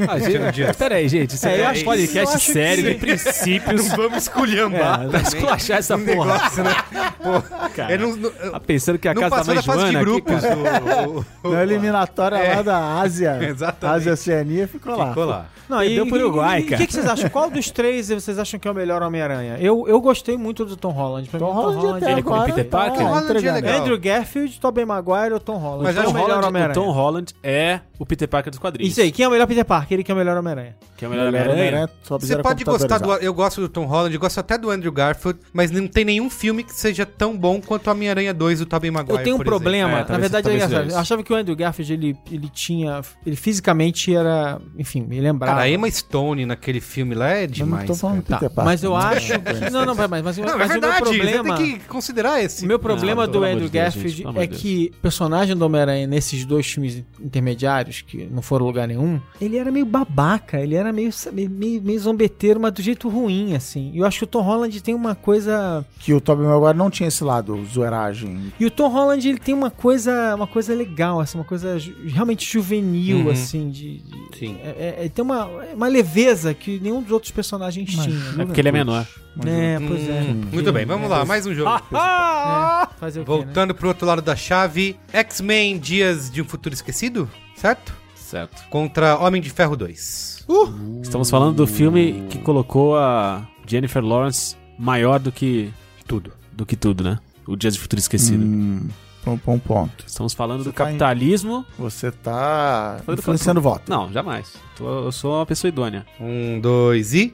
Speaker 5: Ah, gente, peraí, gente, isso
Speaker 4: É,
Speaker 5: é,
Speaker 4: eu
Speaker 5: é um
Speaker 4: acho-
Speaker 5: podcast
Speaker 4: eu acho que
Speaker 5: sério,
Speaker 4: sim.
Speaker 5: de princípios.
Speaker 1: Vamos esculhambar. Um
Speaker 5: É, vai esculachar essa porra. Cara,
Speaker 1: né? Ele não, não,
Speaker 5: tá pensando que a
Speaker 1: não
Speaker 5: casa
Speaker 1: passou
Speaker 5: da mãe
Speaker 1: da fase
Speaker 5: Joana
Speaker 1: de
Speaker 5: aqui,
Speaker 1: grupos.
Speaker 5: cara,
Speaker 1: o- o- o-
Speaker 2: Na eliminatória
Speaker 1: É.
Speaker 2: lá da Ásia,
Speaker 1: Exatamente.
Speaker 2: Ásia Oceania, ficou lá.
Speaker 1: Ficou lá.
Speaker 4: Não,
Speaker 5: Perdeu pro Uruguai,
Speaker 4: e- e-
Speaker 5: cara.
Speaker 4: O que, que vocês acham? Qual dos três vocês acham que é o melhor Homem-Aranha? Eu, eu gostei muito do Tom Holland. Pra
Speaker 2: Tom
Speaker 4: mim, o
Speaker 2: Holland até
Speaker 5: ele como
Speaker 2: agora
Speaker 5: Peter
Speaker 2: tá
Speaker 5: Parker?
Speaker 1: Holland é
Speaker 2: entregando.
Speaker 1: legal.
Speaker 4: Andrew Garfield, Tobey Maguire ou Tom Holland?
Speaker 1: Mas
Speaker 4: Quem
Speaker 1: acho
Speaker 4: é o
Speaker 1: que
Speaker 4: melhor
Speaker 5: Holland, o
Speaker 4: Homem-Aranha.
Speaker 5: Tom Holland é o Peter Parker dos quadrinhos.
Speaker 4: Isso aí, quem é o melhor Peter Parker? Ele que é o melhor Homem-Aranha.
Speaker 5: Que é o melhor Homem-Aranha.
Speaker 2: né?
Speaker 1: Você pode gostar do. Eu gosto do Tom Holland, eu gosto até do Andrew Garfield, mas não tem nenhum filme que seja tão bom quanto Homem-Aranha 2 do Tobey Maguire.
Speaker 4: Eu tenho um
Speaker 1: por exemplo.
Speaker 4: problema.
Speaker 5: É,
Speaker 4: Na
Speaker 5: talvez-
Speaker 4: verdade, eu,
Speaker 5: talvez
Speaker 4: achava,
Speaker 5: seja isso.
Speaker 4: eu achava que o Andrew Garfield, ele, ele tinha. Ele fisicamente era. Enfim, me lembrava.
Speaker 1: Cara, a Emma Stone naquele filme lá é
Speaker 2: Eu não
Speaker 1: demais.
Speaker 2: tô falando
Speaker 1: cara.
Speaker 2: Peter Parker.
Speaker 4: Tá, mas eu
Speaker 2: né?
Speaker 4: acho. que- não, não, mas, mas,
Speaker 1: Não, é
Speaker 4: mas
Speaker 1: verdade,
Speaker 4: o meu
Speaker 1: você
Speaker 4: problema.
Speaker 1: tem que considerar esse.
Speaker 4: O meu problema
Speaker 5: Não,
Speaker 4: do
Speaker 5: pelo amor
Speaker 4: Andrew
Speaker 5: de Deus,
Speaker 4: Garfield
Speaker 5: gente, pelo amor
Speaker 4: é
Speaker 5: de Deus.
Speaker 4: que o personagem do Homem-Aranha nesses dois filmes intermediários, que não foram lugar nenhum, ele era meio babaca, ele era meio, sabe, meio, meio zombeteiro, mas do jeito ruim, assim. E eu acho que o Tom Holland tem uma coisa.
Speaker 2: Que o Tobey Maguire não tinha esse lado, zoeiragem.
Speaker 4: E o Tom Holland, ele tem uma coisa, uma coisa legal, assim, uma coisa ju- realmente juvenil, assim, de. de-
Speaker 1: Uhum. Sim.
Speaker 4: é- é- é- tem uma, uma leveza que nenhum dos outros personagens tinha. Né?
Speaker 5: É porque ele é menor.
Speaker 4: É, pois é.
Speaker 1: Hum, Muito bem, vamos lá, mais um jogo.
Speaker 4: É, fazer o quê, né?
Speaker 1: Voltando pro outro lado da chave, X-Men Dias de um Futuro Esquecido, certo?
Speaker 5: Certo.
Speaker 1: Contra Homem de Ferro 2.
Speaker 2: Uh!
Speaker 5: Estamos falando do filme que colocou a Jennifer Lawrence maior do que tudo, do que tudo, né? O Dias de Futuro Esquecido.
Speaker 2: Hum, pom, pom, ponto.
Speaker 5: Estamos falando do
Speaker 2: tá
Speaker 5: capitalismo.
Speaker 2: Você tá
Speaker 5: Foi do
Speaker 2: influenciando voto.
Speaker 5: Não, jamais. Tô- eu sou uma pessoa idônea.
Speaker 1: Um, dois e.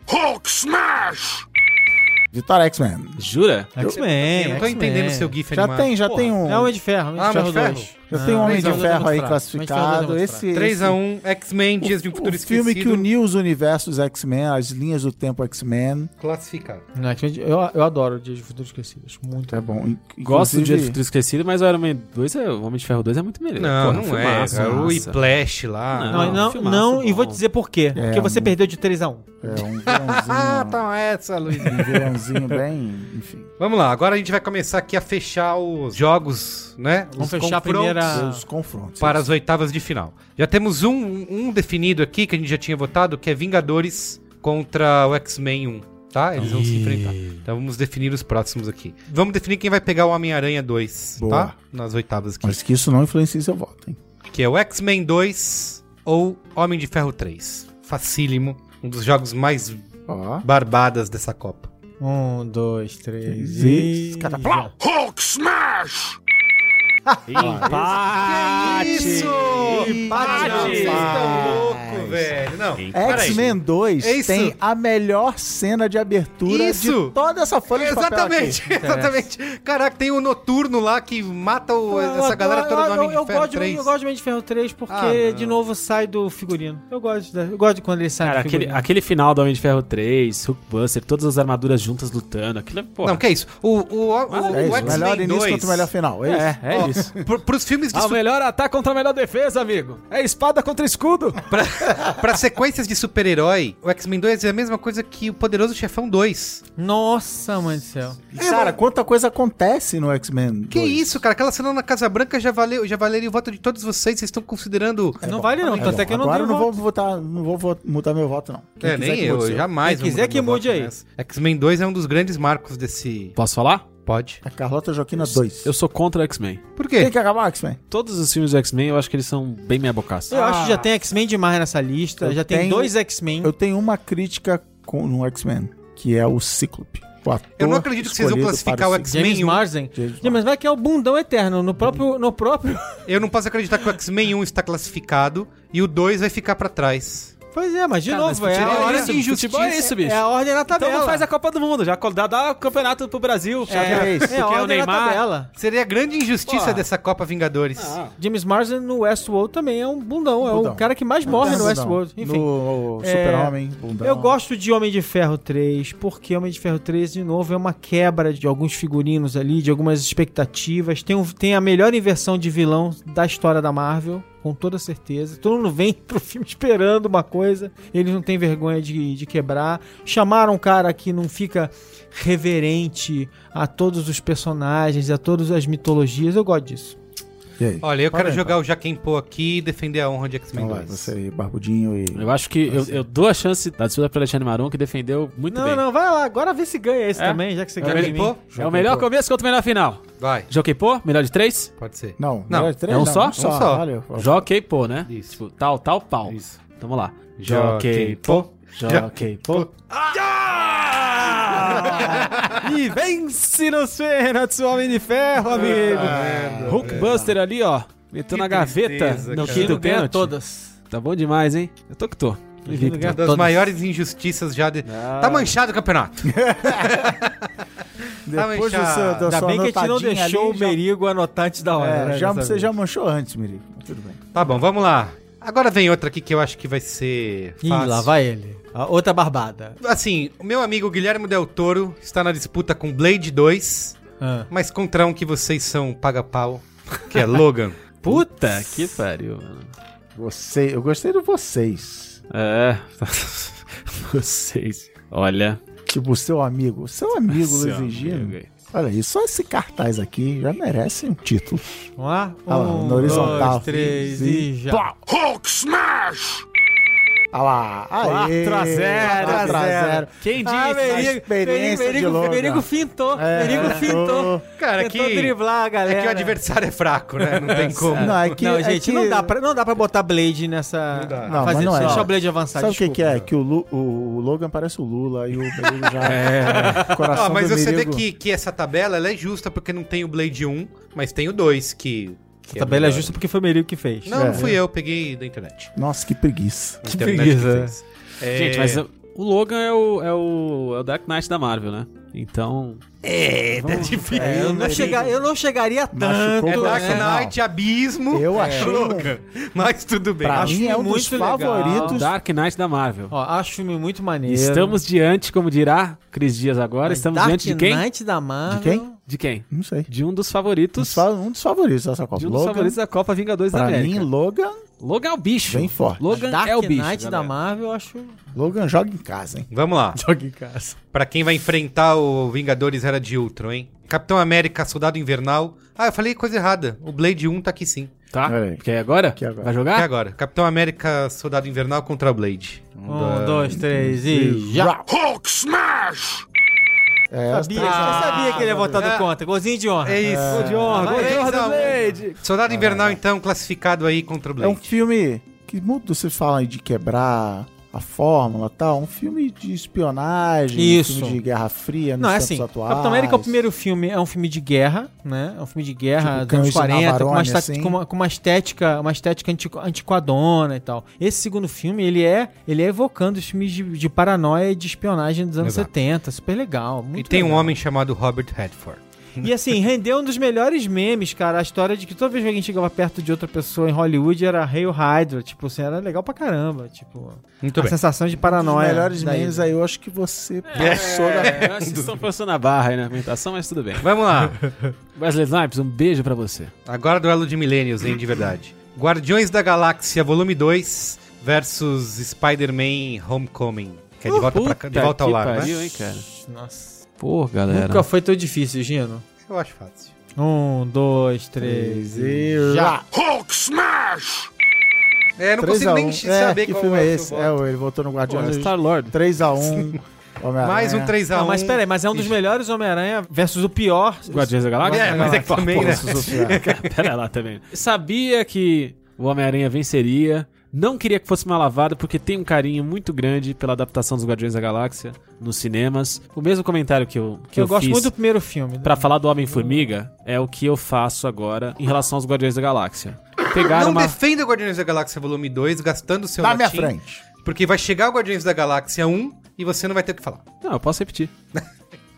Speaker 2: Vitória X-Men.
Speaker 5: Jura?
Speaker 4: X-Men.
Speaker 1: Eu não um. tô
Speaker 4: X-Men.
Speaker 1: entendendo o seu GIF
Speaker 2: é Já
Speaker 1: animado.
Speaker 2: tem, já tem um.
Speaker 4: É o Homem de Ferro, Homem
Speaker 1: Ah,
Speaker 4: de Ferro
Speaker 1: Homem de
Speaker 4: 2.
Speaker 1: Ferro?
Speaker 2: Já tem um Homem de
Speaker 4: três a um,
Speaker 2: Ferro aí
Speaker 4: Homem de Ferro. Homem de Ferro,
Speaker 2: classificado.
Speaker 4: Homem de
Speaker 2: Esse, esse
Speaker 1: 3x1, X-Men Dias de um Futuro
Speaker 2: o
Speaker 1: um Esquecido.
Speaker 2: filme que uniu os universos X-Men, as linhas do tempo X-Men.
Speaker 1: Classificado.
Speaker 4: Não, X-Men, eu, eu adoro o Dia de Futuro Esquecido, acho muito.
Speaker 2: Tá bom. Inclusive,
Speaker 5: Gosto do Dia do Futuro Esquecido, mas o Iron Man 2, é, o Homem de Ferro 2 é muito melhor.
Speaker 1: Não,
Speaker 5: Pô,
Speaker 1: não
Speaker 5: filmaço,
Speaker 1: é. cara. O
Speaker 5: massa.
Speaker 1: Iplash lá.
Speaker 4: Não,
Speaker 5: Não,
Speaker 4: não,
Speaker 5: filmaço,
Speaker 4: não, e
Speaker 5: bom.
Speaker 4: vou dizer por quê. Porque você
Speaker 2: muito-
Speaker 4: perdeu de 3 a 1
Speaker 2: É um vilãozinho,
Speaker 1: então essa, Luiz.
Speaker 2: um vilãozinho bem, enfim.
Speaker 1: Vamos lá, agora a gente vai começar aqui a fechar os jogos, né?
Speaker 4: Vamos
Speaker 1: Os
Speaker 4: fechar a
Speaker 1: confrontos
Speaker 4: primeira-
Speaker 2: Os confrontos.
Speaker 1: Para as oitavas de final. Já temos um, um definido aqui que a gente já tinha votado, que é Vingadores contra o X-Men 1. Tá? Eles vão se enfrentar. Então vamos definir os próximos aqui. Vamos definir quem vai pegar o Homem-Aranha 2,
Speaker 2: Boa.
Speaker 1: tá? Nas oitavas aqui.
Speaker 2: Mas que isso não influencia seu voto, hein?
Speaker 1: Que é o X-Men 2 ou Homem de Ferro 3. Facílimo. Um dos jogos mais
Speaker 2: Ó.
Speaker 1: barbadas dessa Copa.
Speaker 4: Um, dois, três
Speaker 2: E... Os caras- Plau!
Speaker 5: Empate!
Speaker 1: Empate! Vocês
Speaker 2: Empate!
Speaker 1: estão loucos, velho. Não, peraí.
Speaker 2: X-Men 2
Speaker 1: É isso.
Speaker 2: tem a melhor cena de abertura
Speaker 1: Isso.
Speaker 2: de toda essa folha de papel aqui.
Speaker 1: Exatamente, exatamente. Caraca, tem o Noturno lá que mata o-
Speaker 4: Ah, Eu
Speaker 1: essa
Speaker 4: adoro-
Speaker 1: galera toda do
Speaker 4: eu-
Speaker 1: Homem
Speaker 4: eu
Speaker 1: de Ferro
Speaker 4: gosto de-
Speaker 1: 3.
Speaker 4: Eu gosto de Homem de Ferro 3 porque,
Speaker 1: Ah, não.
Speaker 4: de novo, sai do figurino. Eu gosto, da- eu gosto de quando ele sai
Speaker 5: Cara,
Speaker 4: do
Speaker 5: aquele,
Speaker 4: figurino.
Speaker 5: aquele final do Homem de Ferro 3, Hulkbuster, todas as armaduras juntas lutando, aquilo é, pô,
Speaker 1: Não, que é isso. O, o, o, o
Speaker 2: É isso, melhor
Speaker 1: X-Men
Speaker 2: início
Speaker 1: 2...
Speaker 2: quanto melhor final. É, isso.
Speaker 5: é
Speaker 1: Ó, Isso. Pro- Pros filmes de
Speaker 5: Ah, o
Speaker 1: su-
Speaker 5: melhor ataque contra a melhor defesa, amigo. É espada contra escudo.
Speaker 1: pra, pra sequências de super-herói, o X-Men 2 é a mesma coisa que o Poderoso Chefão 2.
Speaker 4: Nossa, mãe do céu.
Speaker 2: Cara, quanta coisa acontece no X-Men.
Speaker 1: Que
Speaker 2: 2.
Speaker 1: isso, cara? Aquela cena na Casa Branca já valeu, já valeria o voto de todos vocês. Vocês estão considerando.
Speaker 4: não vale não,
Speaker 2: É
Speaker 4: tanto
Speaker 2: bom,
Speaker 4: é que eu não
Speaker 2: Agora
Speaker 4: dei
Speaker 2: eu não
Speaker 4: voto.
Speaker 2: vou votar, não vou vo- mudar meu voto, não. Quem
Speaker 1: é,
Speaker 2: quiser
Speaker 1: nem
Speaker 2: que
Speaker 1: eu,
Speaker 2: mude seu.
Speaker 1: jamais.
Speaker 4: Quem
Speaker 1: vou
Speaker 4: quiser
Speaker 1: mudar
Speaker 4: que
Speaker 1: meu
Speaker 4: mude
Speaker 1: voto
Speaker 4: aí.
Speaker 1: nessa. X-Men 2 é um dos grandes marcos desse.
Speaker 5: Posso falar?
Speaker 1: Pode.
Speaker 2: A Carlota Joaquina 2.
Speaker 5: Eu sou contra X-Men.
Speaker 1: Por
Speaker 2: Tem
Speaker 1: quê?
Speaker 2: que acabar, X-Men.
Speaker 5: Todos os filmes do X-Men, eu acho que eles são bem meia bocaça.
Speaker 4: Eu acho que já tem X-Men demais nessa lista.
Speaker 2: Eu
Speaker 4: Já tem
Speaker 2: tenho-
Speaker 4: dois X-Men.
Speaker 2: Eu tenho uma crítica com no X-Men, que é o Cíclope. O ator
Speaker 1: Eu não acredito que vocês vão
Speaker 2: escolhido
Speaker 1: classificar
Speaker 2: para
Speaker 1: o
Speaker 2: Cíclope.
Speaker 4: James
Speaker 1: X-Men 1.
Speaker 4: Marsden.
Speaker 2: James
Speaker 4: James Marsden que é o bundão eterno. No próprio... No próprio...
Speaker 1: Eu não posso acreditar que o X-Men 1 está classificado e o 2 vai ficar pra trás.
Speaker 4: Pois é, mas de
Speaker 5: Cara,
Speaker 4: novo,
Speaker 5: mas
Speaker 4: é
Speaker 5: futebol
Speaker 4: a
Speaker 5: é
Speaker 4: hora
Speaker 5: isso,
Speaker 4: de
Speaker 5: futebol é isso, bicho.
Speaker 4: É a ordem na
Speaker 5: Então
Speaker 4: tabela.
Speaker 5: não faz a Copa do Mundo, já dá, dá o campeonato pro Brasil. Já
Speaker 4: é,
Speaker 5: que
Speaker 4: é,
Speaker 5: isso.
Speaker 4: a
Speaker 5: Porque é o
Speaker 4: ordem na
Speaker 5: Neymar.
Speaker 4: tabela.
Speaker 1: Seria a grande injustiça
Speaker 5: Porra.
Speaker 1: dessa Copa Vingadores.
Speaker 4: James Marsden no Westworld também é um bundão. É
Speaker 2: Bundão.
Speaker 4: o cara que mais
Speaker 5: É
Speaker 4: morre
Speaker 5: um
Speaker 4: no
Speaker 2: Não,
Speaker 4: Westworld.
Speaker 2: não.
Speaker 4: Enfim.
Speaker 2: No
Speaker 4: é,
Speaker 2: Super-Homem, bundão.
Speaker 4: Eu gosto de Homem de Ferro 3, porque Homem de Ferro 3, de novo, é uma quebra de alguns figurinos ali, de algumas expectativas. Tem, um- tem a melhor inversão de vilão da história da Marvel, com toda certeza. Todo mundo vem pro filme esperando uma coisa, eles não têm vergonha de, de quebrar. Chamaram um cara que não fica reverente a todos os personagens, a todas as mitologias. Eu gosto disso.
Speaker 2: E aí?
Speaker 1: Olha, eu
Speaker 2: Fala
Speaker 1: quero
Speaker 2: aí,
Speaker 1: jogar o Jaquem Po aqui e defender a honra de X-Men
Speaker 2: Então vai,
Speaker 1: 2.
Speaker 2: você aí, Barbudinho e...
Speaker 5: Eu acho que eu, eu dou a chance da disputa pro Alexandre Maron, que defendeu muito
Speaker 4: Não,
Speaker 5: bem.
Speaker 4: não, vai lá, agora vê se ganha esse
Speaker 5: É?
Speaker 4: também, já que você
Speaker 1: Jaquem
Speaker 4: ganha de mim.
Speaker 1: Po?
Speaker 5: É o melhor começo contra o melhor final.
Speaker 1: Vai,
Speaker 5: Jockey Pô, melhor de três?
Speaker 1: pode ser.
Speaker 2: Não,
Speaker 1: Não,
Speaker 2: melhor de três,
Speaker 5: é um
Speaker 2: não,
Speaker 5: só?
Speaker 2: Um só,
Speaker 1: Um só.
Speaker 2: valeu.
Speaker 5: Jockey Pô, né?
Speaker 1: Isso.
Speaker 5: Tipo, tal, tal, pau.
Speaker 1: Isso.
Speaker 5: Então vamos lá.
Speaker 1: Jockey
Speaker 5: Jockey Pô,
Speaker 1: é
Speaker 5: Jockey Pô.
Speaker 4: E vence nos Fênix, o Homem de Ferro, amigo.
Speaker 5: Hulkbuster ali, ó. Meteu
Speaker 1: É. Que
Speaker 5: na gaveta.
Speaker 1: tristeza,
Speaker 5: Não,
Speaker 4: Ah,
Speaker 1: cara.
Speaker 5: que do pênalti.
Speaker 4: todas.
Speaker 5: Tá bom demais, hein? Eu tô que tô. Invicto.
Speaker 1: Uma das maiores injustiças já. De... Tá manchado o campeonato.
Speaker 2: Depois do
Speaker 1: Tá
Speaker 2: seu, da
Speaker 4: Ainda
Speaker 2: sua
Speaker 4: bem que a gente não
Speaker 2: anotadinha
Speaker 4: deixou
Speaker 2: ali,
Speaker 4: o
Speaker 2: já-
Speaker 4: Merigo anotar antes da hora.
Speaker 2: É,
Speaker 4: né,
Speaker 2: já,
Speaker 4: dessa
Speaker 2: você
Speaker 4: vez.
Speaker 2: já manchou antes, Mirico. Tudo bem.
Speaker 1: Tá bom, vamos lá. Agora vem outra aqui que eu acho que vai ser.
Speaker 4: Ih,
Speaker 1: fácil.
Speaker 4: lá vai ele. A outra barbada.
Speaker 1: Assim, o meu amigo Guilherme Del Toro está na disputa com Blade 2,
Speaker 4: Ah.
Speaker 1: mas contra um que vocês são paga-pau, que é Logan.
Speaker 5: Puta que pariu, mano.
Speaker 2: Você, eu gostei de vocês.
Speaker 5: É. Vocês. Olha.
Speaker 2: Tipo, seu amigo. Seu amigo,
Speaker 5: Seu
Speaker 2: Luiz Egino.
Speaker 5: amigo.
Speaker 2: Olha aí, só esse cartaz aqui já merece um título.
Speaker 4: Vamos lá? Um,
Speaker 2: Ah lá, no horizontal.
Speaker 4: dois, três e já.
Speaker 2: Olha lá. Aê,
Speaker 4: 4 a 0,
Speaker 2: 4 a 0.
Speaker 5: Quem disse?
Speaker 4: Ah, Merigo,
Speaker 2: experiência
Speaker 4: Merigo,
Speaker 2: de Logan.
Speaker 4: Merigo fintou.
Speaker 2: É,
Speaker 4: Merigo fintou.
Speaker 1: Cara,
Speaker 4: Tentou
Speaker 1: que-
Speaker 4: driblar a
Speaker 1: É
Speaker 4: galera.
Speaker 1: que o adversário é fraco, né? Não tem como.
Speaker 2: Não, é que,
Speaker 4: não,
Speaker 2: é
Speaker 4: gente,
Speaker 2: que-
Speaker 4: não, dá pra, não dá pra botar Blade nessa...
Speaker 1: Não dá.
Speaker 2: Não, mas não é.
Speaker 4: Deixa o Blade avançar,
Speaker 2: Sabe o que, que
Speaker 4: desculpa.
Speaker 2: é? Que o, Lu- o- o Logan parece o Lula e o Merigo já. é, coração
Speaker 1: Ó, Ah, mas
Speaker 2: do
Speaker 1: você vê
Speaker 2: Merigo.
Speaker 1: que, que essa tabela ela é justa porque não tem o Blade 1, mas tem o 2, que. que
Speaker 4: A tabela é
Speaker 1: melhor.
Speaker 4: justa porque foi o Merigo que fez.
Speaker 1: Não, não
Speaker 2: É.
Speaker 1: fui eu, peguei da internet.
Speaker 2: Nossa, que preguiça. né?
Speaker 1: Que internet
Speaker 4: preguiça.
Speaker 1: fez. É,
Speaker 5: Gente, mas o o Logan é o, é, o, é o Dark Knight da Marvel, né? Então.
Speaker 1: É, tá difícil.
Speaker 4: É, eu, não chega- eu não chegaria tanto.
Speaker 2: Machucou
Speaker 1: É
Speaker 2: o
Speaker 1: Dark
Speaker 2: coração.
Speaker 4: né?
Speaker 1: Knight, Abismo.
Speaker 2: Eu achei um-
Speaker 1: Logan. Mas tudo bem.
Speaker 2: Pra
Speaker 4: Acho
Speaker 2: mim é um dos
Speaker 4: muito legal.
Speaker 2: favoritos.
Speaker 5: Dark Knight da Marvel.
Speaker 4: Ó, acho o filme muito maneiro.
Speaker 5: Estamos diante, como dirá Cris Dias agora, estamos
Speaker 4: Dark
Speaker 5: diante de quem?
Speaker 4: Knight da Marvel.
Speaker 2: De quem?
Speaker 5: De quem?
Speaker 2: Não sei.
Speaker 5: De um dos
Speaker 2: Um
Speaker 5: favoritos.
Speaker 2: dos, fa- um dos favoritos dessa Copa.
Speaker 5: De um dos
Speaker 2: Logan,
Speaker 5: favoritos da Copa Vingadores da
Speaker 2: pra mim,
Speaker 5: América.
Speaker 2: Logan,
Speaker 5: Logan é o bicho.
Speaker 2: vem forte.
Speaker 5: Logan
Speaker 4: Dark
Speaker 5: é o bicho.
Speaker 4: Knight da
Speaker 5: galera.
Speaker 4: Marvel, eu acho.
Speaker 2: Logan joga em casa, hein?
Speaker 1: Vamos lá.
Speaker 2: Joga em casa.
Speaker 1: Pra quem vai enfrentar o Vingadores Era de Ultron, hein? Capitão América, Soldado Invernal. Ah, eu falei coisa errada. O Blade 1 tá aqui sim.
Speaker 5: Tá?
Speaker 2: Olha aí.
Speaker 5: Quer ir agora?
Speaker 2: Quer agora.
Speaker 5: Vai
Speaker 1: E
Speaker 5: jogar?
Speaker 1: agora? Capitão América, Soldado Invernal contra o Blade.
Speaker 4: Um, dois, três e. Já!
Speaker 2: É,
Speaker 4: Sabia, eu sabia que ele ia votar do contra. Golzinho de honra.
Speaker 1: É isso.
Speaker 4: Gol de honra, gol de honra do Blade.
Speaker 1: Soldado Invernal, então, classificado aí contra o
Speaker 2: é um
Speaker 1: Blade.
Speaker 2: filme que muito se fala aí de quebrar a fórmula e tal. Um filme de espionagem,
Speaker 4: Isso.
Speaker 2: um filme de Guerra Fria nos
Speaker 4: Não, é
Speaker 2: tempos
Speaker 4: assim.
Speaker 2: atuais.
Speaker 4: Capitão América é o primeiro filme, é um filme de guerra, né? É um filme de guerra
Speaker 2: Tipo,
Speaker 4: dos anos
Speaker 2: Cães de
Speaker 4: 40, com uma,
Speaker 2: Navarone,
Speaker 4: esta-
Speaker 2: assim.
Speaker 4: com uma- com uma estética, uma estética antiqu- antiquadona e tal. Esse segundo filme, ele é, ele é evocando os filmes de, de paranoia e de espionagem dos anos
Speaker 1: Exato.
Speaker 4: 70, super legal,
Speaker 1: E
Speaker 4: muito
Speaker 1: tem né? um
Speaker 4: legal.
Speaker 1: homem chamado Robert Redford.
Speaker 4: E assim, rendeu um dos melhores memes, cara. A história de que toda vez que alguém chegava perto de outra pessoa em Hollywood era Hail Hydra. Tipo, assim, era legal pra caramba. Tipo,
Speaker 1: Muito
Speaker 4: a
Speaker 1: bem.
Speaker 4: sensação de
Speaker 2: Um dos
Speaker 4: paranoia.
Speaker 2: melhores
Speaker 4: é? daí.
Speaker 2: memes aí, eu acho que você passou da
Speaker 5: É, eu acho que vocês estão forçando a barra aí na argumentação, mas tudo bem.
Speaker 1: Vamos lá.
Speaker 5: Wesley Snipes, um beijo pra você.
Speaker 1: Agora duelo de milênios, hein, de verdade. Guardiões da Galáxia Volume 2 versus Spider-Man Homecoming. Que é de volta, pra, ca- de
Speaker 5: Uh, Puta
Speaker 1: volta ao
Speaker 5: que
Speaker 1: lar, né?
Speaker 5: pariu, hein, cara?
Speaker 4: Nossa.
Speaker 5: Pô, galera.
Speaker 4: Nunca foi tão difícil, Gino.
Speaker 1: Eu acho fácil.
Speaker 4: Um, dois, três. um.
Speaker 2: Zero.
Speaker 4: Já.
Speaker 1: É, não
Speaker 2: 3
Speaker 1: consigo
Speaker 2: a
Speaker 1: nem
Speaker 2: 1.
Speaker 1: saber
Speaker 2: é, que
Speaker 1: qual
Speaker 2: filme
Speaker 1: é
Speaker 2: é
Speaker 1: o seu
Speaker 2: esse.
Speaker 1: voto.
Speaker 2: É, ele voltou no
Speaker 5: Pô, tá-
Speaker 2: Guardiões.
Speaker 5: Star-Lord.
Speaker 2: 3x1. Ah,
Speaker 1: Mais
Speaker 2: é.
Speaker 1: um 3x1.
Speaker 4: Não, mas peraí, mas é um dos
Speaker 1: Ixi.
Speaker 4: melhores Homem-Aranha versus o pior.
Speaker 5: Guardiões da Galáxia?
Speaker 1: É, mas é que também, né?
Speaker 5: Pera lá também. Sabia que o Homem-Aranha venceria. Não queria que fosse uma lavada, porque tem um carinho muito grande pela adaptação dos Guardiões da Galáxia nos cinemas. O mesmo comentário que eu, que
Speaker 4: eu,
Speaker 5: eu,
Speaker 4: gosto
Speaker 5: fiz
Speaker 4: muito do primeiro filme. né?
Speaker 5: pra falar do Homem-Formiga é o que eu faço agora em relação aos Guardiões da Galáxia. Pegaram
Speaker 1: Não
Speaker 5: uma...
Speaker 1: defenda Guardiões da Galáxia Volume 2 gastando seu
Speaker 2: Na minha
Speaker 1: latim,
Speaker 2: frente.
Speaker 1: Porque vai chegar o Guardiões da Galáxia 1 e você não vai ter o que falar.
Speaker 5: Não, eu posso repetir.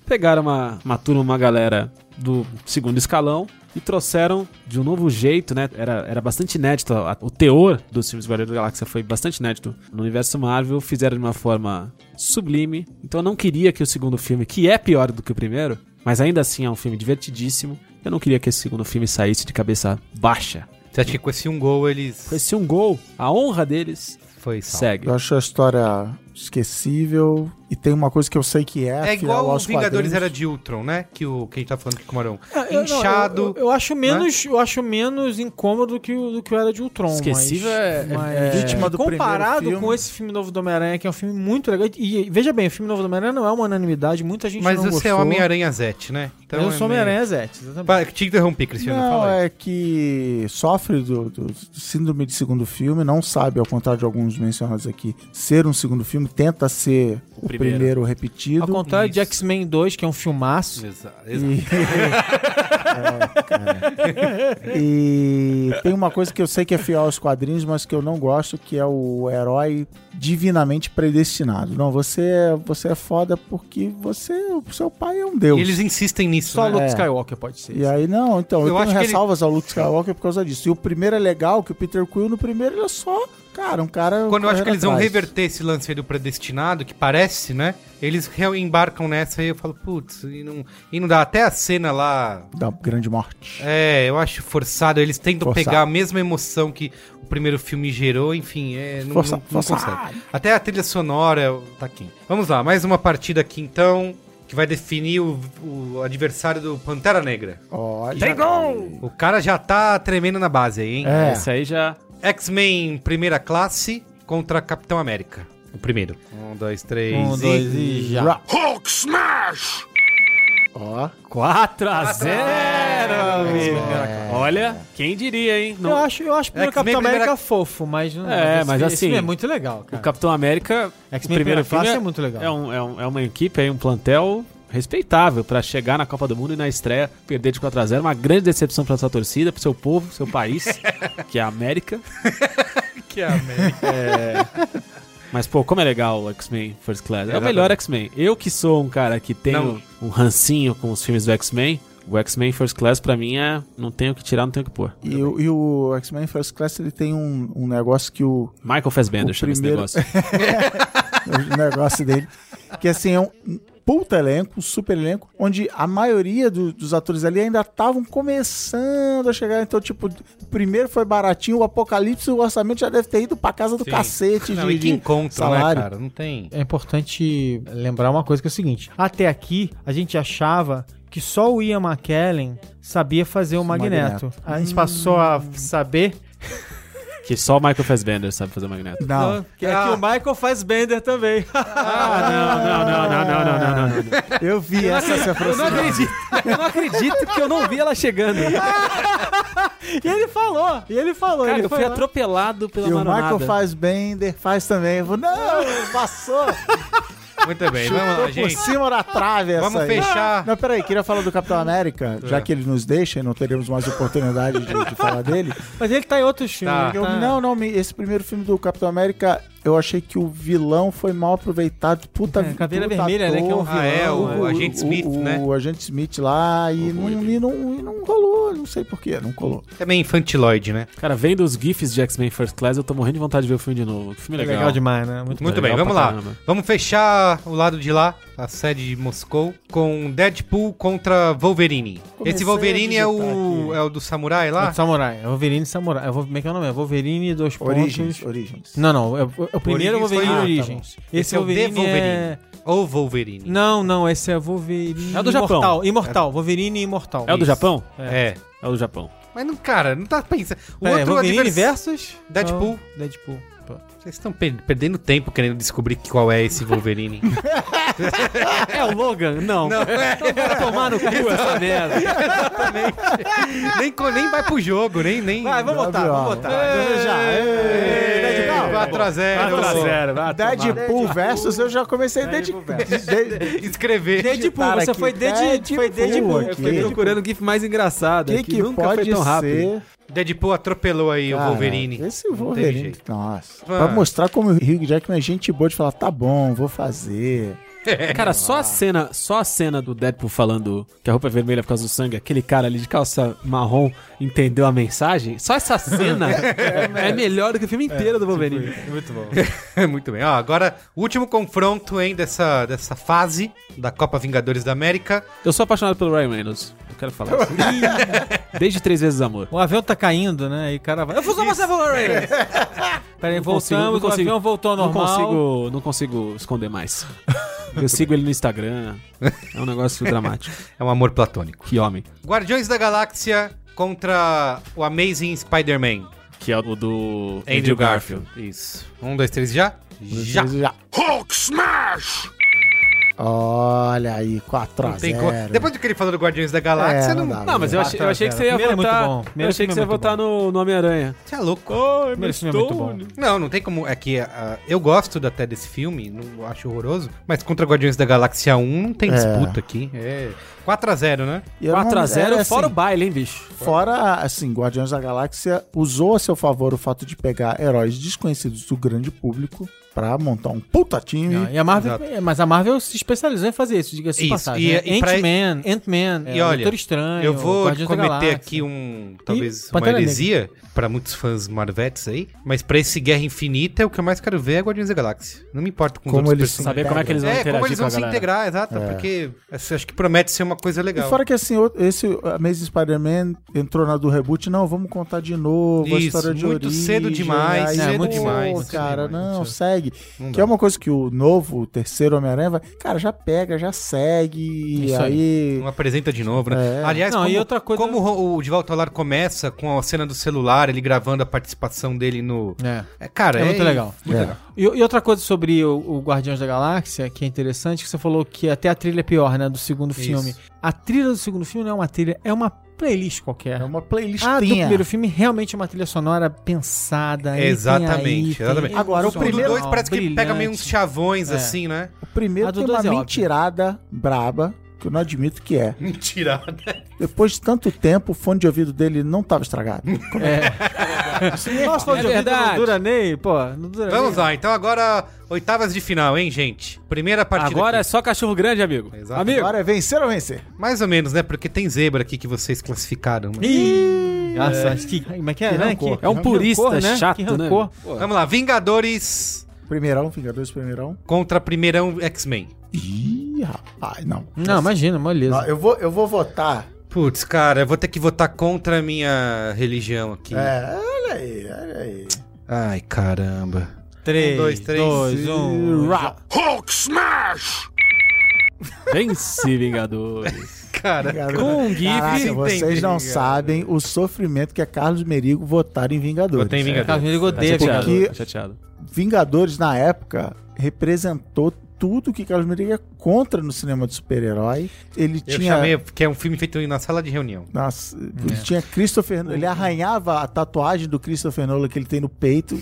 Speaker 5: Pegaram uma, uma turma, uma galera do segundo escalão e trouxeram de um novo jeito, né? Era, era bastante inédito. a- O teor dos filmes Guardiões da Galáxia foi bastante inédito no universo Marvel. Fizeram de uma forma sublime. Então eu não queria que o segundo filme, que é pior do que o primeiro, mas ainda assim é um filme divertidíssimo, eu não queria que esse segundo filme saísse de cabeça baixa.
Speaker 1: Você acha que com esse um gol eles...
Speaker 5: Foi esse um gol, a honra deles
Speaker 1: Foi salvo.
Speaker 5: segue.
Speaker 2: Eu acho a história esquecível. E tem uma coisa que eu sei que é.
Speaker 1: É igual
Speaker 2: aos
Speaker 1: os Vingadores
Speaker 2: quadrinhos.
Speaker 1: Era de Ultron, né? Que, o, que a gente tá falando aqui com o Marão.
Speaker 4: É, eu- não,
Speaker 1: Inchado.
Speaker 4: Eu, eu- eu acho menos, eu acho menos incômodo do que o do que o era de Ultron.
Speaker 5: Esquecível é-
Speaker 4: mas, mas
Speaker 2: é vítima do
Speaker 4: comparado
Speaker 2: primeiro filme.
Speaker 4: com esse filme novo do Homem-Aranha, que é um filme muito legal. E e veja bem, o filme novo do Homem-Aranha não é uma unanimidade, muita gente
Speaker 1: Mas
Speaker 4: não
Speaker 1: você é
Speaker 4: gostou.
Speaker 1: Homem-Aranha Zete, né? Então
Speaker 4: eu
Speaker 1: é
Speaker 4: sou
Speaker 1: meio-
Speaker 4: Homem-Aranha, Zete, exatamente.
Speaker 1: Pa- Te interrompi, Cristiano.
Speaker 2: Não,
Speaker 1: fala aí.
Speaker 2: é que sofre do, do- do síndrome de segundo filme, não sabe, ao contrário de alguns mencionados aqui, ser um segundo filme, tenta ser o, primeiro.
Speaker 5: primeiro.
Speaker 2: repetido.
Speaker 4: Ao contrário de
Speaker 1: Isso.
Speaker 4: X-Men 2, que é um filmaço.
Speaker 1: Exa- exa-
Speaker 2: E... É, cara. E tem uma coisa que eu sei que é fiel aos quadrinhos, mas que eu não gosto, que é o herói divinamente predestinado. Não, você é, você é foda porque você, o seu pai é um deus.
Speaker 1: E eles insistem nisso,
Speaker 4: Só
Speaker 1: né?
Speaker 4: Luke
Speaker 2: É.
Speaker 4: Skywalker pode ser.
Speaker 2: E aí, não, então, eu,
Speaker 1: Eu acho
Speaker 2: tenho
Speaker 1: que ele-
Speaker 2: ressalvas ao Luke Skywalker por causa disso. E o primeiro é legal, que o Peter Quill no primeiro ele é só, cara, um cara.
Speaker 1: Quando eu acho que
Speaker 2: correndo
Speaker 1: eles vão
Speaker 2: atrás.
Speaker 1: reverter esse lance aí do predestinado, que parece, né? Eles re- embarcam nessa e eu falo, putz, e não, e não dá. Até a cena lá.
Speaker 2: Da grande morte.
Speaker 1: É, eu acho forçado. Eles tentam
Speaker 2: Forçado.
Speaker 1: pegar a mesma emoção que o primeiro filme gerou, enfim, é, não,
Speaker 2: Força-
Speaker 1: não- não
Speaker 2: forçado.
Speaker 1: consegue. Até a trilha sonora tá aqui. Vamos lá, mais uma partida aqui então, que vai definir o, o adversário do Pantera Negra.
Speaker 2: Olha.
Speaker 1: O cara já tá tremendo na base aí, hein?
Speaker 2: É.
Speaker 5: Esse aí já...
Speaker 1: X-Men Primeira Classe contra Capitão América. O primeiro. Um, dois, três.
Speaker 4: Um,
Speaker 1: e-
Speaker 4: dois e já.
Speaker 2: Ra- Ó.
Speaker 5: 4 a 0 amigo. Olha, quem diria, hein?
Speaker 4: é. Eu
Speaker 5: Não-
Speaker 4: acho, eu acho o primeiro
Speaker 1: X-Men
Speaker 4: Capitão América
Speaker 1: primeira-
Speaker 4: fofo, mas... não-
Speaker 5: É, mas
Speaker 4: esse filme
Speaker 5: assim,
Speaker 4: é muito legal,
Speaker 5: o
Speaker 4: cara.
Speaker 5: Capitão América, o
Speaker 4: X-Men
Speaker 5: primeiro
Speaker 4: Primeira Classe
Speaker 5: filme é,
Speaker 4: é muito legal.
Speaker 5: é um- é um- é uma equipe, aí, um plantel respeitável pra chegar na Copa do Mundo e na estreia perder de 4 a 0 Uma grande decepção pra sua torcida, pro seu povo, seu país, que é a América.
Speaker 1: Que amém.
Speaker 5: Mas, pô, como é legal o X-Men First Class. É o melhor X-Men. Eu que sou um cara que tem
Speaker 1: Não.
Speaker 5: um rancinho com os filmes do X-Men, o X-Men First Class pra mim é... Não tenho o que tirar, não tenho o que pôr.
Speaker 2: E, o- e o X-Men First Class ele tem um, um negócio que o,
Speaker 5: Michael Fassbender
Speaker 2: O
Speaker 5: chama esse
Speaker 2: primeiro-
Speaker 5: negócio.
Speaker 2: o negócio dele. Que assim, é um puta elenco, um super elenco, onde a maioria do- dos atores ali ainda estavam começando a chegar. Então, tipo, o primeiro foi baratinho, o Apocalipse, o orçamento já deve ter ido pra casa do
Speaker 1: Sim.
Speaker 2: cacete
Speaker 1: Não, e
Speaker 2: de,
Speaker 1: que
Speaker 2: de
Speaker 1: encontro,
Speaker 2: salário.
Speaker 1: né, cara? Não tem.
Speaker 4: é importante lembrar uma coisa que é o seguinte: até aqui a gente achava que só o Ian McKellen sabia fazer o Magneto.
Speaker 2: Magneto.
Speaker 4: A gente passou a
Speaker 5: Hum.
Speaker 4: saber
Speaker 5: que só o Michael Fassbender sabe fazer o Magneto.
Speaker 2: Não,
Speaker 4: que aqui o Michael faz Bender também.
Speaker 5: Ah, não, não, não, não, não, não, não. não.
Speaker 2: eu vi essa se aproximar.
Speaker 5: acredito. Eu não acredito que eu não vi ela chegando.
Speaker 4: e ele falou, e ele falou.
Speaker 5: Cara,
Speaker 4: ele
Speaker 5: eu
Speaker 4: foi
Speaker 5: fui
Speaker 4: lá.
Speaker 5: atropelado pela
Speaker 2: E o
Speaker 5: maronada.
Speaker 2: Michael faz Bender, faz também. Eu vou, não, passou.
Speaker 1: Muito bem, vamos
Speaker 2: Chutou
Speaker 1: lá,
Speaker 2: por
Speaker 1: gente.
Speaker 2: cima da trave essa
Speaker 1: Vamos
Speaker 2: aí.
Speaker 1: fechar.
Speaker 2: Não, peraí, queria falar do Capitão América, já que ele nos deixa e não teremos mais oportunidade de, de falar dele.
Speaker 4: Mas ele tá em outros filmes.
Speaker 1: Tá.
Speaker 4: né?
Speaker 2: Eu- não, não, me- esse primeiro filme do Capitão América eu achei que o vilão foi mal aproveitado. Puta
Speaker 4: É, Caveira
Speaker 2: puta
Speaker 4: Vermelha, né, que é um
Speaker 2: ator.
Speaker 1: Ah, é, o,
Speaker 4: Não,
Speaker 1: Agente Smith,
Speaker 2: o,
Speaker 1: né?
Speaker 2: O agente Smith lá e, não, e, não, e não rolou, não sei porquê, não colou.
Speaker 1: Também É infantiloide, né?
Speaker 5: Cara, vendo os GIFs de X-Men First Class, eu tô morrendo de vontade de ver o filme de novo. Que filme
Speaker 4: É
Speaker 5: legal.
Speaker 4: legal demais, né? Muito
Speaker 1: Muito bem,
Speaker 5: Legal pra
Speaker 1: vamos lá.
Speaker 5: caramba.
Speaker 1: Vamos fechar o lado de lá, a sede de Moscou, com Deadpool contra Wolverine.
Speaker 2: Comecei
Speaker 1: Esse Wolverine
Speaker 2: a
Speaker 1: é
Speaker 2: digitar
Speaker 1: o,
Speaker 2: aqui.
Speaker 1: é o do samurai lá?
Speaker 4: É de Samurai. É Wolverine e Samurai. É, Vol- como é que é o nome? É Wolverine e dois
Speaker 2: Origins,
Speaker 4: pontos.
Speaker 2: Origins.
Speaker 4: Não, não. É, é o primeiro
Speaker 1: Origins
Speaker 4: Wolverine
Speaker 1: foi- Ah,
Speaker 4: Origins.
Speaker 1: Esse
Speaker 4: Esse
Speaker 1: é o
Speaker 4: Wolverine,
Speaker 1: The
Speaker 4: é...
Speaker 1: Wolverine. Ou Wolverine?
Speaker 4: Não, não. Esse é Wolverine...
Speaker 5: É o do Japão.
Speaker 4: Imortal. Imortal. Wolverine Imortal.
Speaker 5: É o do Japão?
Speaker 1: É.
Speaker 5: É o do Japão.
Speaker 1: Mas, não, cara, não tá pensando. O
Speaker 4: Pera aí,
Speaker 1: outro
Speaker 4: É, Wolverine
Speaker 1: advers-
Speaker 4: versus...
Speaker 1: Deadpool.
Speaker 4: Ah, Deadpool.
Speaker 1: Vocês estão per- perdendo tempo querendo descobrir qual é esse Wolverine.
Speaker 5: É o Logan? Não.
Speaker 1: é.
Speaker 4: Então, Vai tomar no cu essa merda.
Speaker 1: nem, co- nem vai pro jogo, nem. nem...
Speaker 4: Vai, vamos botar, vamos botar. Vamos tá, já.
Speaker 2: é.
Speaker 1: Ei,
Speaker 4: Deadpool.
Speaker 5: É,
Speaker 1: 4x0.
Speaker 2: Deadpool versus eu já comecei a dedicar.
Speaker 1: Escrever.
Speaker 4: Deadpool, você foi Deadpool. Foi Deadpool.
Speaker 2: aqui.
Speaker 5: Fiquei procurando o GIF mais engraçado.
Speaker 2: Que
Speaker 5: aqui.
Speaker 2: que
Speaker 5: nunca foi
Speaker 2: pode
Speaker 5: tão rápido.
Speaker 2: ser?
Speaker 1: Deadpool atropelou aí
Speaker 2: Cara,
Speaker 1: É o Wolverine.
Speaker 2: Esse
Speaker 1: Não teve
Speaker 2: Wolverine.
Speaker 1: jeito.
Speaker 2: Nossa.
Speaker 1: Ah.
Speaker 2: Pra mostrar como o Hugh Jackman é gente boa de falar, tá bom, vou fazer.
Speaker 5: Cara, só a cena, só a cena do Deadpool falando que a roupa é vermelha por causa do sangue, aquele cara ali de calça marrom entendeu a mensagem. Só essa cena é tipo melhor do que o filme inteiro do Wolverine.
Speaker 4: Muito bom.
Speaker 1: É, Muito bem. Ó, agora, último confronto hein, dessa, dessa fase da Copa Vingadores da América.
Speaker 5: Eu sou apaixonado pelo Ryan Reynolds. Eu quero falar isso. Desde três vezes amor.
Speaker 4: O avião tá caindo, né? E o cara vai. Eu vou usar você, Wolverine! Peraí,
Speaker 5: Não consigo, não
Speaker 4: voltamos, o
Speaker 5: consigo.
Speaker 4: avião voltou ao
Speaker 5: Não
Speaker 4: normal.
Speaker 5: consigo, não consigo esconder mais. Eu sigo ele no Instagram. É um negócio dramático.
Speaker 1: É um amor platônico.
Speaker 5: Que homem.
Speaker 1: Guardiões da Galáxia contra o Amazing Spider-Man.
Speaker 5: Que é o do
Speaker 1: Andrew Garfield. Isso. Um, dois, três, já? Já.
Speaker 2: já. Hulk Smash! Olha aí, 4 a
Speaker 1: Não tem
Speaker 2: 0
Speaker 1: como. Depois do que ele falou do Guardiões da Galáxia,
Speaker 2: É,
Speaker 1: não...
Speaker 2: não dá.
Speaker 5: Não, mas eu achei, eu achei que você ia
Speaker 4: Primeiro é muito
Speaker 5: votar.
Speaker 4: bom.
Speaker 5: Eu
Speaker 4: Primeiro
Speaker 5: achei que você ia
Speaker 4: filme é muito
Speaker 5: votar no, no Homem-Aranha.
Speaker 1: Você é louco.
Speaker 5: Oh,
Speaker 4: Primeiro filme é muito bom.
Speaker 1: Não, não tem como. É que ah, eu gosto até desse filme, não acho horroroso, mas contra Guardiões da Galáxia 1 não tem
Speaker 2: É.
Speaker 1: disputa aqui. É 4x0, né?
Speaker 2: E eu não-
Speaker 5: 4x0
Speaker 2: é,
Speaker 5: fora o
Speaker 2: assim,
Speaker 5: baile, hein, bicho?
Speaker 2: Fora, assim, Guardiões da Galáxia usou a seu favor o fato de pegar heróis desconhecidos do grande público pra montar um puta time.
Speaker 4: Não, e a Marvel,
Speaker 1: Exato.
Speaker 4: é, mas a Marvel se especializou em fazer isso, diga-se de
Speaker 1: Uhum. Isso,
Speaker 4: passagem.
Speaker 1: e- é-
Speaker 4: né?
Speaker 1: e pra-
Speaker 4: Ant-Man, Ant-Man,
Speaker 1: E
Speaker 4: é, o
Speaker 1: olha,
Speaker 4: Doutor Estranho,
Speaker 1: eu
Speaker 4: o
Speaker 1: vou
Speaker 4: Guardiões da
Speaker 1: cometer
Speaker 4: Galáxia.
Speaker 1: aqui um. Talvez uma
Speaker 4: Pantera Negra.
Speaker 1: heresia pra muitos fãs marvetes aí, mas pra esse Guerra Infinita, o que eu mais quero ver é Guardiões da Galáxia. Não me importa com os
Speaker 2: Como
Speaker 1: outros
Speaker 2: eles se
Speaker 1: personagens.
Speaker 5: Saber como é que eles vão
Speaker 1: É,
Speaker 5: interagir
Speaker 1: como eles
Speaker 5: com a
Speaker 1: vão se
Speaker 5: galera.
Speaker 1: integrar, exato, porque assim, acho que promete ser uma coisa
Speaker 2: E
Speaker 1: legal.
Speaker 2: fora que assim, o- esse Amazing Spider-Man entrou na do reboot, não, vamos contar de novo a
Speaker 1: Isso,
Speaker 2: história de
Speaker 1: muito
Speaker 2: origem,
Speaker 1: cedo demais,
Speaker 2: aí,
Speaker 4: cedo
Speaker 2: pô,
Speaker 1: demais,
Speaker 2: cara,
Speaker 1: cedo demais,
Speaker 2: não,
Speaker 1: cedo.
Speaker 2: segue.
Speaker 1: Não
Speaker 2: que
Speaker 1: dá.
Speaker 2: é uma coisa que o novo, o terceiro Homem-Aranha, vai, cara, já pega, já segue, e
Speaker 4: Isso
Speaker 2: aí...
Speaker 1: Não apresenta de novo, né?
Speaker 2: É.
Speaker 1: Aliás,
Speaker 4: Não,
Speaker 1: como,
Speaker 4: e outra coisa-
Speaker 1: como o- o De Volta ao Lar começa com a cena do celular, ele gravando a participação dele no.
Speaker 4: É.
Speaker 1: É, cara,
Speaker 4: É muito legal.
Speaker 2: É.
Speaker 4: E, e outra coisa sobre o, o Guardiões da Galáxia, que é interessante, que você falou que até a trilha é pior, né, do segundo
Speaker 1: Isso.
Speaker 4: filme. A trilha do segundo filme não é uma trilha, é uma playlist qualquer.
Speaker 2: É uma
Speaker 4: Ah, do
Speaker 2: playlistinha.
Speaker 4: primeiro filme, realmente é uma trilha sonora pensada. aí tem
Speaker 1: Exatamente,
Speaker 4: aí, tem- um
Speaker 1: exatamente.
Speaker 2: Agora, o
Speaker 1: O do
Speaker 2: primeiro-
Speaker 1: dois parece que pega meio um uns
Speaker 4: Brilhante.
Speaker 1: chavões
Speaker 4: É.
Speaker 1: assim, né?
Speaker 2: O primeiro
Speaker 4: A do
Speaker 2: tem uma
Speaker 4: dois é óbvio.
Speaker 2: mentirada braba, que eu não admito que é.
Speaker 1: Mentirada.
Speaker 2: Depois de tanto tempo, o fone de ouvido dele não tava estragado. Como é
Speaker 4: Nossa, fone
Speaker 5: É
Speaker 4: de ouvido não
Speaker 5: verdade.
Speaker 4: dura nem, pô. Não dura
Speaker 1: Vamos
Speaker 4: nem.
Speaker 1: lá, então agora oitavas de final, hein, gente? Primeira partida.
Speaker 5: Agora é
Speaker 1: aqui.
Speaker 5: só cachorro grande, amigo.
Speaker 1: Exato.
Speaker 5: Amigo,
Speaker 2: Agora é vencer ou vencer?
Speaker 1: mais ou menos, né? Porque tem zebra aqui que vocês classificaram. né? mas-
Speaker 4: Ih, nossa, acho que. Como é que é,
Speaker 2: Que
Speaker 4: né?
Speaker 2: rancor.
Speaker 4: Que-
Speaker 5: é um
Speaker 4: que
Speaker 5: purista
Speaker 4: rancor, né?
Speaker 5: chato,
Speaker 4: Que
Speaker 5: né?
Speaker 4: rancor.
Speaker 1: Vamos lá, Vingadores
Speaker 2: Primeirão, Vingadores Primeirão.
Speaker 1: contra Primeirão X-Men.
Speaker 2: Ih, rapaz, não.
Speaker 4: Não, imagina, moleza.
Speaker 2: Não, eu, vou, eu vou votar.
Speaker 1: Putz, cara, eu vou ter que votar contra a minha religião aqui.
Speaker 2: É, olha aí, olha aí.
Speaker 1: Ai, caramba.
Speaker 4: 3,
Speaker 1: Um, dois, três,
Speaker 4: 2, 1.
Speaker 2: Ra-
Speaker 5: Vence, Vingadores.
Speaker 1: Cara,
Speaker 2: Garoto.
Speaker 1: com um
Speaker 2: né? Caraca,
Speaker 1: GIF.
Speaker 2: vocês não
Speaker 1: entendi,
Speaker 2: sabem o sofrimento que é Carlos Merigo votar em Vingadores.
Speaker 1: Votar em Vingadores.
Speaker 4: Carlos Merigo
Speaker 5: Tá
Speaker 4: odeia,
Speaker 5: chateado,
Speaker 4: cara.
Speaker 2: porque-
Speaker 5: tá chateado.
Speaker 2: Vingadores, na época, representou tudo que Carlos Merigo é contra no cinema de super-herói. Ele
Speaker 1: Eu
Speaker 2: tinha.
Speaker 1: chamei, É. porque é um filme feito na sala de reunião.
Speaker 2: Nossa, ele tinha Christopher. Ele arranhava a tatuagem do Christopher Nolan que ele tem no peito.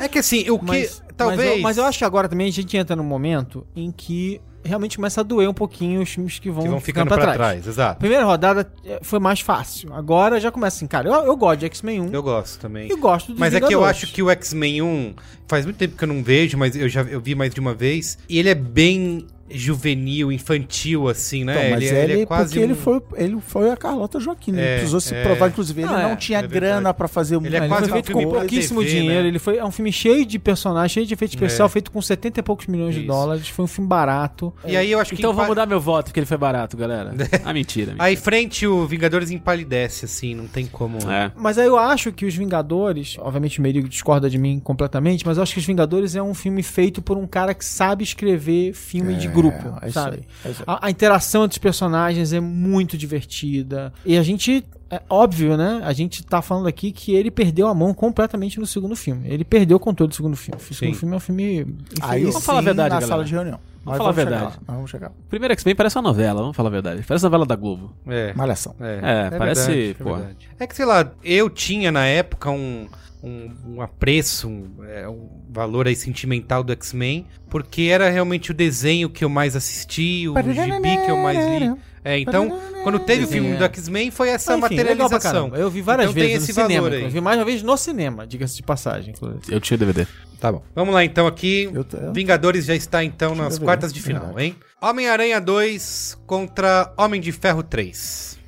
Speaker 1: É que assim, o que.
Speaker 4: Mas, mas
Speaker 1: talvez.
Speaker 4: eu, mas eu acho que agora também a gente entra num momento em que realmente começa a doer um pouquinho os times que vão,
Speaker 1: que vão ficando pra trás. exato.
Speaker 4: Primeira rodada eh, foi mais fácil. Agora já começa assim, cara. Eu, eu gosto de X-Men 1
Speaker 1: Eu gosto também.
Speaker 4: e gosto dos
Speaker 1: Mas é que eu
Speaker 4: Vingadores.
Speaker 1: acho que o X-Men 1 faz muito tempo que eu não vejo, mas eu já eu vi mais de uma vez. E ele é bem juvenil, infantil, assim, né?
Speaker 2: Então, mas ele,
Speaker 1: é
Speaker 2: porque ele
Speaker 1: um-
Speaker 2: foi, ele foi a Carlota Joaquim. Ele
Speaker 1: É,
Speaker 2: precisou se
Speaker 1: é.
Speaker 2: provar, inclusive, ele
Speaker 4: Ah, é,
Speaker 2: não tinha
Speaker 1: é
Speaker 2: grana
Speaker 1: verdade.
Speaker 2: pra fazer
Speaker 1: Ele é
Speaker 2: muita
Speaker 1: quase um
Speaker 2: coisa.
Speaker 1: filme
Speaker 4: com
Speaker 1: pra
Speaker 4: pouquíssimo
Speaker 1: TV, né? É.
Speaker 4: dinheiro. Ele foi é um filme cheio de personagens, cheio de efeito especial, feito com 70 e poucos milhões de
Speaker 1: Isso.
Speaker 4: dólares. Foi um filme barato.
Speaker 1: E aí eu acho que.
Speaker 5: Então eu vou
Speaker 1: empa-
Speaker 5: mudar meu voto, porque ele foi barato, galera. Ah, mentira. mentira.
Speaker 1: Aí frente o Vingadores empalidece, assim, não tem como.
Speaker 5: É.
Speaker 4: Mas aí eu acho que os Vingadores, obviamente o Merigo discorda de mim completamente, mas eu acho que os Vingadores é um filme feito por um cara que sabe escrever filme de grupo,
Speaker 2: é isso
Speaker 4: sabe?
Speaker 2: aí, é isso aí.
Speaker 4: A, a interação entre os personagens é muito divertida. E a gente, é óbvio, né? A gente tá falando aqui que ele perdeu a mão completamente no segundo filme. Ele perdeu o controle do segundo filme. O segundo
Speaker 1: Sim.
Speaker 4: filme é um filme.
Speaker 2: Aí
Speaker 5: Vamos
Speaker 2: sim,
Speaker 5: falar a verdade,
Speaker 2: na
Speaker 5: galera.
Speaker 2: sala de reunião. Mas
Speaker 5: falar a
Speaker 2: chegar
Speaker 5: verdade.
Speaker 2: lá, nós vamos chegar. lá.
Speaker 5: O primeiro X-Men parece uma novela, vamos falar a verdade. Parece novela da Globo.
Speaker 1: É.
Speaker 2: Malhação.
Speaker 5: É, parece, pô.
Speaker 1: É, verdade. É que, sei lá, eu tinha na época um, um, um apreço, um, é, um valor aí sentimental do X-Men, porque era realmente o desenho que eu mais assisti, o gibi que eu mais li. É, então, quando teve o filme do X-Men, foi essa
Speaker 4: assim, é. Enfim, legal pra
Speaker 1: materialização.
Speaker 4: caramba. Eu vi várias
Speaker 1: Então tem
Speaker 4: vezes
Speaker 1: esse
Speaker 4: no cinema.
Speaker 1: valor aí.
Speaker 4: inclusive. Eu vi mais uma vez no cinema, diga-se de passagem. inclusive.
Speaker 5: Eu tinha o DVD.
Speaker 1: Tá bom. Vamos lá então aqui.
Speaker 2: Eu tô- eu-
Speaker 1: Vingadores já está então
Speaker 2: Deixa eu
Speaker 1: nas
Speaker 2: ver.
Speaker 1: quartas de final,
Speaker 2: Verdade.
Speaker 1: hein? Homem-Aranha 2 contra Homem de Ferro 3.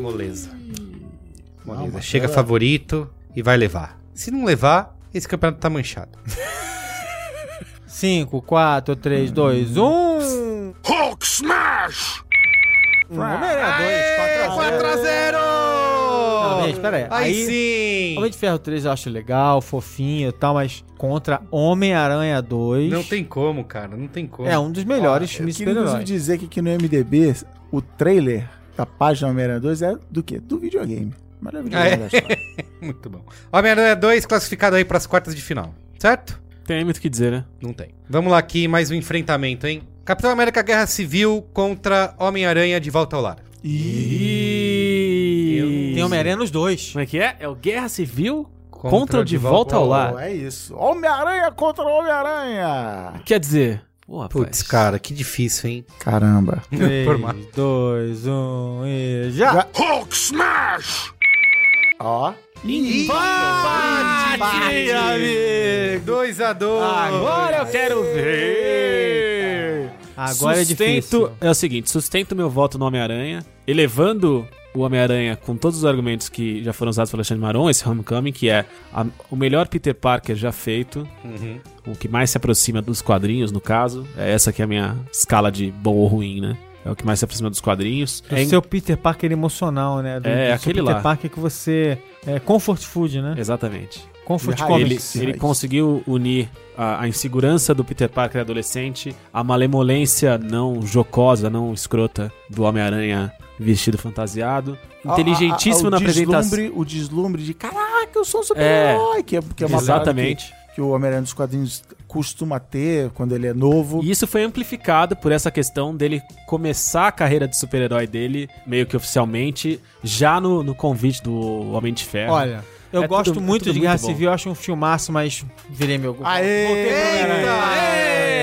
Speaker 1: Moleza. Moleza.
Speaker 2: Não, mas
Speaker 1: Chega
Speaker 2: ela-
Speaker 1: favorito e vai levar. Se não levar, esse campeonato tá manchado.
Speaker 4: 5, 4, 3, 2, 1. Hulk Smash! Hum. Um Homem-Aranha 2, 4 É, a 0.
Speaker 1: 4x0!
Speaker 4: Não, gente, pera aí.
Speaker 1: Aí,
Speaker 4: Aí-
Speaker 1: sim!
Speaker 4: Homem de Ferro 3 eu acho legal, fofinho e tal, mas contra Homem-Aranha 2.
Speaker 1: Não tem como, cara. Não tem como.
Speaker 4: É um dos melhores
Speaker 2: Eu
Speaker 4: filmes de
Speaker 2: queria inclusive
Speaker 4: super-herói.
Speaker 2: dizer que aqui no MDB, o trailer da página Homem-Aranha 2 é do quê? Do videogame. Maravilhoso.
Speaker 1: Ah, é?
Speaker 2: da história.
Speaker 1: Muito bom. Homem-Aranha 2 classificado aí pras quartas de final, certo?
Speaker 5: Tem muito o que dizer, né?
Speaker 1: Não tem. Vamos lá aqui, mais um enfrentamento, hein? Capitão América Guerra Civil contra Homem-Aranha de Volta ao Lar.
Speaker 4: Tem um Homem-Aranha nos dois.
Speaker 5: Como é que é? É o Guerra Civil contra,
Speaker 1: Contra
Speaker 5: o De Volta ao
Speaker 2: Pô,
Speaker 5: Lar.
Speaker 2: é isso. Homem-Aranha contra Homem-Aranha.
Speaker 5: Quer dizer... Pô, rapaz.
Speaker 1: Putz, cara, que difícil, hein?
Speaker 2: Caramba.
Speaker 4: 3, 2, 1 e já!
Speaker 2: Já- Ó.
Speaker 1: Ih, Empate,
Speaker 4: Bate, amigo!
Speaker 1: 2 a 2
Speaker 4: Agora eu quero ver! Agora é difícil.
Speaker 5: É o seguinte, sustento meu voto no Homem-Aranha, elevando o Homem-Aranha com todos os argumentos que já foram usados pelo Alexandre Maron, esse Homecoming, que é a- o melhor Peter Parker já feito,
Speaker 4: Uhum.
Speaker 5: o que mais se aproxima dos quadrinhos, no caso. É essa que é a minha escala de bom ou ruim, né? É o que mais se aproxima dos quadrinhos.
Speaker 4: Do
Speaker 5: é em-
Speaker 4: seu Peter Parker emocional, né? Do,
Speaker 5: É,
Speaker 4: do seu
Speaker 5: aquele
Speaker 4: Peter
Speaker 5: lá.
Speaker 4: Parker que você. É, comfort food, né?
Speaker 5: Exatamente.
Speaker 4: Comfort
Speaker 2: Ele-
Speaker 4: comic.
Speaker 5: Ele,
Speaker 2: Comics,
Speaker 5: ele
Speaker 2: raiz.
Speaker 5: conseguiu unir a, a insegurança do Peter Parker adolescente, a malemolência não jocosa, não escrota do Homem-Aranha vestido fantasiado, inteligentíssimo
Speaker 2: A- a- a- o
Speaker 5: na apresentação.
Speaker 2: deslumbre- O deslumbre de caraca, eu sou um super-herói. Que, é, que é uma parada
Speaker 5: Exatamente.
Speaker 2: Que, que o Homem-Aranha dos quadrinhos costuma ter quando ele é novo.
Speaker 5: E isso foi amplificado por essa questão dele começar a carreira de super-herói dele, meio que oficialmente, já no, no convite do Homem de Ferro.
Speaker 4: Olha, eu
Speaker 5: É
Speaker 4: gosto
Speaker 5: tudo- é
Speaker 4: muito
Speaker 5: tudo
Speaker 4: de Guerra
Speaker 5: muito bom.
Speaker 4: Civil, eu acho um filmaço, mas virei meu.
Speaker 2: Aê!
Speaker 4: Voltei pro
Speaker 1: Eita! Ei,
Speaker 4: Homem-Aranha. Voltei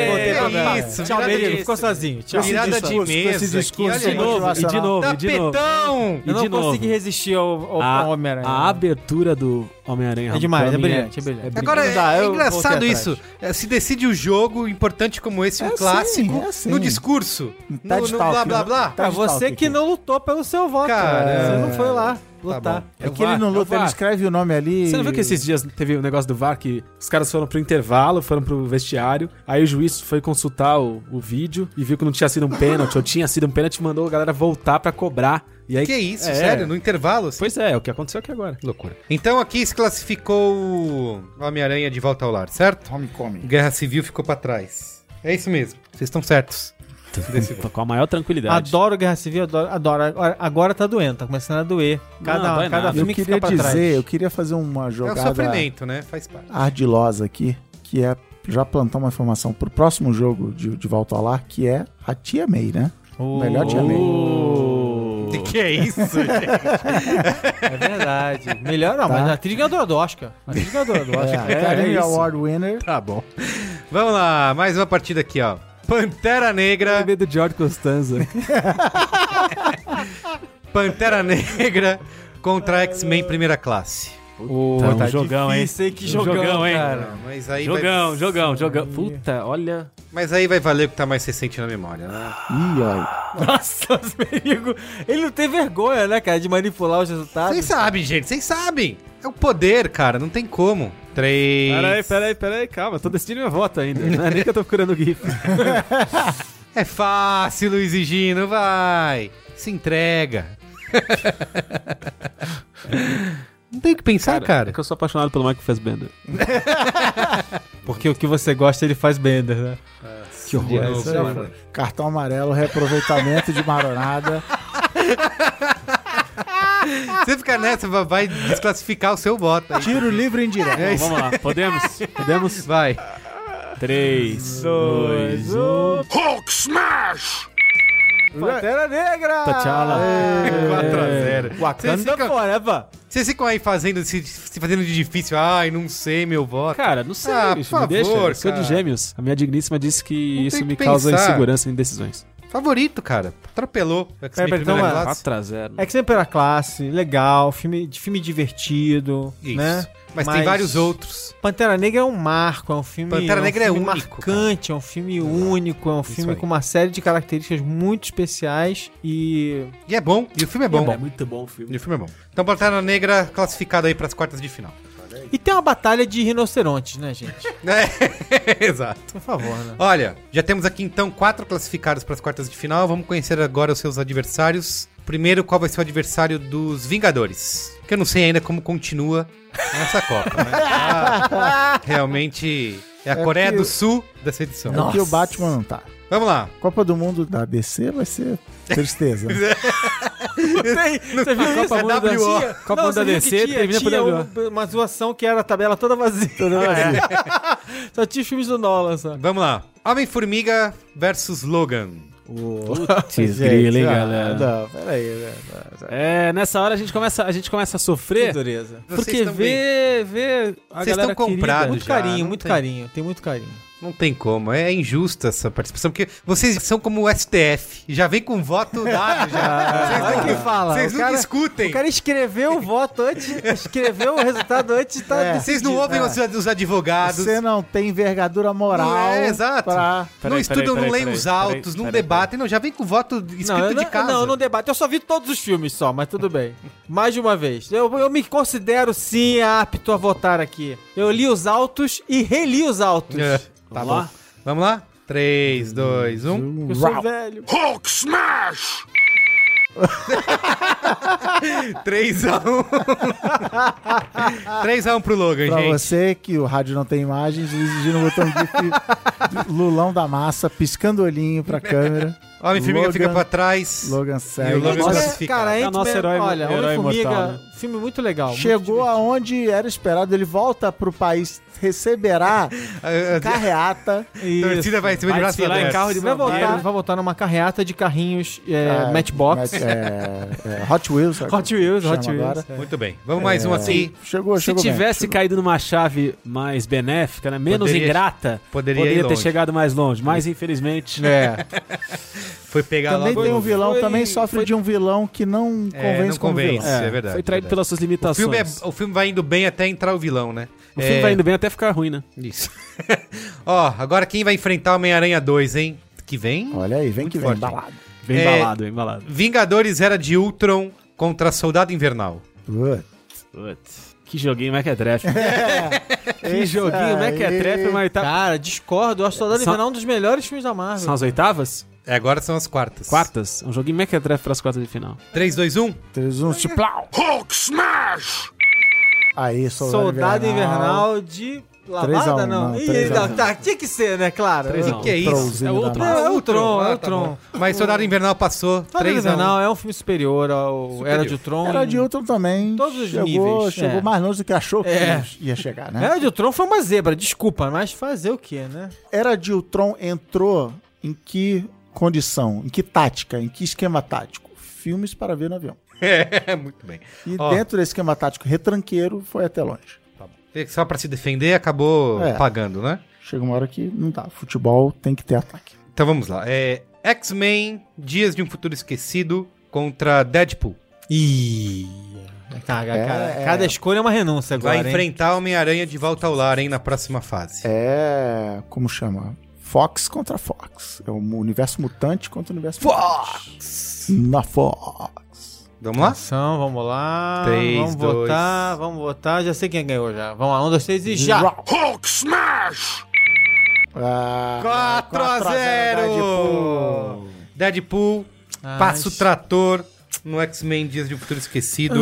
Speaker 4: pro
Speaker 1: que
Speaker 4: Homem-Aranha.
Speaker 1: isso,
Speaker 4: Tchau,
Speaker 1: virada
Speaker 4: Merigo.
Speaker 1: de-
Speaker 4: Ficou sozinho. Tchau.
Speaker 2: Esse
Speaker 1: Virada de
Speaker 2: discurso,
Speaker 1: mesa
Speaker 2: esse
Speaker 1: aqui,
Speaker 2: discurso
Speaker 1: olha
Speaker 5: De novo, e de novo, e
Speaker 2: Tá
Speaker 5: de novo.
Speaker 1: Tapetão!
Speaker 4: Eu
Speaker 5: E de
Speaker 4: não
Speaker 5: novo. Ah,
Speaker 4: consegui resistir ao, ao-
Speaker 5: A,
Speaker 4: ao Homem-Aranha.
Speaker 5: a abertura do Homem-Aranha
Speaker 4: É demais, é
Speaker 5: Homecoming
Speaker 4: brilhante, é brilhante.
Speaker 1: Agora,
Speaker 4: Não dá,
Speaker 1: é,
Speaker 4: eu
Speaker 1: engraçado
Speaker 4: voltei
Speaker 1: isso.
Speaker 4: atrás.
Speaker 1: É, Se decide o jogo importante como esse, um
Speaker 2: É assim,
Speaker 1: clássico,
Speaker 2: é assim.
Speaker 1: no discurso,
Speaker 2: Tá
Speaker 1: no,
Speaker 2: de
Speaker 1: no
Speaker 2: tal,
Speaker 1: blá blá
Speaker 2: né?
Speaker 1: blá.
Speaker 2: Tá
Speaker 4: Pra
Speaker 2: de
Speaker 4: você
Speaker 2: tal,
Speaker 4: que
Speaker 2: Kiki.
Speaker 4: não lutou pelo seu voto.
Speaker 1: Cara,
Speaker 4: Você
Speaker 1: é.
Speaker 4: não foi lá
Speaker 1: Tá
Speaker 4: lutar.
Speaker 1: bom.
Speaker 2: É que ele não luta, ele escreve o nome ali.
Speaker 5: Você não viu que esses dias teve o negócio do VAR que os caras foram pro intervalo, foram pro vestiário, aí o juiz foi consultar o, o vídeo e viu que não tinha sido um pênalti, ou tinha sido um pênalti, e mandou a galera voltar pra cobrar. E aí,
Speaker 1: Que isso,
Speaker 5: É.
Speaker 1: sério? No intervalo? assim?
Speaker 5: Pois é, é o que aconteceu aqui agora.
Speaker 1: Loucura. Então aqui se classificou o Homem-Aranha de volta ao lar, certo?
Speaker 2: Homecoming.
Speaker 1: Guerra Civil ficou pra trás. É isso mesmo. Vocês estão certos. Desse voto.
Speaker 5: Com a maior tranquilidade.
Speaker 4: Adoro Guerra Civil, adoro. adoro. Agora, agora tá doendo, tá começando a doer. Cada,
Speaker 5: Não, dói
Speaker 4: cada
Speaker 5: nada.
Speaker 4: filme
Speaker 2: Eu
Speaker 4: que
Speaker 2: queria
Speaker 4: fica pra
Speaker 2: dizer,
Speaker 4: trás.
Speaker 2: eu queria fazer uma
Speaker 1: É o
Speaker 2: jogada
Speaker 1: sofrimento, né? Faz parte.
Speaker 2: ardilosa aqui, que é já plantar uma informação pro próximo jogo de, de Volta ao Lar, que é a Tia May, né? O melhor Tia May.
Speaker 5: Oh.
Speaker 1: Que é isso? gente?
Speaker 4: É verdade. Melhor não,
Speaker 2: Tá.
Speaker 4: mas a atriz ganhadora do Oscar. A atriz ganhadora do
Speaker 2: É,
Speaker 4: Oscar.
Speaker 2: Academy Award winner.
Speaker 1: tá bom. Vamos lá, mais uma partida aqui, ó. Pantera Negra,
Speaker 5: bebê do George Costanza.
Speaker 1: Pantera Negra contra X-Men Primeira Classe.
Speaker 5: O
Speaker 3: tá
Speaker 5: jogão, Então, hein?
Speaker 3: difícil, hein? Que
Speaker 5: jogão,
Speaker 3: jogão,
Speaker 5: hein?
Speaker 1: Cara, mas aí
Speaker 5: Jogão,
Speaker 1: vai...
Speaker 5: jogão, jogão. Puta, olha.
Speaker 1: Mas aí vai valer o que tá mais recente na memória, né?
Speaker 2: Ih, olha.
Speaker 4: Nossa, os menigos. Ele não tem vergonha, né, cara, de manipular os resultados.
Speaker 1: Vocês sabem, gente, vocês sabem. É o poder, cara, não tem como. Três.
Speaker 5: Peraí, peraí, peraí, calma. Tô decidindo minha voto ainda. Não é nem que eu tô procurando o GIF.
Speaker 1: É fácil, Luiz e Gino, vai. Se entrega. não tem o que pensar, cara.
Speaker 5: É que eu sou apaixonado pelo Michael Fassbender.
Speaker 4: Porque o que você gosta, ele faz bender, né?
Speaker 2: Que horror.
Speaker 1: novo,
Speaker 2: Isso aí,
Speaker 1: mano.
Speaker 2: foi. Cartão amarelo, reaproveitamento de maronada.
Speaker 1: Você fica nessa, va- vai desclassificar o seu voto aí.
Speaker 2: Tiro livre em direto.
Speaker 5: Bom, vamos lá, podemos? Podemos?
Speaker 1: Vai.
Speaker 5: 3, 2, 1.
Speaker 4: Pantera Negra!
Speaker 1: Ah,
Speaker 5: T'Challa. É.
Speaker 1: 4x0. Vocês
Speaker 4: Wakanda
Speaker 1: ficam,
Speaker 4: Forever!
Speaker 1: É. vocês ficam aí fazendo, se, se fazendo de difícil. Ai, não sei meu voto.
Speaker 5: Cara, não sei,
Speaker 1: Ah,
Speaker 5: bicho,
Speaker 1: por
Speaker 5: me deixa.
Speaker 1: favor,
Speaker 5: Eu sou de
Speaker 1: cara.
Speaker 5: gêmeos. A minha digníssima disse que
Speaker 1: Não
Speaker 5: isso
Speaker 1: tem
Speaker 5: me
Speaker 1: que
Speaker 5: causa
Speaker 1: pensar.
Speaker 5: insegurança em decisões.
Speaker 1: Favorito, cara. Atropelou. o X-Men
Speaker 4: Peraí, peraí,
Speaker 1: primeira
Speaker 4: então,
Speaker 1: classe.
Speaker 5: 4x0.
Speaker 4: É que sempre era classe, legal, filme, de filme divertido,
Speaker 1: Isso.
Speaker 4: né?
Speaker 1: Mas, tem vários outros.
Speaker 4: Pantera Negra é um marco, é um filme,
Speaker 1: Pantera
Speaker 4: é um
Speaker 1: Negra é
Speaker 4: filme
Speaker 1: único,
Speaker 4: marcante, é um filme único, é um filme
Speaker 1: aí.
Speaker 4: com uma série de características muito especiais e
Speaker 1: E é bom. E o filme é bom.
Speaker 5: muito bom o filme.
Speaker 1: E o filme é bom. Então, Pantera Negra classificado aí pras quartas de final.
Speaker 4: e tem uma batalha de rinocerontes, né, gente?
Speaker 1: É, exato.
Speaker 4: Por favor, né?
Speaker 1: Olha, já temos aqui então quatro classificados pras quartas de final. Vamos conhecer agora os seus adversários. Primeiro, qual vai ser o adversário dos Vingadores? Que eu não sei ainda como continua nessa Copa, né? Ah, realmente é a
Speaker 2: É
Speaker 1: Coreia
Speaker 2: que-
Speaker 1: do Sul dessa edição.
Speaker 2: É que o Batman não tá.
Speaker 1: Vamos lá.
Speaker 2: Copa do Mundo da DC vai ser tristeza. né?
Speaker 4: Você viu isso?
Speaker 5: Copa
Speaker 4: É
Speaker 5: Mundo da-
Speaker 4: WO.
Speaker 5: Tinha- Copa
Speaker 4: Não,
Speaker 5: Mundo da
Speaker 4: você viu que
Speaker 5: DC,
Speaker 4: tinha-
Speaker 5: termina por
Speaker 4: tinha
Speaker 5: WO.
Speaker 4: um- uma zoação que era a tabela toda vazia. Só tinha os filmes do Nolan, só.
Speaker 1: Vamos lá. Homem-Formiga versus Logan.
Speaker 5: Putz,
Speaker 2: Gente,
Speaker 5: grilo, hein,
Speaker 2: ah,
Speaker 5: galera?
Speaker 2: Não, peraí. né?
Speaker 5: É, nessa hora a gente começa, a gente começa a sofrer.
Speaker 4: dureza.
Speaker 1: Vocês
Speaker 5: porque
Speaker 1: tão bem.
Speaker 5: vê, vê a
Speaker 1: Vocês
Speaker 5: galera
Speaker 1: tão
Speaker 5: querida.
Speaker 1: comprados.
Speaker 4: Muito
Speaker 1: Já,
Speaker 4: carinho,
Speaker 1: não
Speaker 4: muito
Speaker 1: tem.
Speaker 4: carinho. Tem muito carinho.
Speaker 1: Não tem como, é injusta essa participação, porque vocês são como o STF, já vem com voto dado já. Vocês
Speaker 4: olha
Speaker 1: não-
Speaker 4: quem fala,
Speaker 1: Vocês
Speaker 4: o
Speaker 1: não
Speaker 4: cara-
Speaker 1: discutem.
Speaker 4: O cara escreveu o voto antes, escreveu o resultado antes de tá
Speaker 2: É.
Speaker 1: Vocês não ouvem os, os advogados.
Speaker 2: Você não tem envergadura moral.
Speaker 1: Não é, exato.
Speaker 2: pra-
Speaker 1: não
Speaker 5: Peraí,
Speaker 1: estudam,
Speaker 5: peraí,
Speaker 1: não
Speaker 5: peraí,
Speaker 1: leem
Speaker 5: peraí,
Speaker 1: os
Speaker 5: peraí,
Speaker 1: autos, não
Speaker 5: peraí,
Speaker 1: debatem, não, já vem com voto escrito
Speaker 4: Não, eu
Speaker 1: de
Speaker 4: não,
Speaker 1: casa.
Speaker 4: não, não debato. Eu só vi todos os filmes só, mas tudo bem. Mais de uma vez. Eu, eu me considero sim apto a votar aqui. Eu li os autos e reli os autos.
Speaker 1: É, tá
Speaker 5: Vamos
Speaker 1: bom.
Speaker 5: lá?
Speaker 1: Vamos lá? um. 3, 2, 1.
Speaker 4: Eu sou velho.
Speaker 1: 3x1. 3x1 pro Logan,
Speaker 2: Pra
Speaker 1: gente.
Speaker 2: você que o rádio não tem imagens, exigindo um botão GIF do Lulão da Massa, piscando o olhinho pra câmera.
Speaker 1: Homem-Formiga
Speaker 2: Logan-
Speaker 1: fica pra trás.
Speaker 2: Logan
Speaker 1: E o
Speaker 2: segue.
Speaker 4: tá
Speaker 1: Logan
Speaker 2: Nossa,
Speaker 1: classifica. classificado.
Speaker 4: Cara,
Speaker 5: É o
Speaker 4: Ant-Man,
Speaker 5: nosso herói-
Speaker 4: olha,
Speaker 5: herói
Speaker 4: Homem-Formiga,
Speaker 5: imortal, né?
Speaker 4: filme muito legal.
Speaker 2: Chegou
Speaker 4: muito
Speaker 2: aonde era esperado, ele volta pro país, receberá
Speaker 1: A- a-
Speaker 2: carreata.
Speaker 1: a
Speaker 4: divertido. Isso.
Speaker 1: torcida vai em cima de
Speaker 5: Vai
Speaker 1: braço
Speaker 5: desfilar em
Speaker 1: aberto.
Speaker 5: carro de
Speaker 4: Vai voltar,
Speaker 5: bandeira.
Speaker 4: vai voltar numa carreata de carrinhos é,
Speaker 2: Ah,
Speaker 4: Matchbox.
Speaker 2: Match- é, é, Hot Wheels. sabe?
Speaker 4: Hot Wheels,
Speaker 2: Chama
Speaker 4: Hot Wheels.
Speaker 2: agora.
Speaker 1: Muito bem. Vamos mais um aqui.
Speaker 2: Chegou,
Speaker 5: Se
Speaker 2: chegou bem.
Speaker 5: tivesse caído numa chave mais benéfica, né, menos
Speaker 1: Poderia-
Speaker 5: ingrata,
Speaker 1: Poderia,
Speaker 5: poderia
Speaker 1: ir
Speaker 5: ter
Speaker 1: longe.
Speaker 5: chegado mais longe. Mas infelizmente.
Speaker 4: É.
Speaker 1: Foi pegar
Speaker 2: Também
Speaker 1: lá.
Speaker 2: tem um vilão,
Speaker 5: foi-
Speaker 2: também sofre de um vilão que não
Speaker 1: É,
Speaker 2: convence
Speaker 1: não
Speaker 2: como
Speaker 1: convence.
Speaker 2: vilão.
Speaker 1: É, verdade,
Speaker 5: né, Foi traído
Speaker 1: verdade.
Speaker 5: pelas suas
Speaker 1: O
Speaker 5: limitações.
Speaker 1: filme, é- o filme vai indo bem até entrar o vilão, né?
Speaker 5: O filme
Speaker 1: É,
Speaker 5: vai indo bem até ficar ruim, né?
Speaker 1: Isso. Ó, agora quem vai enfrentar o Homem-Aranha 2, hein? Que vem?
Speaker 2: É, Olha aí, vem que vem,
Speaker 1: forte.
Speaker 2: balada.
Speaker 5: Bem
Speaker 1: É.
Speaker 5: embalado, bem embalado.
Speaker 1: Vingadores Era de Ultron contra Soldado Invernal.
Speaker 2: Putz.
Speaker 5: Putz, que joguinho mequetrefe.
Speaker 1: É,
Speaker 5: que
Speaker 2: Isso
Speaker 5: joguinho né, é
Speaker 2: aí.
Speaker 5: mequetrefe, mas tá...
Speaker 4: Cara, discordo. Eu acho Soldado
Speaker 5: São-
Speaker 4: Invernal um dos melhores filmes da Marvel.
Speaker 5: São as oitavas?
Speaker 1: É, agora são as quartas. um?
Speaker 5: Quartas? Um joguinho mequetrefe pras quartas de final.
Speaker 1: 3, 2, 1.
Speaker 2: 3, 1, Hulk Smash! Aí, Soldado,
Speaker 4: Soldado Invernal, de
Speaker 2: Três a
Speaker 4: lavada,
Speaker 2: um,
Speaker 4: não.
Speaker 2: não,
Speaker 4: Ih,
Speaker 2: três a
Speaker 4: não,
Speaker 2: um.
Speaker 4: tá, tinha que ser, né? Claro.
Speaker 5: Três a um.
Speaker 1: Que é isso?
Speaker 2: Trollzinho
Speaker 5: É outro-
Speaker 2: da massa.
Speaker 4: É o Tron,
Speaker 1: Ah,
Speaker 4: é o
Speaker 1: tá
Speaker 4: Tron.
Speaker 1: bom. Mas Soldado Invernal passou
Speaker 4: Soldado
Speaker 1: 3 a 1.
Speaker 4: Invernal é um filme superior ao Era de Tron.
Speaker 2: Era de Ultron também.
Speaker 4: Todos os
Speaker 2: chegou,
Speaker 4: níveis,
Speaker 2: Chegou
Speaker 4: é.
Speaker 2: mais longe do que achou que
Speaker 4: É.
Speaker 2: ia- ia chegar, né?
Speaker 4: Era de Tron foi uma zebra, desculpa, mas fazer o quê, né?
Speaker 2: Era de Ultron entrou em que condição? Em que tática? Em que esquema tático? Filmes para ver no avião.
Speaker 1: É, muito bem.
Speaker 2: E
Speaker 1: Ó.
Speaker 2: dentro desse esquema tático retranqueiro, foi até longe.
Speaker 1: Só pra se defender, acabou
Speaker 2: É.
Speaker 1: pagando, né?
Speaker 2: Chega uma hora que não dá. Futebol tem que ter ataque.
Speaker 1: Então vamos lá. É X-Men, Dias de um Futuro Esquecido contra Deadpool.
Speaker 4: Ih. Tá, cara,
Speaker 2: É, é.
Speaker 4: cada escolha é uma renúncia agora.
Speaker 1: Vai
Speaker 4: hein?
Speaker 1: enfrentar Homem-Aranha de volta ao lar, hein, na próxima fase.
Speaker 2: É. Como chama? Fox contra Fox. É o mu- universo mutante contra o universo Fox! Na Fox.
Speaker 1: Vamos lá?
Speaker 4: Ação, vamos lá.
Speaker 1: Três,
Speaker 4: vamos
Speaker 1: dois.
Speaker 4: votar, vamos votar. Já sei quem ganhou já. Vamos lá, um, dois, três e já.
Speaker 6: Hulk Smash!
Speaker 2: Ah,
Speaker 1: 4 a 0 Deadpool,
Speaker 4: Ai,
Speaker 1: passa o trator no X-Men Dias de um Futuro Esquecido.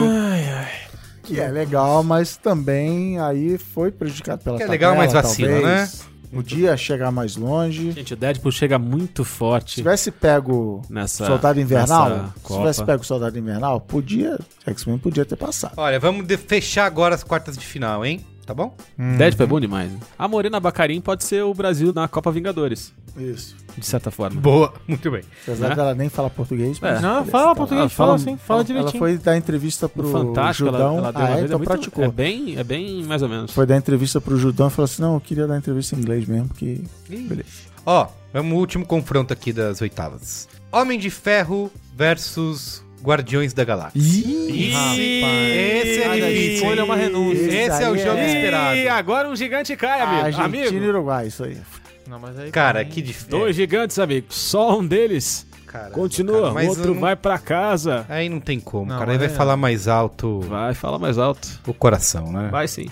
Speaker 2: que é legal, mas também aí foi prejudicado pela
Speaker 1: Que é legal, né? mas
Speaker 2: tabela,
Speaker 1: vacila,
Speaker 2: talvez. Podia chegar mais longe. Se
Speaker 5: Gente, o Deadpool chega muito forte
Speaker 2: tivesse pego
Speaker 5: nessa.
Speaker 2: Soldado Invernal,
Speaker 5: nessa
Speaker 2: se
Speaker 5: Copa.
Speaker 2: tivesse pego Soldado Invernal, podia, X-Men podia ter passado.
Speaker 1: Olha, vamos de- fechar agora as quartas de final, hein? Tá bom?
Speaker 2: Hum.
Speaker 5: Deadpool é bom demais. né? A Morena Bacarim pode ser o Brasil na Copa Vingadores,
Speaker 2: Isso.
Speaker 5: de certa forma.
Speaker 1: Boa, muito bem.
Speaker 2: Apesar
Speaker 5: Né?
Speaker 2: dela nem falar português,
Speaker 5: É.
Speaker 4: Não,
Speaker 2: beleza,
Speaker 4: fala
Speaker 2: tá.
Speaker 4: português,
Speaker 5: Ela
Speaker 4: fala,
Speaker 5: fala-
Speaker 4: assim, fala
Speaker 2: Ela
Speaker 4: direitinho.
Speaker 2: foi dar entrevista pro
Speaker 5: Fantástico, ela,
Speaker 2: Judão.
Speaker 5: ela deu
Speaker 2: Ah,
Speaker 5: uma
Speaker 2: é,
Speaker 5: vez, é
Speaker 2: então
Speaker 5: muito-
Speaker 2: praticou.
Speaker 5: É bem, é bem mais ou menos.
Speaker 2: Foi dar entrevista pro Judão e falou assim: não, eu queria dar entrevista em inglês mesmo, porque.
Speaker 1: Ó, vamos ao último confronto aqui das oitavas. Homem de Ferro versus Guardiões da Galáxia. Ih, esse é
Speaker 4: Cada
Speaker 1: difícil.
Speaker 4: escolha é uma renúncia.
Speaker 2: Esse
Speaker 1: Esse é o
Speaker 2: aí
Speaker 1: jogo
Speaker 2: é-
Speaker 1: esperado.
Speaker 5: E agora um gigante cai, amigo.
Speaker 2: Argentina
Speaker 5: Amigo,
Speaker 2: e Uruguai, isso aí.
Speaker 4: Não, mas aí
Speaker 1: Cara,
Speaker 4: também-
Speaker 1: que difícil.
Speaker 5: dois gigantes, amigo. Só um deles
Speaker 1: Caramba,
Speaker 5: continua,
Speaker 1: cara, um, mas
Speaker 5: o outro
Speaker 1: eu não-
Speaker 5: vai pra casa.
Speaker 1: Aí não tem como,
Speaker 4: Não,
Speaker 1: cara. Aí vai
Speaker 4: é-
Speaker 1: falar mais alto
Speaker 5: Vai, fala mais alto.
Speaker 1: o coração, né?
Speaker 5: Vai sim.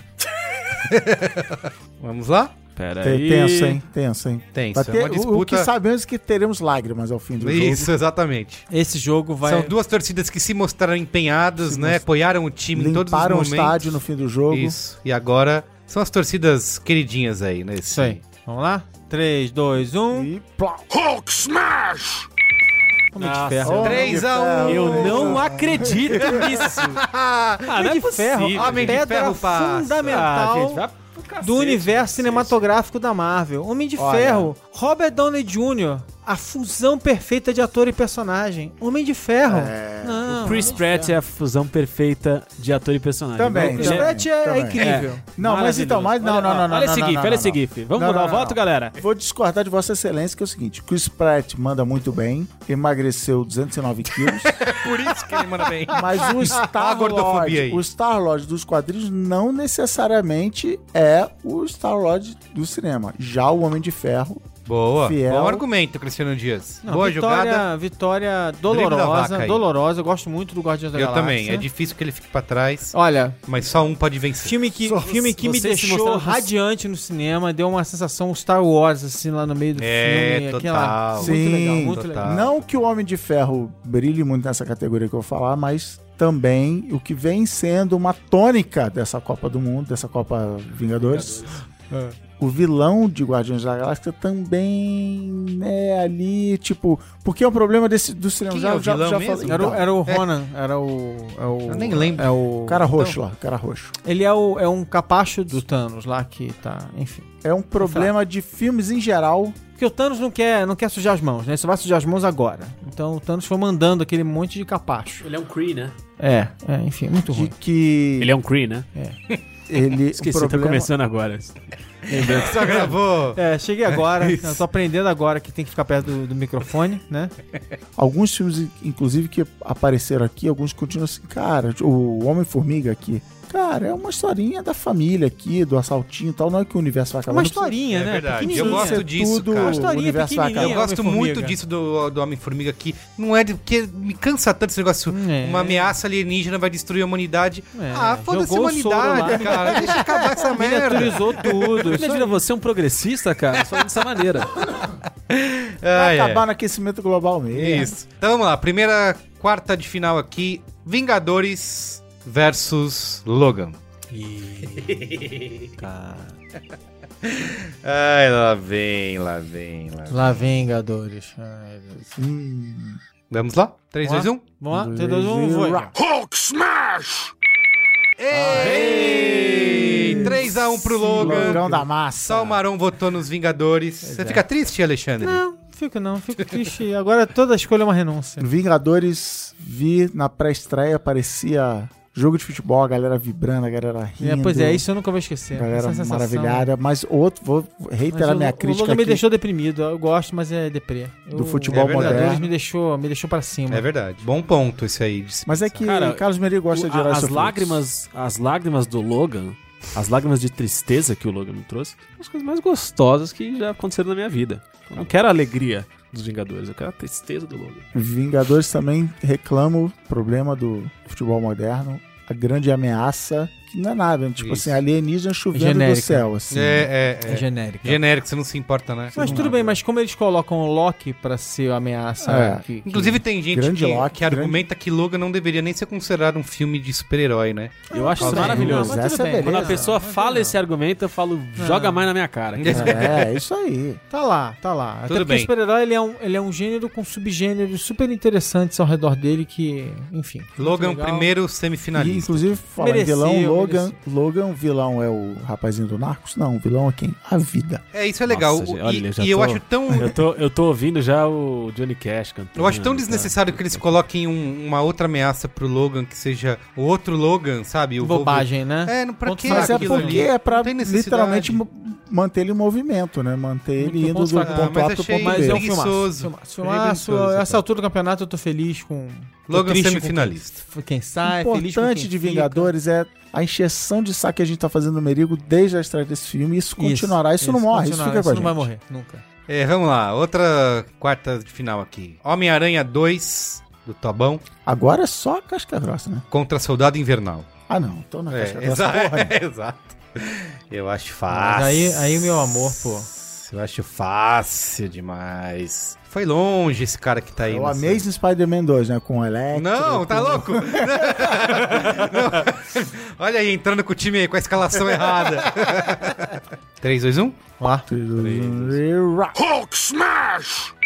Speaker 1: Vamos lá?
Speaker 5: Pera
Speaker 2: Tem-
Speaker 5: aí.
Speaker 2: Tenso, hein? Tenso, hein?
Speaker 1: Tem,
Speaker 2: Vai
Speaker 1: isso
Speaker 2: ter-
Speaker 1: é uma
Speaker 2: o-
Speaker 1: disputa.
Speaker 2: O que sabemos é que teremos lágrimas ao fim do
Speaker 1: Isso, exatamente.
Speaker 4: Esse jogo vai.
Speaker 1: São duas torcidas que se mostraram empenhadas, né? Apoiaram o time
Speaker 2: jogo.
Speaker 1: em todos os
Speaker 2: Limparam o
Speaker 1: momentos.
Speaker 2: estádio no fim do jogo.
Speaker 1: Isso. E agora são as torcidas queridinhas aí, né?
Speaker 4: Isso aí. Vamos lá? um. 3, 2, 1.
Speaker 2: E plá.
Speaker 6: Hulk Smash!
Speaker 4: Homem de ferro.
Speaker 2: ó.
Speaker 1: 3 a 1
Speaker 5: Eu não acredito nisso. Ah, não é
Speaker 4: de ferro,
Speaker 5: possível,
Speaker 1: Homem de
Speaker 4: pedra
Speaker 1: Ferro passa.
Speaker 4: fundamental
Speaker 5: Ah, gente, vai pro cacete.
Speaker 4: do universo cinematográfico da Marvel. Homem de
Speaker 2: Olha.
Speaker 4: Ferro, Robert Downey Jr., a fusão perfeita de ator e personagem. Homem de Ferro. Não,
Speaker 5: Chris Pratt é a fusão perfeita de ator e personagem.
Speaker 2: Também,
Speaker 5: Ele
Speaker 4: Chris
Speaker 2: também.
Speaker 5: é-
Speaker 4: Pratt é, é incrível.
Speaker 2: Não, mas
Speaker 5: Maravilhoso.
Speaker 2: então, mas não,
Speaker 5: olha,
Speaker 2: não, não, não.
Speaker 5: Olha esse
Speaker 2: não,
Speaker 5: GIF,
Speaker 2: não,
Speaker 5: olha
Speaker 2: não,
Speaker 5: esse
Speaker 2: não.
Speaker 5: GIF. Vamos
Speaker 2: Não,
Speaker 5: mudar
Speaker 2: não,
Speaker 5: o voto,
Speaker 2: não.
Speaker 5: galera?
Speaker 2: Vou discordar de Vossa Excelência, que é o seguinte: Chris Pratt manda muito bem, emagreceu 209 quilos,
Speaker 1: É Por isso que ele manda bem.
Speaker 2: mas o
Speaker 1: a
Speaker 2: Star
Speaker 1: gordofobia
Speaker 2: Lord,
Speaker 1: aí.
Speaker 2: o Star Lord dos quadrinhos não necessariamente é o Star Lord do cinema. Já o Homem de Ferro,
Speaker 1: Boa.
Speaker 2: Fiel.
Speaker 1: Bom argumento, Cristiano Dias.
Speaker 4: Não,
Speaker 1: Boa
Speaker 4: vitória,
Speaker 1: jogada.
Speaker 4: Vitória
Speaker 1: Drible da
Speaker 4: dolorosa,
Speaker 1: vaca aí.
Speaker 4: dolorosa. Eu gosto muito do Guardiões da
Speaker 1: Eu
Speaker 4: Galáxia.
Speaker 1: também. É difícil que ele fique pra trás,
Speaker 4: Olha,
Speaker 1: mas só um pode vencer.
Speaker 4: filme que,
Speaker 5: Só-
Speaker 4: filme que me
Speaker 5: vocês se
Speaker 4: deixou
Speaker 5: mostraram-
Speaker 4: radiante no cinema, deu uma sensação Star Wars, assim, lá no meio do
Speaker 1: É,
Speaker 4: filme.
Speaker 1: total.
Speaker 4: Muito
Speaker 2: Sim,
Speaker 4: legal, muito
Speaker 1: total.
Speaker 4: legal.
Speaker 1: Ah.
Speaker 2: Não que o Homem de Ferro brilhe muito nessa categoria que eu vou falar, mas também o que vem sendo uma tônica dessa Copa do Mundo, dessa Copa Vingadores. O vilão de Guardiões da Galáxia também é ali, tipo. Porque é um problema desse, do cinema.
Speaker 1: Quem é o vilão mesmo?
Speaker 2: falei.
Speaker 4: Era, o-
Speaker 2: Então,
Speaker 4: era o Ronan, era o, é o-
Speaker 1: Eu nem lembro.
Speaker 4: É o,
Speaker 2: o cara
Speaker 1: então.
Speaker 2: roxo lá, o cara roxo.
Speaker 4: Ele é, o, é um capacho do Thanos lá que tá, enfim.
Speaker 2: É um problema de filmes em geral.
Speaker 4: Porque o Thanos não quer, não quer sujar as mãos, né? Ele só vai sujar as mãos agora. Então o Thanos foi mandando aquele monte de capacho.
Speaker 5: Ele é um Cree, né?
Speaker 4: É, é enfim, é muito
Speaker 2: De
Speaker 4: ruim.
Speaker 2: que
Speaker 5: Ele é um Cree, né?
Speaker 2: ele.
Speaker 5: Esqueci,
Speaker 2: o
Speaker 5: tá
Speaker 2: problema- é
Speaker 5: começando agora.
Speaker 1: Só gravou.
Speaker 4: É, cheguei agora, eu tô aprendendo agora que tem que ficar perto do, do microfone, né?
Speaker 2: Alguns filmes, inclusive, que apareceram aqui, alguns continuam assim, cara, o Homem-Formiga aqui. Cara, é uma historinha da família aqui, do assaltinho e tal. Não é que o universo vai
Speaker 4: É
Speaker 2: acabar.
Speaker 4: uma
Speaker 2: não precisa-
Speaker 4: historinha,
Speaker 1: É
Speaker 4: né?
Speaker 1: verdade, eu
Speaker 4: Pequenininha.
Speaker 1: gosto
Speaker 2: ser
Speaker 1: disso,
Speaker 2: tudo
Speaker 1: cara.
Speaker 2: o
Speaker 4: Uma historinha
Speaker 2: universo vai
Speaker 4: pequenininha.
Speaker 1: Eu
Speaker 4: é
Speaker 2: acabar.
Speaker 1: gosto
Speaker 4: Homem-Formiga.
Speaker 1: muito disso do, do Homem-Formiga aqui. Não é de- porque me cansa tanto esse negócio.
Speaker 4: É.
Speaker 1: Uma ameaça alienígena vai destruir a humanidade.
Speaker 4: É,
Speaker 1: Ah, foda-se a
Speaker 4: jogou o soro
Speaker 1: humanidade,
Speaker 4: lá.
Speaker 1: cara. Deixa acabar essa merda.
Speaker 4: Miniaturizou tudo. isso aí.
Speaker 5: Imagina, você é um progressista, cara, só dessa maneira.
Speaker 1: Ah,
Speaker 2: Vai
Speaker 1: é.
Speaker 2: acabar no aquecimento global mesmo.
Speaker 1: Isso. Então vamos lá. Primeira quarta de final aqui: Vingadores versus Logan. Ai, lá vem, lá vem, lá vem.
Speaker 4: Lá vem, Vingadores. Ai, Deus.
Speaker 2: Hum,
Speaker 1: Vamos lá? um? 3, 2, 1.
Speaker 4: Vamos lá, um, 3, 2, 1, foi.
Speaker 6: Hulk Smash!
Speaker 1: Ah, Ei! 3x1 pro
Speaker 2: Logão
Speaker 1: Logan. é.
Speaker 2: da massa.
Speaker 1: Só o Maron votou nos Vingadores. Você fica triste, Alexandre?
Speaker 4: Não, fico não, fico triste. Agora toda escolha é uma renúncia.
Speaker 2: Vingadores, vi na pré-estreia, parecia Jogo de futebol, a galera vibrando, a galera rindo.
Speaker 4: É, pois é, isso eu nunca vou esquecer.
Speaker 2: A galera
Speaker 4: Essa é sensação. né?
Speaker 2: maravilhada. Mas outro, vou
Speaker 4: Mas
Speaker 2: reiterar
Speaker 4: o-
Speaker 2: minha
Speaker 4: O
Speaker 2: crítica
Speaker 4: Logan me
Speaker 2: aqui
Speaker 4: deixou deprimido. Eu gosto, mas é deprê.
Speaker 2: do
Speaker 4: Eu-
Speaker 2: futebol
Speaker 1: É verdade.
Speaker 4: Libertadores
Speaker 2: moderno.
Speaker 4: me deixou, me deixou pra cima.
Speaker 1: É verdade. Bom ponto esse aí. de se
Speaker 2: Mas é
Speaker 1: pensar.
Speaker 2: que
Speaker 5: Cara,
Speaker 2: Carlos Merigo gosta
Speaker 5: O-
Speaker 2: de
Speaker 5: a-
Speaker 2: heróis
Speaker 5: as
Speaker 2: sofridos.
Speaker 5: lágrimas, as lágrimas do Logan, as lágrimas de tristeza que o Logan me trouxe, são as coisas mais gostosas que já aconteceram na minha vida. Eu não quero a alegria dos Vingadores, eu quero a tristeza do Logan.
Speaker 2: Vingadores também reclamo problema do futebol moderno, a grande ameaça, que não é nada, né? tipo
Speaker 1: Isso.
Speaker 2: assim, alienígena chovendo
Speaker 4: Genérica.
Speaker 2: do céu, assim.
Speaker 1: É, é,
Speaker 4: É
Speaker 1: é.
Speaker 4: genérico.
Speaker 1: Genérico, você não se importa, né?
Speaker 4: Mas tudo bem, mas como eles colocam o Loki pra ser a ameaça
Speaker 2: É.
Speaker 4: que- que-
Speaker 1: Inclusive tem gente
Speaker 2: Grande
Speaker 1: que,
Speaker 2: Loki,
Speaker 1: que argumenta que Logan não deveria nem ser considerado um filme de super-herói, né?
Speaker 5: Eu acho isso
Speaker 4: Tudo bem.
Speaker 5: maravilhoso.
Speaker 4: Não, mas
Speaker 2: Essa
Speaker 4: tudo
Speaker 2: é
Speaker 4: bem.
Speaker 2: beleza.
Speaker 5: Quando a pessoa fala esse argumento, eu falo, joga mais na minha cara.
Speaker 2: É, é isso aí.
Speaker 4: Tá lá, tá lá. Até
Speaker 1: Tudo
Speaker 4: porque
Speaker 1: bem.
Speaker 4: o super-herói ele é, um, ele é um gênero com subgêneros super interessantes ao redor dele que, enfim.
Speaker 1: Logan, é
Speaker 4: legal.
Speaker 1: primeiro
Speaker 2: E,
Speaker 1: semifinalista.
Speaker 2: inclusive, falar em
Speaker 4: Mereceu,
Speaker 2: vilão, Logan,
Speaker 4: mereceu.
Speaker 2: Logan, o vilão é o rapazinho do Narcos? Não, o vilão é quem? A vida.
Speaker 1: É, isso é legal.
Speaker 5: Nossa,
Speaker 1: O-
Speaker 5: gente, olha,
Speaker 1: e
Speaker 5: eu já
Speaker 1: e eu
Speaker 5: tô-
Speaker 1: acho tão.
Speaker 5: Eu tô, eu tô ouvindo já o Johnny Cash cantando.
Speaker 1: Eu acho tão
Speaker 5: tá?
Speaker 1: desnecessário que eles coloquem um- uma outra ameaça pro Logan que seja o outro Logan, sabe? O
Speaker 4: Bobagem, né?
Speaker 1: Wolverine. É, não, pra
Speaker 4: Ponto
Speaker 1: que
Speaker 2: Mas é
Speaker 1: aquilo
Speaker 2: porque
Speaker 1: ali?
Speaker 2: é pra
Speaker 1: Não tem necessidade.
Speaker 2: literalmente mo- manter ele em movimento, né? Manter ele
Speaker 4: Muito
Speaker 2: indo
Speaker 4: bom
Speaker 2: do
Speaker 4: sacar.
Speaker 1: Ah,
Speaker 2: ponto A
Speaker 1: mas
Speaker 2: pro
Speaker 1: achei-
Speaker 2: ponto
Speaker 4: Mas é um
Speaker 2: B.
Speaker 1: Preguiçoso.
Speaker 4: filmaço. Filmaço. filmaço.
Speaker 1: Preguiçoso,
Speaker 4: Essa altura do campeonato eu tô feliz com. tô
Speaker 1: Logan
Speaker 4: triste com
Speaker 1: semifinalista.
Speaker 4: quem- Quem
Speaker 2: O
Speaker 4: sai, Ah, é feliz com
Speaker 2: importante
Speaker 4: quem
Speaker 2: de
Speaker 4: fica.
Speaker 2: Vingadores é a encheção de saco que a gente tá fazendo no Merigo desde a estreia desse filme. Isso continuará, isso, não morre, isso
Speaker 4: continuará,
Speaker 2: fica com a
Speaker 4: não vai
Speaker 2: gente.
Speaker 4: morrer, nunca.
Speaker 1: É, vamos lá. Outra quarta de final aqui. Homem-Aranha 2 do Tobão
Speaker 2: Agora é só casca grossa, né?
Speaker 1: contra Soldado Invernal.
Speaker 2: Ah, não. Tô na casca
Speaker 1: É,
Speaker 2: grossa.
Speaker 1: exa-
Speaker 2: porra, né?
Speaker 1: é, exato. Eu acho fácil.
Speaker 4: Mas aí- aí, meu amor, pô.
Speaker 1: Eu acho fácil demais. Foi longe esse cara que tá aí.
Speaker 2: É o
Speaker 1: nessa-
Speaker 2: Amazing Spider-Man 2, né? Com o Electro.
Speaker 1: Não, tá louco? Não. Olha aí, entrando com o time aí, com a escalação errada. um? 3, 2, 1.
Speaker 6: Hulk smash!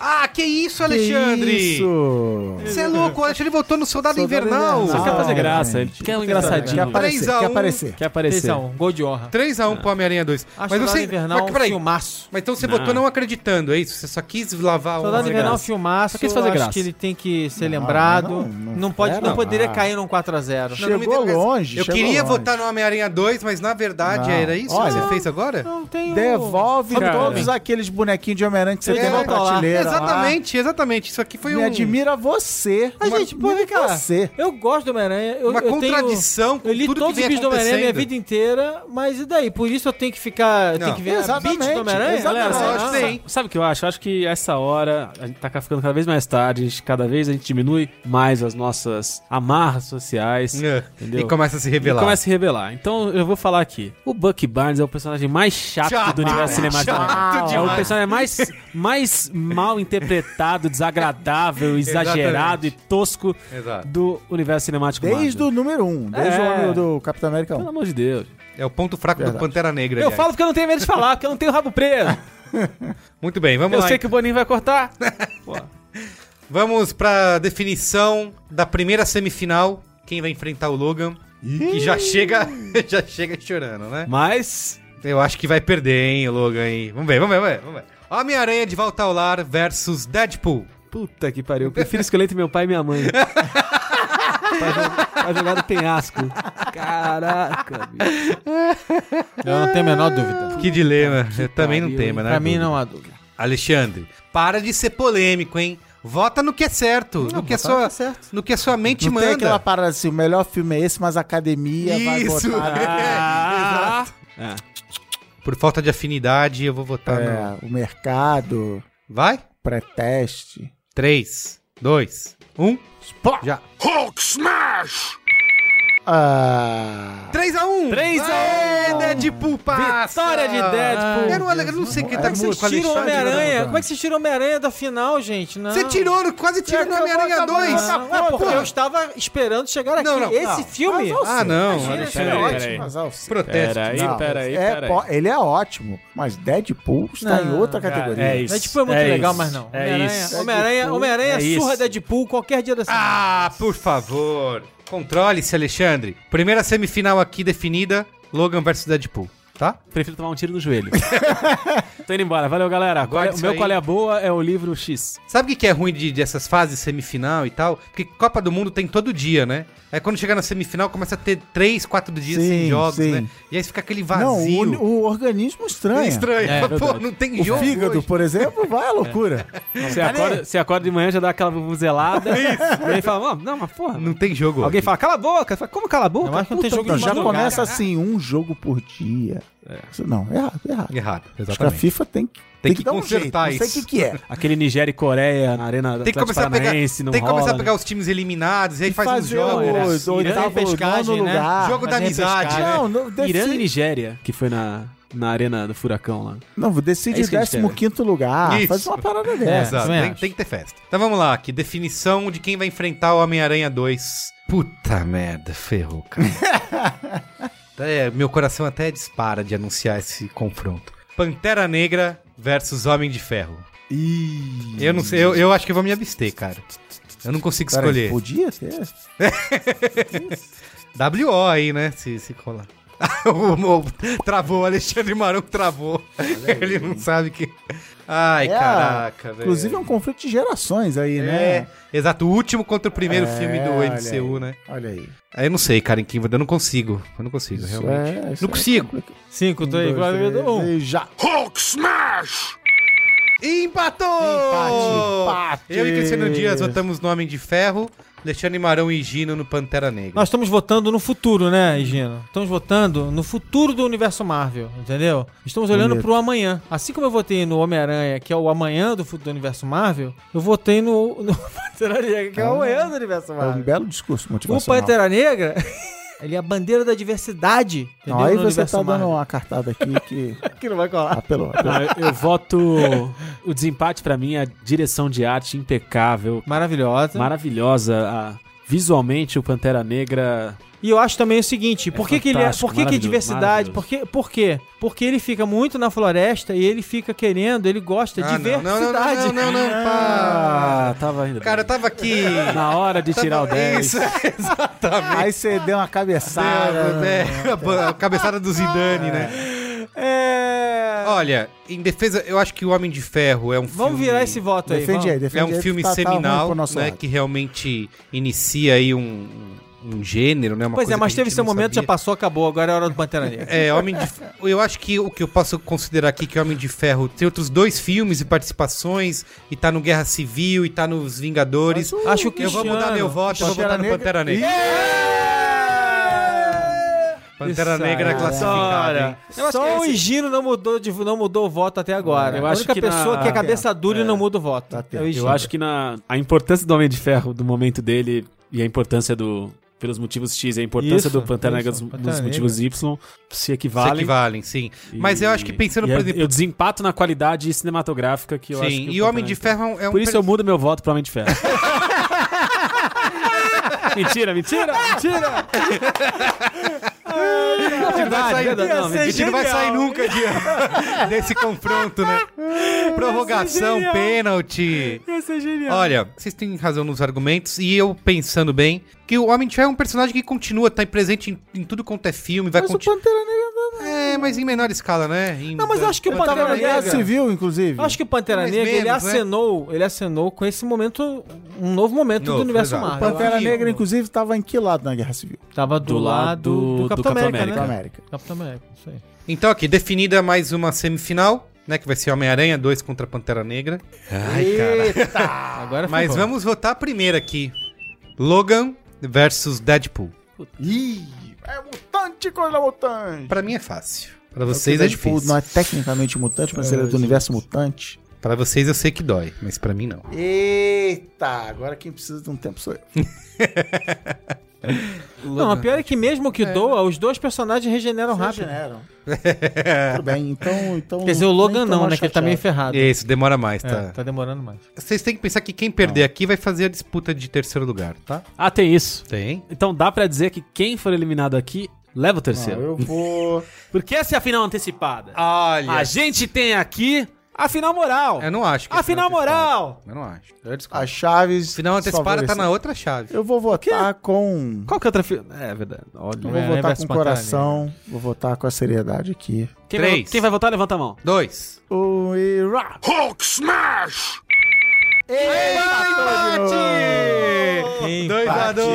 Speaker 1: Ah, que isso, Alexandre?
Speaker 2: Isso!
Speaker 1: Você é louco, o Alexandre voltou no Soldado,
Speaker 2: Soldado
Speaker 1: Invernal.
Speaker 5: Só quer
Speaker 2: Não,
Speaker 5: fazer graça,
Speaker 2: gente.
Speaker 5: ele quer um
Speaker 2: Quer
Speaker 5: engraçadinho.
Speaker 2: aparecer,
Speaker 1: Três a
Speaker 2: quer
Speaker 1: um.
Speaker 2: aparecer.
Speaker 5: Quer aparecer.
Speaker 4: 3x1, gol de
Speaker 1: Ah.
Speaker 4: honra.
Speaker 1: 3x1 pro Homem-Aranha 2.
Speaker 4: Acho
Speaker 1: Mas
Speaker 4: Soldado
Speaker 1: você.
Speaker 4: Invernal
Speaker 1: mas,
Speaker 4: um
Speaker 1: peraí,
Speaker 4: filmaço.
Speaker 1: mas então você
Speaker 5: Não.
Speaker 1: botou não acreditando, é isso? Você só quis lavar o
Speaker 4: Soldado
Speaker 1: Homem-Aranha.
Speaker 4: Invernal é um
Speaker 5: graça.
Speaker 4: filmaço,
Speaker 2: é
Speaker 5: Só quis fazer
Speaker 4: acho
Speaker 5: graça.
Speaker 4: que ele tem que ser
Speaker 2: Não,
Speaker 4: lembrado. Não,
Speaker 2: Ah, não, não Ah.
Speaker 4: pode,
Speaker 2: era
Speaker 4: não poderia
Speaker 2: lá.
Speaker 4: cair num 4x0.
Speaker 1: Não, não me
Speaker 2: Chegou
Speaker 1: deu-
Speaker 2: longe,
Speaker 1: Eu
Speaker 2: chegou
Speaker 1: queria
Speaker 2: longe.
Speaker 1: votar no Homem-Aranha 2, mas na verdade
Speaker 2: Não.
Speaker 1: era isso
Speaker 2: Olha.
Speaker 1: que você fez agora?
Speaker 4: Não, tem o-
Speaker 2: Devolve
Speaker 4: Cara,
Speaker 2: todos aqueles bonequinhos de Homem-Aranha que você
Speaker 4: Ele
Speaker 2: tem na
Speaker 4: volta lá.
Speaker 2: prateleira. lá.
Speaker 1: É, Exatamente, exatamente. Isso aqui foi
Speaker 2: Me
Speaker 1: um-
Speaker 2: admira você.
Speaker 4: Mas, gente, pô, vem cá.
Speaker 2: Você.
Speaker 4: Eu gosto do Homem-Aranha. Eu,
Speaker 1: uma
Speaker 4: eu
Speaker 1: contradição
Speaker 4: Tenho, eu li
Speaker 1: com tudo
Speaker 4: todos
Speaker 1: que
Speaker 4: os
Speaker 1: vem
Speaker 4: bichos do Homem-Aranha minha
Speaker 1: acontecendo.
Speaker 4: vida inteira, mas e daí? Por isso eu tenho que ficar. Eu
Speaker 1: Não.
Speaker 4: tenho que ver
Speaker 2: Exatamente,
Speaker 4: a beat do Homem-Aranha?
Speaker 1: Eu
Speaker 2: exatamente.
Speaker 4: Galera,
Speaker 1: acho que
Speaker 4: sabe-
Speaker 1: sim.
Speaker 5: Sabe o que eu acho? Eu acho que essa hora a gente tá ficando cada vez mais tarde, a gente, cada vez a gente diminui mais as nossas amarras sociais.
Speaker 1: É.
Speaker 5: Entendeu?
Speaker 1: E começa a se
Speaker 5: E
Speaker 1: revelar.
Speaker 5: começa a se rebelar. Então eu vou falar aqui. O Buck Barnes é o personagem mais chato,
Speaker 1: Chato,
Speaker 5: do universo cinematográfico.
Speaker 1: chato
Speaker 5: É o
Speaker 1: demais.
Speaker 5: personagem mais, mais mal interpretado, desagradável, exagerado e tosco
Speaker 1: Exato.
Speaker 5: do universo cinemático.
Speaker 2: Desde
Speaker 5: Marvel.
Speaker 2: o número 1, um, desde
Speaker 5: É.
Speaker 2: o número do Capitão América 1.
Speaker 5: Pelo amor de Deus.
Speaker 1: É o ponto fraco do
Speaker 2: Verdade.
Speaker 1: Pantera Negra.
Speaker 5: Eu
Speaker 1: aliás.
Speaker 5: falo porque eu não tenho medo de falar, porque eu não tenho rabo preso.
Speaker 1: Muito bem, vamos
Speaker 5: Eu
Speaker 1: lá.
Speaker 5: sei que o Boninho vai cortar.
Speaker 1: Vamos pra definição da primeira semifinal. Quem vai enfrentar o Logan? Que já chega, já chega chorando, né?
Speaker 5: Mas
Speaker 1: Eu acho que vai perder, hein, o Logan aí. Vamos ver, vamos ver, vamos ver. Vamos ver. Homem-Aranha de volta ao lar versus Deadpool.
Speaker 5: Puta que pariu. Eu prefiro escolher entre meu pai e minha mãe. pra, jogar, pra jogar no penhasco. Caraca, bicho.
Speaker 4: Eu não tenho a menor dúvida.
Speaker 1: Que dilema. Eu também não
Speaker 5: pariu,
Speaker 1: tenho,
Speaker 5: hein?
Speaker 1: mas
Speaker 4: Pra mim não há dúvida.
Speaker 1: Alexandre, para de ser polêmico, hein? Vota no que é certo, no, que a sua, no que a sua mente
Speaker 2: Não tem
Speaker 1: manda.
Speaker 2: aquela parada assim, o melhor filme é esse, mas a academia vai
Speaker 1: Isso.
Speaker 2: botar...
Speaker 5: Ah,
Speaker 1: Por falta de afinidade, eu vou votar no...
Speaker 5: Ah.
Speaker 2: É, o mercado,
Speaker 1: Vai?
Speaker 2: pré-teste.
Speaker 1: 3, 2, 1. Já.
Speaker 6: Hulk smash!
Speaker 2: Ah,
Speaker 1: 3x1!
Speaker 5: 3 a 1.
Speaker 1: Deadpool passa!
Speaker 5: Vitória de Deadpool.
Speaker 1: Eu não, eu não sei o que tá
Speaker 2: Vocês
Speaker 1: acontecendo com o
Speaker 4: Tira o
Speaker 1: Alexandre.
Speaker 4: Homem-Aranha.
Speaker 2: Rodando.
Speaker 4: Como é que você tirou o Homem-Aranha da final, gente? Não. É,
Speaker 1: Você tirou, no- quase tirou no Homem-Aranha 2.
Speaker 4: Não, é porque eu estava esperando chegar aqui.
Speaker 1: Não, não,
Speaker 4: Esse
Speaker 2: não.
Speaker 4: filme.
Speaker 2: Mas,
Speaker 1: Ah, não,
Speaker 4: Imagina,
Speaker 1: Alexandre.
Speaker 4: cara,
Speaker 5: Peraí,
Speaker 4: ótimo.
Speaker 5: peraí.
Speaker 2: mas, ah, você-
Speaker 1: Protesto.
Speaker 5: Peraí,
Speaker 2: Não,
Speaker 5: peraí,
Speaker 2: é
Speaker 5: peraí.
Speaker 2: po- ele é ótimo, mas Deadpool está em
Speaker 4: Não,
Speaker 2: outra
Speaker 5: cara,
Speaker 2: categoria.
Speaker 5: é isso.
Speaker 4: Deadpool é muito
Speaker 5: É
Speaker 4: legal,
Speaker 5: isso.
Speaker 4: mas não.
Speaker 5: É
Speaker 4: Homem-Aranha-
Speaker 5: isso.
Speaker 4: Homem-Aranha Homem-Aranha
Speaker 5: É isso.
Speaker 4: surra Deadpool qualquer dia da semana.
Speaker 1: Ah, por favor. Controle-se, Alexandre. Primeira semifinal aqui definida, Logan versus Deadpool. tá?
Speaker 5: Prefiro tomar um tiro no joelho. Tô indo embora. Valeu, galera. Qual é-
Speaker 1: Guarda
Speaker 5: o
Speaker 1: isso
Speaker 5: meu
Speaker 1: aí.
Speaker 5: qual é a boa é o livro X.
Speaker 1: Sabe o que que é ruim de, dessas fases, semifinal e tal? Porque Copa do Mundo tem todo dia, né? Aí quando chega na semifinal, começa a ter três, quatro dias
Speaker 2: Sim,
Speaker 1: sem jogos,
Speaker 2: sim.
Speaker 1: né? E aí fica aquele
Speaker 2: Não,
Speaker 1: vazio.
Speaker 2: o, o organismo estranha.
Speaker 1: Estranho.
Speaker 5: É,
Speaker 1: Pô,
Speaker 5: verdade.
Speaker 1: não tem
Speaker 2: O
Speaker 1: jogo.
Speaker 2: fígado,
Speaker 1: hoje.
Speaker 2: por exemplo, vai à loucura.
Speaker 5: Você acorda, você acorda de manhã, já dá aquela vuvuzelada. E aí fala, "Não, não, mas porra.
Speaker 1: Não tem jogo.
Speaker 5: Alguém
Speaker 1: hoje.
Speaker 5: fala, cala a boca. Fala, Como cala a boca?
Speaker 4: Eu acho que não tem
Speaker 5: Puta,
Speaker 4: jogo
Speaker 5: que
Speaker 4: de
Speaker 2: já
Speaker 5: madrugada."
Speaker 2: começa assim, um jogo por dia. Isso- Não, é errado, é errado.
Speaker 1: Errado,
Speaker 2: Acho que a
Speaker 1: exatamente.
Speaker 2: FIFA tem que,
Speaker 1: Tem que
Speaker 2: dar um jeito.
Speaker 1: consertar
Speaker 2: Não sei
Speaker 1: isso.
Speaker 2: o que, que é.
Speaker 5: Aquele Nigéria e Coreia na arena
Speaker 1: Tem que
Speaker 5: Atlético
Speaker 1: começar a pegar, tem
Speaker 5: Paranaense, não
Speaker 1: que começar
Speaker 5: rola, né?
Speaker 1: a pegar os times eliminados e aí
Speaker 2: E
Speaker 1: faz um é uns
Speaker 2: fazer o-
Speaker 1: jogos.
Speaker 2: o
Speaker 4: Irã e
Speaker 2: oitavo,
Speaker 4: pescagem,
Speaker 2: nono
Speaker 4: né?
Speaker 2: lugar.
Speaker 5: Ah,
Speaker 1: Jogo da
Speaker 5: é
Speaker 4: mas nem
Speaker 1: amizade,
Speaker 4: pescar.
Speaker 1: né?
Speaker 2: Não, não,
Speaker 5: né? Irã e
Speaker 2: decide,
Speaker 5: Nigéria, que foi na, na arena do Furacão lá.
Speaker 2: não,
Speaker 5: É
Speaker 2: decide
Speaker 5: isso que a gente
Speaker 2: o 15 lugar.
Speaker 1: Isso.
Speaker 2: Faz uma parada
Speaker 1: É,
Speaker 2: dessa.
Speaker 1: Exato,
Speaker 4: também
Speaker 1: tem,
Speaker 4: acho.
Speaker 1: tem que ter festa. Então vamos lá, aqui. Definição de quem vai enfrentar o Homem-Aranha 2. Puta merda, ferrou, cara. É, meu coração até dispara de anunciar esse confronto. Pantera Negra versus Homem de Ferro. Eu não sei, eu, eu acho que eu vou me abster, cara. Eu não consigo
Speaker 2: Peraí,
Speaker 1: escolher.
Speaker 2: podia ter.
Speaker 1: WO aí, né? Se, se colar. o, o- travou, o Alexandre Marão travou. Ele não sabe que. Ai,
Speaker 2: É,
Speaker 1: caraca, velho.
Speaker 2: Inclusive é um conflito de gerações aí,
Speaker 1: É,
Speaker 2: né?
Speaker 1: exato, o último contra o primeiro
Speaker 2: É,
Speaker 1: filme do
Speaker 2: olha
Speaker 1: MCU,
Speaker 2: aí.
Speaker 1: né?
Speaker 2: Olha aí.
Speaker 1: Aí eu não sei, cara, em quem vai dar, eu não consigo. Eu não consigo, realmente.
Speaker 2: É, isso
Speaker 1: não
Speaker 2: é
Speaker 1: consigo.
Speaker 2: complicado.
Speaker 4: Cinco,
Speaker 2: Um,
Speaker 4: três,
Speaker 2: dois,
Speaker 4: quatro,
Speaker 2: três,
Speaker 4: um.
Speaker 2: e já.
Speaker 6: Hulk smash!
Speaker 1: Empatou!
Speaker 2: Empate, empate.
Speaker 1: Eu e Cristiano Dias votamos no Homem de Ferro, Alexandre Marão e Gino no Pantera Negra.
Speaker 4: Nós estamos votando no futuro, né, Gino? Estamos votando no futuro do universo Marvel, entendeu? Estamos olhando
Speaker 2: Bonito.
Speaker 4: pro amanhã. Assim como eu votei no Homem-Aranha, que é o amanhã do futuro do universo Marvel, eu votei no, no Pantera Negra, que é o amanhã do universo
Speaker 2: Ah. É um
Speaker 4: Marvel.
Speaker 2: belo discurso
Speaker 1: é
Speaker 4: O
Speaker 2: motivacional.
Speaker 4: Pantera Negra, ele é a bandeira da diversidade, entendeu?
Speaker 2: Não, aí
Speaker 4: No
Speaker 2: você
Speaker 4: universo
Speaker 2: tá dando
Speaker 4: Marvel.
Speaker 2: uma cartada aqui que
Speaker 4: que não vai colar.
Speaker 2: apelou. apelou.
Speaker 5: Não, eu, eu voto. O desempate pra mim é a direção de arte impecável,
Speaker 4: Maravilhosa.
Speaker 5: maravilhosa. a- visualmente, o Pantera Negra.
Speaker 4: E eu acho também o seguinte, por que, que ele é,
Speaker 5: fantástico,
Speaker 4: por que, que é
Speaker 5: maravilhoso,
Speaker 4: diversidade? Por, que, por quê? Porque ele fica muito na floresta e ele fica querendo, ele gosta de
Speaker 1: Ah, não, não, não,
Speaker 4: diversidade.
Speaker 1: não, não, não, não, pá.
Speaker 5: Ah, tava indo.
Speaker 1: Cara, eu tava aqui.
Speaker 5: Na hora de tirar o 10.
Speaker 1: Isso, exatamente.
Speaker 2: Aí você deu uma cabeçada.
Speaker 1: É, a cabeçada do Zidane, né?
Speaker 4: É...
Speaker 1: Olha, em defesa, eu acho que o Homem de Ferro é um filme.
Speaker 4: Vamos virar esse voto aí.
Speaker 2: Defende aí,
Speaker 4: vamos.
Speaker 2: defende
Speaker 1: É
Speaker 2: aí,
Speaker 1: um
Speaker 2: que
Speaker 1: filme
Speaker 2: tá- tá ruim
Speaker 1: seminal,
Speaker 2: pro nosso
Speaker 1: né,
Speaker 2: lado.
Speaker 1: que realmente inicia aí um, um gênero, né? Uma
Speaker 4: Pois é,
Speaker 1: coisa
Speaker 4: mas
Speaker 1: que a
Speaker 4: teve
Speaker 1: gente
Speaker 4: seu
Speaker 1: não
Speaker 4: momento, já
Speaker 1: sabia.
Speaker 4: passou, acabou. Agora é hora do Pantera Negra.
Speaker 1: É, Homem de F- Eu acho que o que eu posso considerar aqui é que Homem de Ferro tem outros dois filmes e participações, e tá no Guerra Civil, e tá nos Vingadores.
Speaker 4: Acho que
Speaker 1: Eu vou mudar meu voto, eu vou
Speaker 2: Pantera
Speaker 1: votar no
Speaker 2: Negra-
Speaker 1: Pantera Negra. Pantera
Speaker 4: Isso
Speaker 1: Negra
Speaker 4: aí,
Speaker 1: classificada. hein?
Speaker 4: Só o Gino não mudou, de- não mudou o voto até agora.
Speaker 5: Eu
Speaker 4: a
Speaker 5: acho
Speaker 4: única
Speaker 5: que
Speaker 4: pessoa
Speaker 5: na-
Speaker 4: que é cabeça dura e não muda o voto.
Speaker 2: Tá
Speaker 4: é
Speaker 2: tendo.
Speaker 4: o
Speaker 5: Eu
Speaker 4: Gino.
Speaker 5: acho que na, a importância do Homem de Ferro, do momento dele, e a importância do. Pelos motivos X e a importância
Speaker 4: Isso,
Speaker 5: do Pantera Negra
Speaker 4: isso,
Speaker 5: dos,
Speaker 4: Pantera
Speaker 5: dos
Speaker 4: Negra.
Speaker 5: motivos Y se
Speaker 1: Vale.
Speaker 5: equivalem.
Speaker 1: que valem, sim. Mas eu acho que pensando,
Speaker 5: e
Speaker 1: por
Speaker 5: eu-
Speaker 1: exemplo.
Speaker 5: Eu desempato na qualidade cinematográfica que eu acho
Speaker 1: Sim,
Speaker 5: que
Speaker 1: e o Homem de
Speaker 5: Pantera
Speaker 1: Ferro é um- é um.
Speaker 5: Por isso
Speaker 1: per-
Speaker 5: eu mudo meu voto pro Homem de Ferro. mentira, mentira, mentira.
Speaker 1: não vai sair,
Speaker 4: verdade.
Speaker 1: não,
Speaker 4: Ia ser
Speaker 1: a gente não vai
Speaker 4: genial.
Speaker 1: sair nunca de- desse confronto, né? Prorrogação,
Speaker 4: genial.
Speaker 1: pênalti.
Speaker 4: Ia ser genial.
Speaker 1: Olha, vocês têm razão nos argumentos, e eu pensando bem, que o Homem de Ferro é um personagem que continua, tá presente em, em tudo quanto é filme, vai
Speaker 2: Mas o
Speaker 1: continuar.
Speaker 2: Pantera Negra...
Speaker 1: É, mas em menor escala, né? Em-
Speaker 4: Não, mas eu acho que o é
Speaker 1: tava
Speaker 4: Pantera
Speaker 1: na
Speaker 4: Negra-
Speaker 2: É Guerra
Speaker 1: guerra civil.
Speaker 2: Civil, inclusive.
Speaker 4: Eu acho que o Pantera
Speaker 1: Mais
Speaker 4: Negra, ele
Speaker 1: menos, né?
Speaker 4: acenou, ele acenou com esse momento, um novo momento
Speaker 1: Novo,
Speaker 4: do universo
Speaker 1: exato.
Speaker 4: Marvel.
Speaker 1: eu
Speaker 2: Pantera
Speaker 1: acho que-
Speaker 2: Negra, inclusive, estava em que lado na Guerra Civil?
Speaker 4: Tava do,
Speaker 5: Do
Speaker 4: lado
Speaker 5: lado
Speaker 4: do,
Speaker 5: do
Speaker 4: Capitão
Speaker 5: Capitão
Speaker 4: América,
Speaker 2: Da
Speaker 4: né?
Speaker 2: América.
Speaker 4: Capitão América, isso aí.
Speaker 1: Então, aqui, definida mais uma semifinal, né? Que vai ser Homem-Aranha 2 contra Pantera Negra. Ai, cara.
Speaker 4: Agora foi
Speaker 1: Mas
Speaker 4: bom.
Speaker 1: vamos votar primeiro aqui: Logan versus Deadpool.
Speaker 2: Ih, é mutante contra mutante.
Speaker 1: Pra mim é fácil. Pra vocês é,
Speaker 2: Deadpool
Speaker 1: difícil.
Speaker 2: não é tecnicamente mutante, mas ele é do universo mutante.
Speaker 1: Pra vocês eu sei que dói, mas pra mim não.
Speaker 2: Eita, agora quem precisa de um tempo sou eu.
Speaker 4: Não, a pior é que mesmo que doa, os dois personagens regeneram
Speaker 2: Vocês
Speaker 4: rápido.
Speaker 2: Regeneram. Tudo bem, então... então
Speaker 4: Quer dizer, o Logan
Speaker 2: nem tô
Speaker 4: não, né?
Speaker 2: mais
Speaker 4: Que ele tá meio
Speaker 2: chateado.
Speaker 4: ferrado.
Speaker 1: É Isso, demora mais,
Speaker 4: É,
Speaker 1: tá?
Speaker 4: tá demorando mais.
Speaker 1: Vocês têm que pensar que quem perder aqui vai fazer a disputa de terceiro lugar, tá?
Speaker 5: Ah, tem isso.
Speaker 1: Tem.
Speaker 5: Então dá pra dizer que quem for eliminado aqui leva o terceiro.
Speaker 2: Não, eu vou...
Speaker 5: Porque essa é a final antecipada.
Speaker 1: Olha.
Speaker 5: A gente tem aqui A final moral!
Speaker 1: Ah, Eu não acho. que
Speaker 4: Ah,
Speaker 5: A
Speaker 1: é
Speaker 5: final
Speaker 1: antecipada.
Speaker 5: moral!
Speaker 1: Eu não acho. Eu discordo.
Speaker 2: A Chaves.
Speaker 1: Final antecipada tá
Speaker 2: favoreceu.
Speaker 1: na outra chave.
Speaker 2: Eu vou votar com.
Speaker 5: Qual que é outra final? É verdade.
Speaker 3: É,
Speaker 2: Eu
Speaker 5: Olha.
Speaker 2: Então vou votar
Speaker 3: reverso
Speaker 2: com o
Speaker 3: batalha.
Speaker 2: coração, vou votar com a seriedade aqui.
Speaker 5: Quem vai,
Speaker 1: Três.
Speaker 5: quem vai votar, levanta a mão.
Speaker 1: Dois.
Speaker 2: O Ira!
Speaker 6: Hulk smash!
Speaker 1: Dois a dois.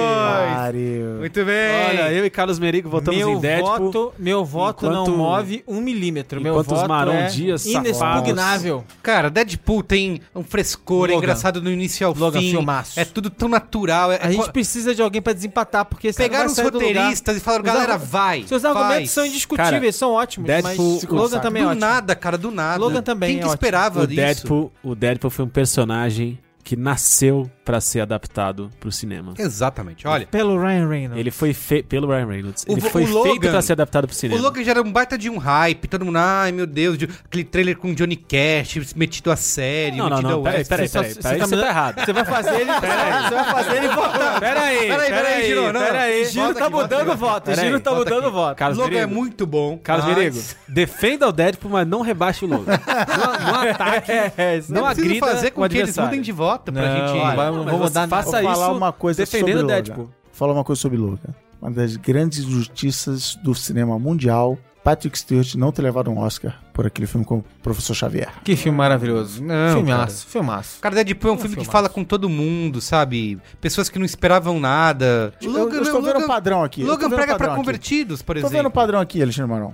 Speaker 2: Pariu.
Speaker 1: Muito bem.
Speaker 5: Olha, eu e Carlos Merigo votamos
Speaker 4: Meu
Speaker 5: em Deadpool.
Speaker 4: voto, meu voto
Speaker 5: enquanto-
Speaker 4: não move um milímetro. Meu
Speaker 5: enquanto os
Speaker 4: voto
Speaker 5: Marão
Speaker 4: é
Speaker 5: Dias safados-
Speaker 4: inexpugnável.
Speaker 1: Cara, Deadpool tem um frescor, é
Speaker 4: Logan.
Speaker 1: engraçado do início ao
Speaker 4: Logan,
Speaker 1: fim.
Speaker 4: filmaço.
Speaker 1: É tudo tão natural. É,
Speaker 4: A gente precisa de alguém pra desempatar, porque esse
Speaker 1: pegaram
Speaker 4: cara
Speaker 1: os
Speaker 4: vai sair do lugar.
Speaker 1: roteiristas e falaram, galera,
Speaker 4: argu-
Speaker 1: vai.
Speaker 4: Seus
Speaker 1: faz.
Speaker 4: argumentos são indiscutíveis,
Speaker 5: Cara,
Speaker 4: são ótimos,
Speaker 5: Deadpool-
Speaker 4: mas Logan também é
Speaker 1: Do
Speaker 4: ótimo.
Speaker 1: nada, cara, do nada.
Speaker 4: Logan também
Speaker 1: Quem
Speaker 4: é
Speaker 1: que
Speaker 4: ótimo.
Speaker 1: esperava
Speaker 5: O
Speaker 1: disso?
Speaker 5: Deadpool, o Deadpool foi um personagem que nasceu pra ser adaptado pro cinema.
Speaker 1: Exatamente. Olha,
Speaker 4: Pelo Ryan Reynolds.
Speaker 5: Ele foi feito pelo Ryan Reynolds.
Speaker 1: O
Speaker 5: ele
Speaker 1: vo-
Speaker 5: foi
Speaker 1: o
Speaker 5: feito
Speaker 1: Logan-
Speaker 5: pra ser adaptado pro cinema.
Speaker 1: O Logan já era um baita de um hype, todo mundo, ai meu Deus, de- aquele trailer com Johnny Cash, metido a sério,
Speaker 5: Não, não,
Speaker 1: metido
Speaker 5: não,
Speaker 1: a
Speaker 5: peraí,
Speaker 1: West.
Speaker 5: peraí,
Speaker 1: Você só-
Speaker 5: peraí,
Speaker 1: você
Speaker 5: peraí,
Speaker 1: tá
Speaker 5: você tá
Speaker 1: mandando-
Speaker 5: errado.
Speaker 4: Você vai fazer ele, você vai fazer ele votar.
Speaker 5: Peraí,
Speaker 1: Peraí, peraí, Giro, não, não.
Speaker 5: peraí.
Speaker 1: Giro
Speaker 4: Giro
Speaker 1: Volta
Speaker 4: tá
Speaker 1: aqui, volta
Speaker 4: mudando o
Speaker 1: aqui.
Speaker 4: voto,
Speaker 5: Pera aí,
Speaker 4: Giro tá
Speaker 1: volta
Speaker 4: mudando o
Speaker 1: aqui.
Speaker 4: voto.
Speaker 5: Carlos
Speaker 1: Logan é
Speaker 5: Merigo.
Speaker 1: muito bom.
Speaker 5: Carlos
Speaker 1: mas-
Speaker 5: Merigo, defenda o Deadpool, mas não rebaixe o Logan. não, não ataque, não
Speaker 1: Não precisa
Speaker 5: agrida
Speaker 1: fazer
Speaker 5: com o
Speaker 1: com que eles
Speaker 5: adversário.
Speaker 1: mudem de voto pra
Speaker 4: Não,
Speaker 1: gente.
Speaker 2: um-
Speaker 5: Não,
Speaker 4: olha, Não
Speaker 5: mas
Speaker 4: vou
Speaker 5: você
Speaker 4: mudar nada.
Speaker 5: Faça
Speaker 2: Vou falar
Speaker 5: isso
Speaker 2: uma coisa
Speaker 5: defendendo o
Speaker 2: sobre Logan.
Speaker 5: Deadpool.
Speaker 2: Vou falar uma coisa sobre Logan. Uma das grandes injustiças do cinema mundial, Patrick Stewart não ter levado um Oscar por aquele filme com o Professor Xavier.
Speaker 4: Que filme maravilhoso. filmaço, filmaço.
Speaker 1: Cara, Deadpool é um filme que fala com todo mundo, sabe? Pessoas que não esperavam nada.
Speaker 2: Eu- eu estou vendo um padrão aqui. eu
Speaker 1: Logan
Speaker 2: estou vendo um
Speaker 1: prega
Speaker 2: padrão
Speaker 1: pra
Speaker 2: aqui.
Speaker 1: convertidos, por
Speaker 2: Tô vendo
Speaker 1: exemplo.
Speaker 2: um padrão aqui, Alexandre Maron.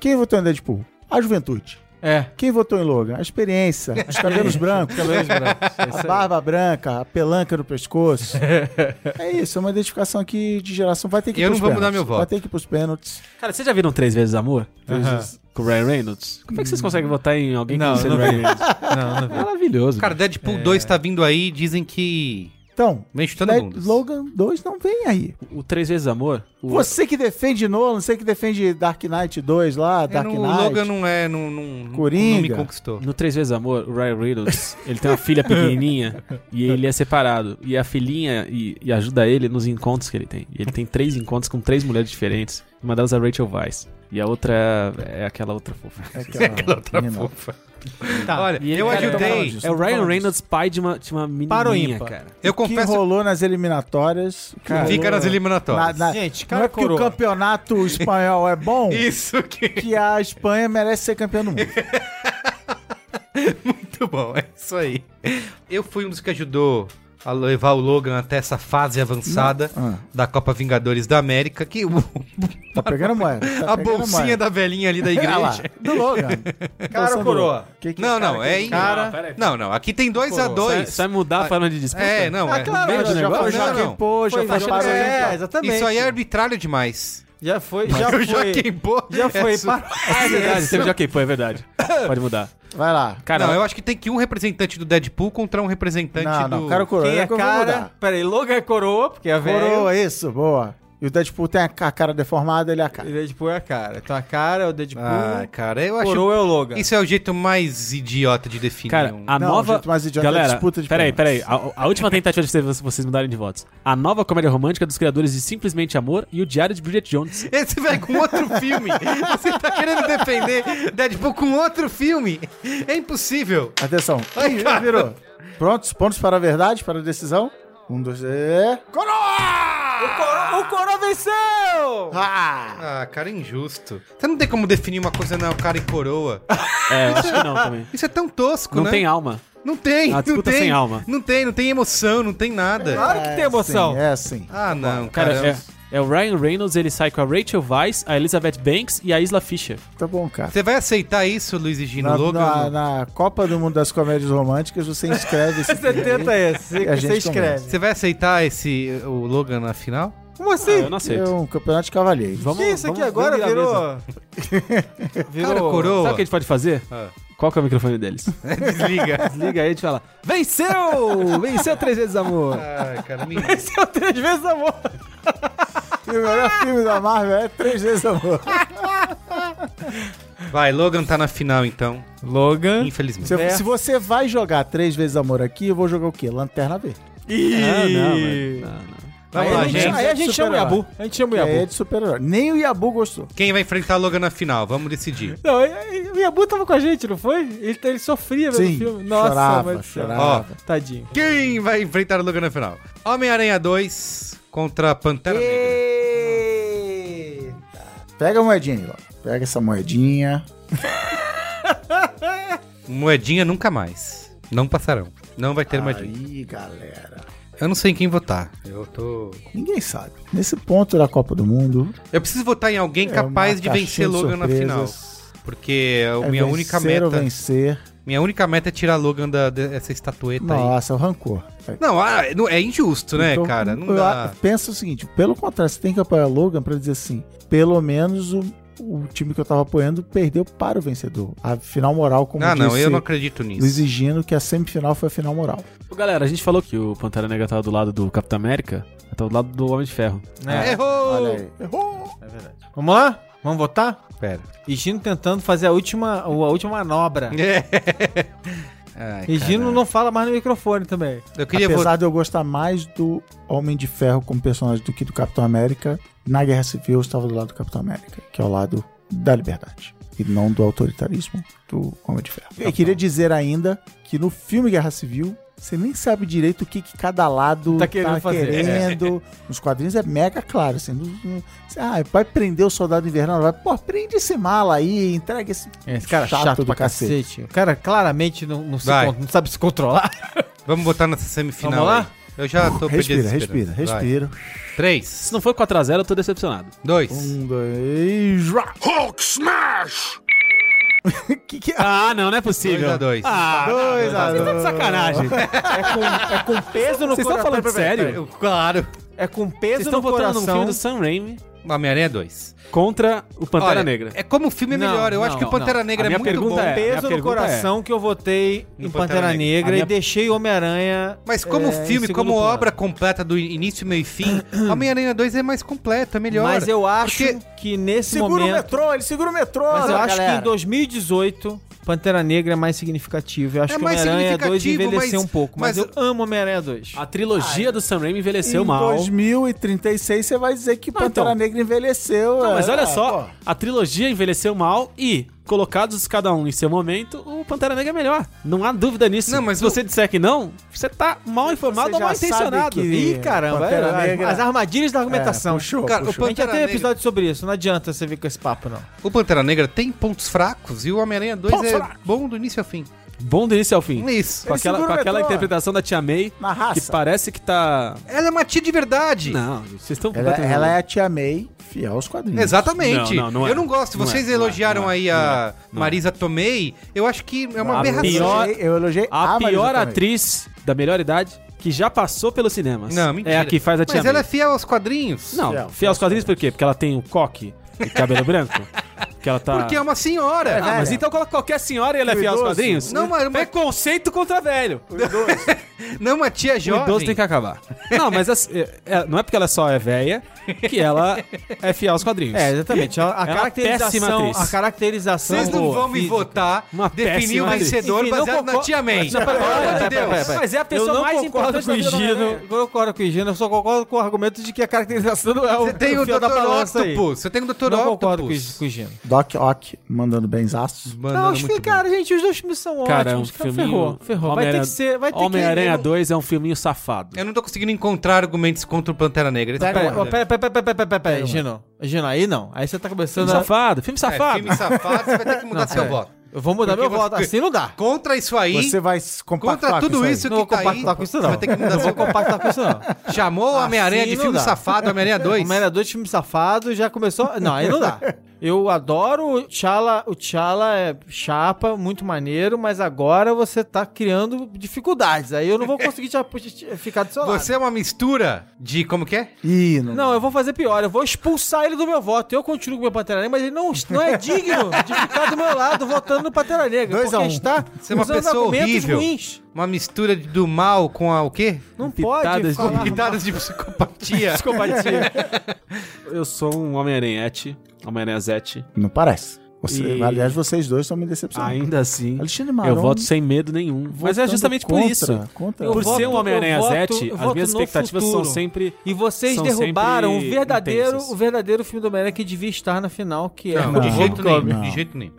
Speaker 2: Quem votou em Deadpool? A juventude.
Speaker 4: É.
Speaker 2: Quem votou em Logan? A experiência, os cabelos brancos, a barba branca, a pelanca no pescoço. é isso, é uma identificação aqui de geração. Vai ter que ir
Speaker 1: Eu
Speaker 2: pros
Speaker 1: não vou mudar
Speaker 2: pênaltis.
Speaker 1: meu voto.
Speaker 2: Vai ter que ir pros pênaltis.
Speaker 5: Cara, vocês já viram Três Vezes Amor? Três vezes Com o Ryan Reynolds? Como é que vocês conseguem votar em alguém
Speaker 4: Não,
Speaker 5: que seja
Speaker 4: não
Speaker 5: o Ryan Reynolds?
Speaker 4: Não, não vi.
Speaker 5: Maravilhoso.
Speaker 1: Cara, Deadpool 2
Speaker 4: É.
Speaker 1: tá vindo aí, dizem que.
Speaker 2: Então,
Speaker 1: Vem chutando
Speaker 2: Dead-
Speaker 1: bundas.
Speaker 2: Logan 2 não vem aí.
Speaker 5: o Três Vezes Amor... o-
Speaker 2: Você que defende Nolan, você que defende Dark Knight 2 lá,
Speaker 1: É,
Speaker 2: Dark
Speaker 1: não,
Speaker 2: Knight.
Speaker 1: o Logan não é. Não, não,
Speaker 2: Coringa.
Speaker 1: não me conquistou.
Speaker 5: No Três Vezes Amor, o Ryan Reynolds, ele tem uma filha pequenininha e ele é separado. E a filhinha e, e ajuda ele nos encontros que ele tem. E ele tem três encontros com três mulheres diferentes. Uma delas é a Rachel Weisz. E a outra é aquela outra fofa.
Speaker 2: É aquela, menina.
Speaker 1: Olha,
Speaker 5: E ele-
Speaker 1: eu
Speaker 5: cara,
Speaker 2: tamo
Speaker 1: ajudei.
Speaker 2: falando disso.
Speaker 5: É o Ryan
Speaker 2: falando
Speaker 5: Reynolds, pai de uma, de uma
Speaker 4: Para o
Speaker 5: menininha,
Speaker 4: ímpar.
Speaker 5: cara.
Speaker 1: Eu
Speaker 2: O que
Speaker 1: confesso.
Speaker 2: rolou nas eliminatórias. o que
Speaker 1: Fica
Speaker 2: rolou
Speaker 1: nas
Speaker 2: na-
Speaker 1: eliminatórias.
Speaker 2: na-
Speaker 4: Gente,
Speaker 2: Não
Speaker 4: cara
Speaker 2: é porque o
Speaker 4: coroa.
Speaker 2: campeonato espanhol é bom
Speaker 1: Isso que é
Speaker 2: que a Espanha merece ser campeã do mundo.
Speaker 1: muito bom, é isso aí. Eu fui um dos que ajudou a levar o Logan até essa fase avançada
Speaker 2: Ah,
Speaker 1: da Copa Vingadores da América, que o-
Speaker 2: tá pegando moeda. tá
Speaker 1: a
Speaker 2: pegando
Speaker 1: bolsinha
Speaker 2: moeda.
Speaker 1: da velhinha ali da
Speaker 2: Ah lá,
Speaker 1: igreja.
Speaker 2: do Logan.
Speaker 4: Cara ou coroa?
Speaker 2: Que que
Speaker 1: Não, não, é em.
Speaker 4: Cara-
Speaker 1: Não, não, aqui tem 2 a
Speaker 5: Sai,
Speaker 1: 2
Speaker 5: sai mudar
Speaker 2: Ah,
Speaker 5: a forma de disputa?
Speaker 1: É, não, é.
Speaker 4: Ah, claro,
Speaker 5: meio do
Speaker 2: já foi,
Speaker 5: negócio?
Speaker 2: já
Speaker 1: Não, não.
Speaker 2: queimou, já
Speaker 4: Foi
Speaker 2: foi
Speaker 4: fachada
Speaker 2: parou.
Speaker 4: É, exatamente.
Speaker 1: Isso aí é arbitrário demais.
Speaker 4: Já foi, já
Speaker 1: eu
Speaker 4: foi.
Speaker 1: já queimou.
Speaker 4: Já foi.
Speaker 1: essa-
Speaker 4: para-
Speaker 5: Ah, é verdade, teve Jockey Pô, é verdade. Pode mudar.
Speaker 2: Vai lá.
Speaker 5: Cara,
Speaker 1: não, eu acho que tem que um representante do Deadpool contra um representante
Speaker 2: Não,
Speaker 1: do.
Speaker 2: não, cara ou coroa.
Speaker 4: Quem é
Speaker 2: que eu vou
Speaker 4: cara?
Speaker 2: mudar.
Speaker 4: Peraí, Logan é coroa, porque é velho.
Speaker 2: Coroa, isso, boa. E o Deadpool tem a ca- a cara deformada, ele é a cara.
Speaker 4: E Deadpool é a cara. Então a cara é o Deadpool,
Speaker 1: Ah, cara, eu acho.
Speaker 4: coroa é o Logan.
Speaker 1: Isso é o jeito mais idiota de definir.
Speaker 5: Cara,
Speaker 1: um...
Speaker 5: a
Speaker 2: Não, o
Speaker 5: nova.
Speaker 2: jeito mais idiota é a
Speaker 5: Galera,
Speaker 2: disputa de
Speaker 5: peraí, peraí.
Speaker 2: prêmios.
Speaker 5: A, a última tentativa de vocês, vocês mudarem de votos. A nova comédia romântica dos criadores de Simplesmente Amor e o Diário de Bridget Jones.
Speaker 1: Esse vai com outro filme. Você tá querendo defender Deadpool com outro filme? É impossível.
Speaker 2: Atenção.
Speaker 1: Ai, cara.
Speaker 2: Virou. Prontos, pontos para a verdade, para a decisão. Um, dois, e... É
Speaker 4: O, coro... o Coroa venceu!
Speaker 2: Ah!
Speaker 1: Ah, cara, é injusto. Você não tem como definir uma coisa na cara e coroa.
Speaker 5: É, acho que não também.
Speaker 1: Isso é tão tosco,
Speaker 5: Não
Speaker 1: né?
Speaker 5: tem alma.
Speaker 1: Não tem,
Speaker 5: A
Speaker 1: não
Speaker 5: disputa
Speaker 1: tem.
Speaker 5: sem alma.
Speaker 1: Não tem, não tem emoção, não tem nada.
Speaker 4: Claro que tem emoção.
Speaker 2: Sim, é sim.
Speaker 1: Ah, não, cara.
Speaker 5: Cara,
Speaker 1: eu-
Speaker 5: é, é o Ryan Reynolds, ele sai com a Rachel Weisz, a Elizabeth Banks e a Isla Fisher.
Speaker 2: Tá bom, cara.
Speaker 1: Você vai aceitar isso, Luiz e Gino
Speaker 2: Na,
Speaker 1: Logan?
Speaker 2: na, na Copa do Mundo das Comédias Românticas, você inscreve esse
Speaker 4: Você
Speaker 2: filme aí.
Speaker 4: tenta esse,
Speaker 2: E a
Speaker 4: que você
Speaker 2: gente
Speaker 4: escreve.
Speaker 1: Você vai aceitar esse o Logan na final?
Speaker 4: Como
Speaker 5: Ah,
Speaker 4: assim?
Speaker 5: eu não aceito.
Speaker 2: É um campeonato de cavalheiros.
Speaker 4: que isso aqui agora
Speaker 5: virar a
Speaker 4: virou...
Speaker 5: mesa.
Speaker 4: virou...
Speaker 1: Cara, coroa.
Speaker 5: Sabe o que a gente pode fazer?
Speaker 1: Ah.
Speaker 5: Qual que é o microfone deles?
Speaker 1: Desliga.
Speaker 5: Desliga aí e a gente fala: Venceu! Venceu três vezes, amor!
Speaker 1: Ai, cara, me...
Speaker 4: Venceu três vezes amor.
Speaker 2: E o melhor filme da Marvel é Três Vezes Amor.
Speaker 1: Vai, Logan tá na final então,
Speaker 4: Logan.
Speaker 1: infelizmente.
Speaker 2: Se, se você vai jogar Três Vezes Amor aqui, eu vou jogar o quê? Lanterna Verde.
Speaker 4: Ih.
Speaker 5: Ah, não, mas- não, não.
Speaker 1: Vamos
Speaker 2: é
Speaker 1: lá,
Speaker 4: a gente,
Speaker 1: gente.
Speaker 4: aí a gente chama o Yabu.
Speaker 2: Super-herói.
Speaker 4: A gente chama o
Speaker 2: Que
Speaker 4: Yabu.
Speaker 2: É de super-herói. Nem o Yabu gostou.
Speaker 1: Quem vai enfrentar Logan na final? Vamos decidir.
Speaker 4: Não, e- e- o Yabu tava com a gente, não foi? Ele, ele sofria vendo o
Speaker 2: Sim,
Speaker 4: filme. Nossa,
Speaker 2: chorava,
Speaker 4: mas-
Speaker 2: chorava.
Speaker 4: Ó, Tadinho.
Speaker 1: Quem vai enfrentar Logan na final? Homem-Aranha 2 contra Pantera Negra.
Speaker 2: Pega a moedinha aí, ó. Pega essa moedinha.
Speaker 1: Moedinha nunca mais. Não passarão. Não vai ter moedinha.
Speaker 2: Aí, galera.
Speaker 1: Eu não sei em quem votar. Eu tô.
Speaker 2: Ninguém sabe. Nesse ponto da Copa do Mundo.
Speaker 1: Eu preciso votar em alguém
Speaker 2: é
Speaker 1: capaz
Speaker 2: uma
Speaker 1: de
Speaker 2: caixinha
Speaker 1: vencer Logan na final.
Speaker 2: surpresas.
Speaker 1: Porque a
Speaker 2: É
Speaker 1: minha
Speaker 2: vencer
Speaker 1: única
Speaker 2: ou
Speaker 1: meta.
Speaker 2: vencer.
Speaker 1: Minha única meta é tirar Logan da, dessa estatueta aí.
Speaker 2: Nossa, é o rancor.
Speaker 1: Não, ah, não- é injusto, né,
Speaker 2: Então,
Speaker 1: cara? Não
Speaker 2: eu
Speaker 1: dá.
Speaker 2: a- Pensa o seguinte, pelo contrário, você tem que apoiar Logan pra dizer assim, pelo menos o, o time que eu tava apoiando perdeu para o vencedor. A final moral, como
Speaker 1: Ah, não,
Speaker 2: disse
Speaker 1: eu não acredito nisso.
Speaker 2: exigindo que a semifinal foi a final moral.
Speaker 5: Ô, Galera, a gente falou que o Pantera Negra tava do lado do Capitão América, tava do lado do Homem de Ferro.
Speaker 1: É.
Speaker 4: É,
Speaker 1: Errou!
Speaker 2: Olha aí.
Speaker 4: Vamos lá? Vamos votar?
Speaker 1: Pera.
Speaker 4: E Gino tentando fazer a última, a última
Speaker 1: É,
Speaker 4: manobra.
Speaker 1: Ai,
Speaker 4: E Gino não fala mais no microfone também.
Speaker 1: cara. Eu queria
Speaker 2: Apesar de eu gostar mais do Homem de Ferro como personagem do que do Capitão América, na Guerra Civil eu estava do lado do Capitão América, que é o lado da liberdade. E não do autoritarismo do Homem de Ferro. Eu queria dizer ainda que no filme Guerra Civil, você nem sabe direito o que, que cada lado
Speaker 4: Tá
Speaker 2: tá
Speaker 4: querendo
Speaker 2: querendo.
Speaker 4: fazer.
Speaker 2: Nos quadrinhos é mega claro. Assim, não- não- ah, vai prender o soldado invernal. Vai, pô, prende esse mala aí, entrega esse.
Speaker 4: Esse cara é chato, pra cacete. O cara claramente não, não se
Speaker 1: Vai.
Speaker 4: con- não sabe se controlar.
Speaker 1: Vamos botar nessa semifinal.
Speaker 4: Vamos lá?
Speaker 1: aí. Eu já tô
Speaker 2: Respira,
Speaker 1: perdido.
Speaker 2: respira, respira.
Speaker 1: 3,
Speaker 5: Se não for 4x0, eu tô decepcionado.
Speaker 1: 2.
Speaker 2: Um, dois. ra-
Speaker 6: Hulk smash!
Speaker 2: Que que é?
Speaker 5: Ah, não, não é possível.
Speaker 1: 2x2.
Speaker 5: Ah,
Speaker 2: Dois a
Speaker 5: Vocês estão de sacanagem.
Speaker 4: É com, é com peso no
Speaker 5: Vocês estão
Speaker 4: coração.
Speaker 5: falando sério?
Speaker 1: Claro.
Speaker 4: É com
Speaker 5: Vocês
Speaker 4: peso
Speaker 5: estão
Speaker 4: no
Speaker 5: votando num
Speaker 4: coração.
Speaker 5: filme do Sam Raimi
Speaker 1: Homem-Aranha 2.
Speaker 5: contra o Pantera
Speaker 1: Olha,
Speaker 5: Negra.
Speaker 1: É como o filme é
Speaker 4: Não,
Speaker 1: melhor. Eu acho
Speaker 5: não,
Speaker 1: que o Pantera
Speaker 5: não.
Speaker 1: Negra
Speaker 5: A
Speaker 1: é
Speaker 5: minha
Speaker 1: muito
Speaker 5: pergunta
Speaker 1: bom.
Speaker 5: é- Minha
Speaker 4: peso no
Speaker 5: pergunta
Speaker 4: coração que eu votei
Speaker 1: No
Speaker 4: em
Speaker 1: Pantera
Speaker 4: Pantera,
Speaker 1: Negra.
Speaker 4: Negra
Speaker 5: A minha-
Speaker 4: e deixei Homem-Aranha.
Speaker 1: Mas como
Speaker 4: é, em
Speaker 1: filme,
Speaker 4: segundo
Speaker 1: como
Speaker 4: plano.
Speaker 1: obra completa do início, meio e fim, Homem-Aranha 2 é mais completo, é melhor.
Speaker 4: Mas eu acho
Speaker 1: Porque-
Speaker 4: que nesse
Speaker 2: Segura o
Speaker 4: momento.
Speaker 2: metrô, ele segura o metrô,
Speaker 4: Mas eu
Speaker 2: né,
Speaker 4: acho que
Speaker 2: galera?
Speaker 4: em 2018, Pantera Negra é mais significativo. Eu acho
Speaker 1: É
Speaker 4: que
Speaker 1: mais
Speaker 4: Homem-Aranha 2
Speaker 1: significativo,
Speaker 4: envelheceu
Speaker 1: mas-
Speaker 4: um pouco. Mas,
Speaker 1: mas-
Speaker 4: eu amo Homem-Aranha 2.
Speaker 5: A trilogia do Sam Raimi envelheceu
Speaker 2: em
Speaker 5: mal.
Speaker 2: 2036 você vai dizer que Pantera
Speaker 5: então.
Speaker 2: Negra envelheceu.
Speaker 5: Não, mas
Speaker 2: é,
Speaker 5: olha
Speaker 2: ah,
Speaker 5: só,
Speaker 2: pô.
Speaker 5: a trilogia envelheceu mal e, colocados cada um em seu momento, o Pantera Negra é melhor. Não há dúvida nisso.
Speaker 1: Não, mas
Speaker 5: Se você disser que não, você tá mal informado
Speaker 2: Você
Speaker 5: ou mal
Speaker 2: já sabe
Speaker 5: intencionado.
Speaker 2: que-
Speaker 4: Ih, caramba,
Speaker 2: Pantera
Speaker 4: é,
Speaker 2: Negra-
Speaker 4: as armadilhas da argumentação.
Speaker 2: É, puxou,
Speaker 1: Cara, o
Speaker 2: puxou.
Speaker 4: A gente já
Speaker 1: Pantera Negra-
Speaker 4: teve episódio sobre isso, não adianta você vir com esse papo, não.
Speaker 1: O Pantera Negra tem pontos fracos e o Homem-Aranha 2
Speaker 2: Pontos
Speaker 1: é
Speaker 2: fracos.
Speaker 1: bom do início ao fim.
Speaker 5: Bom do início ao fim.
Speaker 1: É isso.
Speaker 5: Com
Speaker 2: Ele
Speaker 5: aquela,
Speaker 2: segura
Speaker 5: com
Speaker 2: o
Speaker 5: aquela
Speaker 2: metrô.
Speaker 5: interpretação da Tia May,
Speaker 2: Na raça.
Speaker 5: que parece que tá...
Speaker 1: Ela é uma tia de verdade.
Speaker 5: Não, vocês estão...
Speaker 2: Ela, ela é a Tia May, fiel aos quadrinhos.
Speaker 1: Exatamente.
Speaker 5: Não, não, não é.
Speaker 1: eu não gosto.
Speaker 5: Não é,
Speaker 1: Vocês
Speaker 5: não é,
Speaker 1: elogiaram
Speaker 5: não é,
Speaker 1: aí
Speaker 5: não
Speaker 1: a
Speaker 5: é, não é.
Speaker 1: Marisa Tomei. Eu acho que é uma
Speaker 5: A
Speaker 1: aberração.
Speaker 2: Eu
Speaker 5: pior-
Speaker 2: elogiei- eu elogiei Ah, então,
Speaker 5: A
Speaker 2: Marisa
Speaker 5: pior
Speaker 2: também.
Speaker 5: atriz da melhor idade que já passou pelos cinemas.
Speaker 1: Não, mentira.
Speaker 5: É a que faz a Tia
Speaker 1: Mas ela é
Speaker 5: May.
Speaker 1: fiel aos quadrinhos.
Speaker 5: Não,
Speaker 2: Fiel,
Speaker 5: fiel, aos quadrinhos por quê? Porque ela tem o coque e cabelo branco. Que ela tá...
Speaker 1: Porque é uma senhora.
Speaker 5: Ah, mas então coloca qualquer senhora e ela é
Speaker 2: O
Speaker 5: fiel aos
Speaker 2: idoso.
Speaker 5: quadrinhos?
Speaker 1: Não, mas- mas-
Speaker 5: Preconceito contra velho.
Speaker 1: Não é uma tia
Speaker 5: O idoso
Speaker 1: jovem.
Speaker 5: tem que acabar. Não, mas assim, é- é- não é porque ela só é velha que ela é fiel aos quadrinhos.
Speaker 4: É, exatamente. A, a
Speaker 5: uma péssima
Speaker 4: caracterização.
Speaker 5: atriz.
Speaker 4: A caracterização.
Speaker 1: Vocês não
Speaker 4: boa,
Speaker 1: vão me
Speaker 4: física.
Speaker 1: votar,
Speaker 5: Uma
Speaker 1: definir o
Speaker 5: péssima atriz.
Speaker 1: vencedor
Speaker 4: Enfim, não
Speaker 1: baseado na
Speaker 4: concor-
Speaker 1: tia May.
Speaker 4: Não, pera, pera,
Speaker 1: Pelo amor de
Speaker 4: pera, pera,
Speaker 1: Deus.
Speaker 4: pera.
Speaker 5: Mas é a pessoa
Speaker 4: eu não
Speaker 5: mais
Speaker 4: concordo
Speaker 5: importante
Speaker 4: com o
Speaker 5: da vida do
Speaker 4: Gino.
Speaker 5: Homem-Aranha.
Speaker 4: Eu não concordo com o Gino, eu só concordo com o argumento de que a caracterização não é o
Speaker 1: Você tem o
Speaker 4: fio
Speaker 1: Dr.
Speaker 4: da balança aí.
Speaker 1: Octopus. Você tem o Dr.
Speaker 4: Não concordo com o
Speaker 1: Octopus.
Speaker 4: com o Gino.
Speaker 2: Doc Ock mandando benzaços.
Speaker 1: Mandando
Speaker 4: Não, acho
Speaker 1: muito
Speaker 4: que,
Speaker 1: bem.
Speaker 4: cara, gente, os dois filmes são
Speaker 5: Cara, é um
Speaker 4: ótimos. cara,
Speaker 5: filminho-
Speaker 4: ferrou, ferrou. Vai ter
Speaker 5: Homem-Aranha-
Speaker 4: que ser, vai ter que...
Speaker 5: Homem-Aranha
Speaker 4: não-
Speaker 5: 2 é um filminho safado.
Speaker 1: Eu não tô conseguindo encontrar argumentos contra o Pantera Negra. Esse é o
Speaker 4: Pera,
Speaker 1: problema.
Speaker 4: pera, pera, pera, pera, pera, pera, Gino. Gino, aí não. Aí você tá começando
Speaker 5: Filme
Speaker 4: a...
Speaker 5: safado, filme
Speaker 1: É,
Speaker 5: safado.
Speaker 1: filme safado, você vai ter que mudar seu
Speaker 4: pera.
Speaker 1: voto.
Speaker 4: Eu vou mudar
Speaker 1: Porque
Speaker 4: meu voto.
Speaker 1: você-
Speaker 4: Assim não dá.
Speaker 1: Contra isso aí,
Speaker 2: Você vai se compactar
Speaker 1: contra
Speaker 2: com
Speaker 1: tudo
Speaker 2: aí.
Speaker 1: isso,
Speaker 4: Não vou
Speaker 1: que tá aí,
Speaker 4: compactar com isso, não.
Speaker 1: vai ter que mudar
Speaker 4: Não
Speaker 1: seu
Speaker 4: vou compactar com isso, não.
Speaker 1: chamou
Speaker 5: Ah,
Speaker 1: o Homem-Aranha
Speaker 4: Assim
Speaker 1: de
Speaker 4: não
Speaker 1: filme
Speaker 4: dá.
Speaker 1: safado, Homem-Aranha 2.
Speaker 4: Homem-Aranha 2, filme safado, já começou. Não, aí não dá. Eu adoro o T'Challa, o T'Challa é chapa, muito maneiro, mas agora você tá criando dificuldades. Aí eu não vou conseguir te apo- te- ficar do seu lado.
Speaker 1: Você é uma mistura de como que é?
Speaker 2: Ih, não.
Speaker 4: Não, eu vou fazer pior, eu vou expulsar ele do meu voto. Eu continuo com o meu Pantera Negra, mas ele não, não é digno de ficar do meu lado votando no Pantera Negra.
Speaker 2: Dois a
Speaker 4: porque
Speaker 2: um.
Speaker 4: está
Speaker 1: Você é uma
Speaker 4: usando
Speaker 1: pessoa
Speaker 4: argumentos
Speaker 1: horrível.
Speaker 4: ruins.
Speaker 1: Uma mistura de- do mal com a o quê?
Speaker 4: Não pode
Speaker 5: Pitadas de-
Speaker 4: falar.
Speaker 1: Pitadas de psicopatia.
Speaker 5: Desculpa, tia. Eu sou um Homem-Aranhete, Homem-Aranha Zete.
Speaker 2: Não parece. Você-
Speaker 5: E-
Speaker 2: Aliás, vocês dois estão me decepcionando.
Speaker 5: Ainda assim,
Speaker 2: Alexandre Maron.
Speaker 5: eu voto sem medo nenhum. Mas é
Speaker 2: votando
Speaker 5: justamente por
Speaker 2: contra-
Speaker 5: isso.
Speaker 2: Contra.
Speaker 4: Eu
Speaker 5: por
Speaker 4: voto-
Speaker 5: ser um Homem-Aranha
Speaker 4: eu voto-
Speaker 5: 7,
Speaker 4: eu
Speaker 5: as
Speaker 4: voto
Speaker 5: minhas
Speaker 4: no
Speaker 5: expectativas
Speaker 4: futuro.
Speaker 5: são sempre.
Speaker 4: E vocês
Speaker 5: São
Speaker 4: derrubaram o
Speaker 5: sempre
Speaker 4: verdadeiro,
Speaker 5: intensas.
Speaker 4: o verdadeiro filme do Homem-Aranha que devia estar na final, que é
Speaker 1: Não,
Speaker 2: Não,
Speaker 1: de jeito
Speaker 2: não.
Speaker 1: nenhum. De jeito nenhum.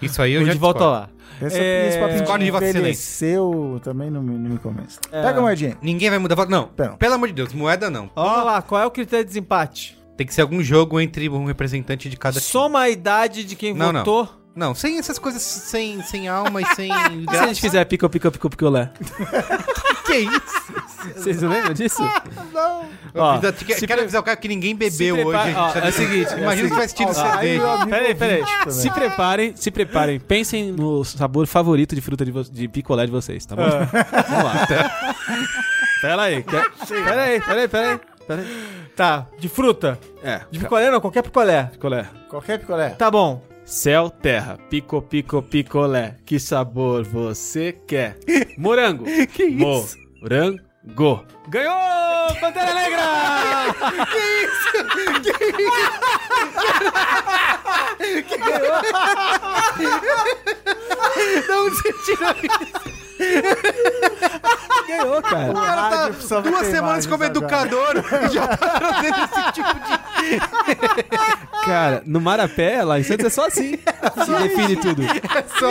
Speaker 1: Isso aí eu
Speaker 4: o
Speaker 1: já
Speaker 4: De Volta
Speaker 1: discordo.
Speaker 4: Lá.
Speaker 2: Essa
Speaker 4: É,
Speaker 2: esse papinho
Speaker 1: discordo
Speaker 2: de
Speaker 1: de É. Vossa
Speaker 2: envelheceu também não me, não me convence. Pega a moedinha.
Speaker 1: Ninguém vai mudar voto. Não,
Speaker 2: Pera.
Speaker 1: pelo amor de Deus, moeda não.
Speaker 4: Olha lá, qual é o critério de desempate?
Speaker 1: Tem que ser algum jogo entre um representante de cada time.
Speaker 4: Soma a idade de quem
Speaker 1: Não, não.
Speaker 4: votou.
Speaker 1: Não, sem essas coisas sem, sem alma e sem
Speaker 5: E se a
Speaker 1: graça.
Speaker 5: gente fizer pico, pico, pico, picolé?
Speaker 1: que é isso?
Speaker 5: Vocês não lembram disso? Ó,
Speaker 1: Ó, quero avisar o cara que ninguém bebeu
Speaker 5: se prepara-
Speaker 1: hoje.
Speaker 5: ó,
Speaker 1: a gente tá-
Speaker 5: é o seguinte,
Speaker 1: Imagina que tivesse tido cerveja.
Speaker 5: Peraí, peraí.
Speaker 2: também.
Speaker 5: Se preparem, se preparem. Pensem no sabor favorito de fruta de, vo- de picolé de vocês, tá bom? Vamos lá. Pera aí. quer- Pera aí, pera aí, pera aí. Pera aí.
Speaker 4: Tá, de fruta.
Speaker 5: É,
Speaker 4: De picolé não, qualquer picolé.
Speaker 5: picolé.
Speaker 2: Qualquer picolé.
Speaker 4: Tá bom.
Speaker 5: Céu, terra, pico, pico, picolé. Que sabor você quer? Morango. que isso? Morango. Ganhou! Pantera Negra!
Speaker 4: Ganhou, cara.
Speaker 2: O cara tá
Speaker 1: Duas semanas como educador já tá trazendo esse tipo de.
Speaker 5: Cara, no Marapé, lá em Santos, é só assim. Se define tudo.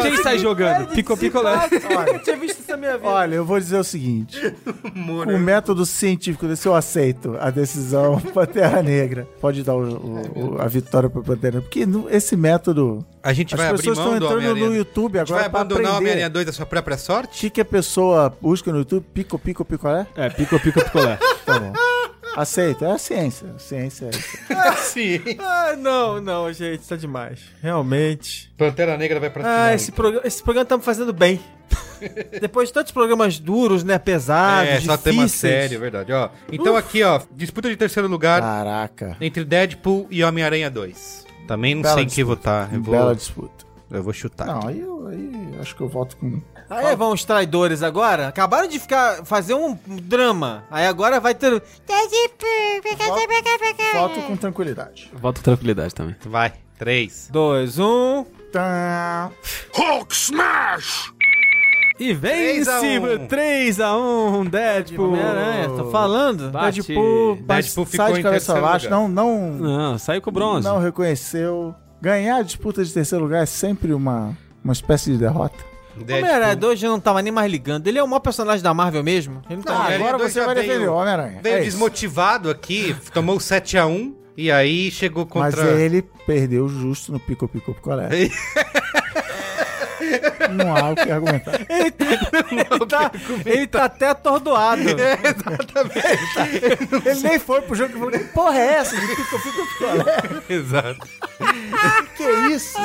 Speaker 5: Quem sai jogando? Pico, né? picolé.
Speaker 4: Nunca tinha visto isso na minha vida.
Speaker 2: Olha, eu vou dizer o seguinte: o método científico desse eu aceito a decisão Pantera Negra. Pode dar o-
Speaker 1: É,
Speaker 2: o- o- a vitória pro Pantera Negra. Porque no- esse método.
Speaker 1: A gente
Speaker 2: As
Speaker 1: vai abrir
Speaker 2: pessoas
Speaker 1: mão
Speaker 2: estão
Speaker 1: do
Speaker 2: entrando
Speaker 1: Homem-Aranha.
Speaker 2: no YouTube
Speaker 1: A gente vai
Speaker 2: agora pra
Speaker 1: abandonar o Homem-Aranha 2
Speaker 2: aprender.
Speaker 1: da sua própria
Speaker 2: O
Speaker 1: sorte?
Speaker 2: que, que a pessoa busca no YouTube? Pico, pico, picolé?
Speaker 5: É, pico, pico, picolé.
Speaker 2: Tá bom. Aceito, é a ciência. A ciência é isso.
Speaker 1: Sim.
Speaker 4: Ah, não, não, gente, tá demais. Realmente.
Speaker 1: Pantera Negra vai pra final.
Speaker 4: Ah, esse, progra- esse programa tá me fazendo bem. Depois de tantos programas duros, né? Pesados,
Speaker 1: É, só tema
Speaker 4: difíceis.
Speaker 1: sério, é verdade. Ó, então aqui, ó, disputa de terceiro lugar
Speaker 2: Ah. Caraca.
Speaker 1: entre Deadpool e Homem-Aranha 2. Também não
Speaker 2: Bela
Speaker 1: sei em que
Speaker 2: disputa.
Speaker 1: votar. Eu
Speaker 2: Bela
Speaker 1: vou,
Speaker 2: disputa.
Speaker 1: eu vou chutar.
Speaker 2: Não, aí, eu, aí acho que eu voto com.
Speaker 4: Aí vão os traidores agora. Acabaram de ficar fazer um drama. Aí agora vai ter.
Speaker 2: Voto com tranquilidade.
Speaker 5: Volta tranquilidade também.
Speaker 1: Vai. Três.
Speaker 4: Dois, um.
Speaker 2: Tá.
Speaker 6: Hulk smash!
Speaker 5: E
Speaker 1: 3 a 1.
Speaker 5: vence 3x1, Deadpool.
Speaker 4: Homem-Aranha, tô falando.
Speaker 5: Bate.
Speaker 4: Deadpool.
Speaker 1: Deadpool ficou
Speaker 2: Sai de
Speaker 1: em
Speaker 2: cabeça
Speaker 1: terceiro
Speaker 2: abaixo,
Speaker 1: lugar.
Speaker 2: não, não,
Speaker 5: Não, saiu com bronze.
Speaker 2: não reconheceu. Ganhar a disputa de terceiro lugar é sempre uma, uma espécie de derrota.
Speaker 1: Deadpool.
Speaker 4: Homem-Aranha 2 já não tava nem mais ligando. Ele é o maior personagem da Marvel mesmo. Ele não tá
Speaker 1: Não,
Speaker 4: ligando.
Speaker 1: ele
Speaker 2: Ah, agora
Speaker 1: dois
Speaker 2: você
Speaker 1: Ah, já
Speaker 2: vai
Speaker 1: veio-
Speaker 2: defender o Homem-Aranha.
Speaker 1: Veio
Speaker 2: É isso.
Speaker 1: desmotivado aqui, tomou 7x1 e aí chegou
Speaker 2: Mas
Speaker 1: contra.
Speaker 2: ele perdeu justo no Pico Pico Picolé. Não há o que argumentar.
Speaker 4: Ele tá, ele tá até atordoado.
Speaker 2: Ele nem foi pro jogo que falou: que porra é essa? De pico,
Speaker 1: Exato.
Speaker 2: que é isso?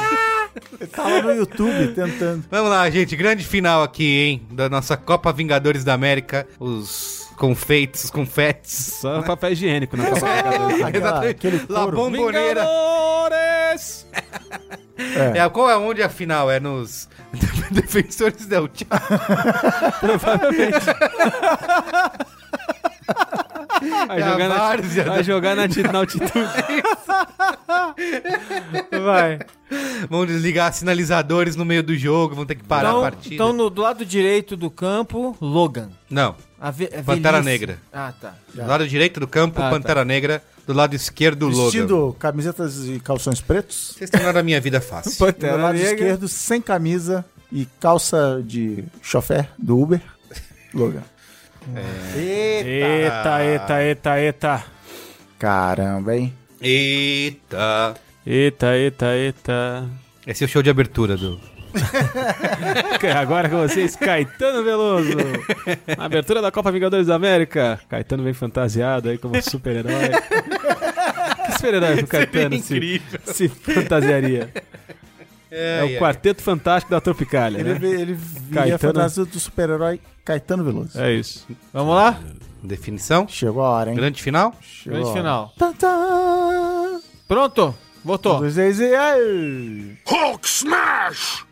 Speaker 2: Ele tava no YouTube tentando.
Speaker 1: Vamos lá, gente. Grande final aqui, hein? Da nossa Copa Vingadores da América. Os confeitos, os confetes.
Speaker 5: Só papel higiênico, né?
Speaker 1: É,
Speaker 2: Aquela, É, aquele
Speaker 1: La
Speaker 2: couro.
Speaker 1: Bombonera.
Speaker 5: Vingadores!
Speaker 2: É.
Speaker 1: É, qual é onde a final? É nos Defensores del Diabo.
Speaker 5: Vai
Speaker 1: É a
Speaker 5: jogar, na,
Speaker 1: várzea
Speaker 5: vai jogar na, ti- na altitude.
Speaker 4: Vai.
Speaker 1: Vão desligar sinalizadores no meio do jogo, vão ter que parar a
Speaker 4: Então,
Speaker 1: partida.
Speaker 4: então no, do lado direito do campo, Logan.
Speaker 1: Não.
Speaker 4: A ve- a
Speaker 1: Pantera
Speaker 4: velhice.
Speaker 1: Negra.
Speaker 4: Ah, tá.
Speaker 1: Do lado direito do campo,
Speaker 4: Ah,
Speaker 1: Pantera Negra. Do lado esquerdo, Logan.
Speaker 2: Vestindo camisetas e calções pretos.
Speaker 1: Vocês tornaram a minha vida fácil.
Speaker 2: E do lado esquerdo, sem camisa e calça de chofer do Uber. Logan.
Speaker 5: Eita, eita, eita, eita.
Speaker 2: Caramba, hein?
Speaker 1: Eita.
Speaker 5: Eita, eita, eita.
Speaker 1: Esse é o show de abertura do.
Speaker 5: É Agora com vocês, Caetano Veloso. Na abertura da Copa Vingadores da América. Caetano vem fantasiado aí como super-herói. que super-herói pro Caetano se, se fantasiaria? É, o Quarteto Fantástico da Tropicália,
Speaker 2: Ele,
Speaker 5: né?
Speaker 2: ele, ele via
Speaker 5: Caetano.
Speaker 2: a fantasia do super-herói Caetano Veloso.
Speaker 5: É isso.
Speaker 4: Vamos lá?
Speaker 1: Definição.
Speaker 2: Chegou a hora, hein?
Speaker 1: Grande final.
Speaker 2: Chegou
Speaker 4: Grande
Speaker 2: a hora.
Speaker 4: final.
Speaker 2: Tantã!
Speaker 4: Pronto. Votou.
Speaker 2: Dois, três e... ai!
Speaker 6: Hulk smash!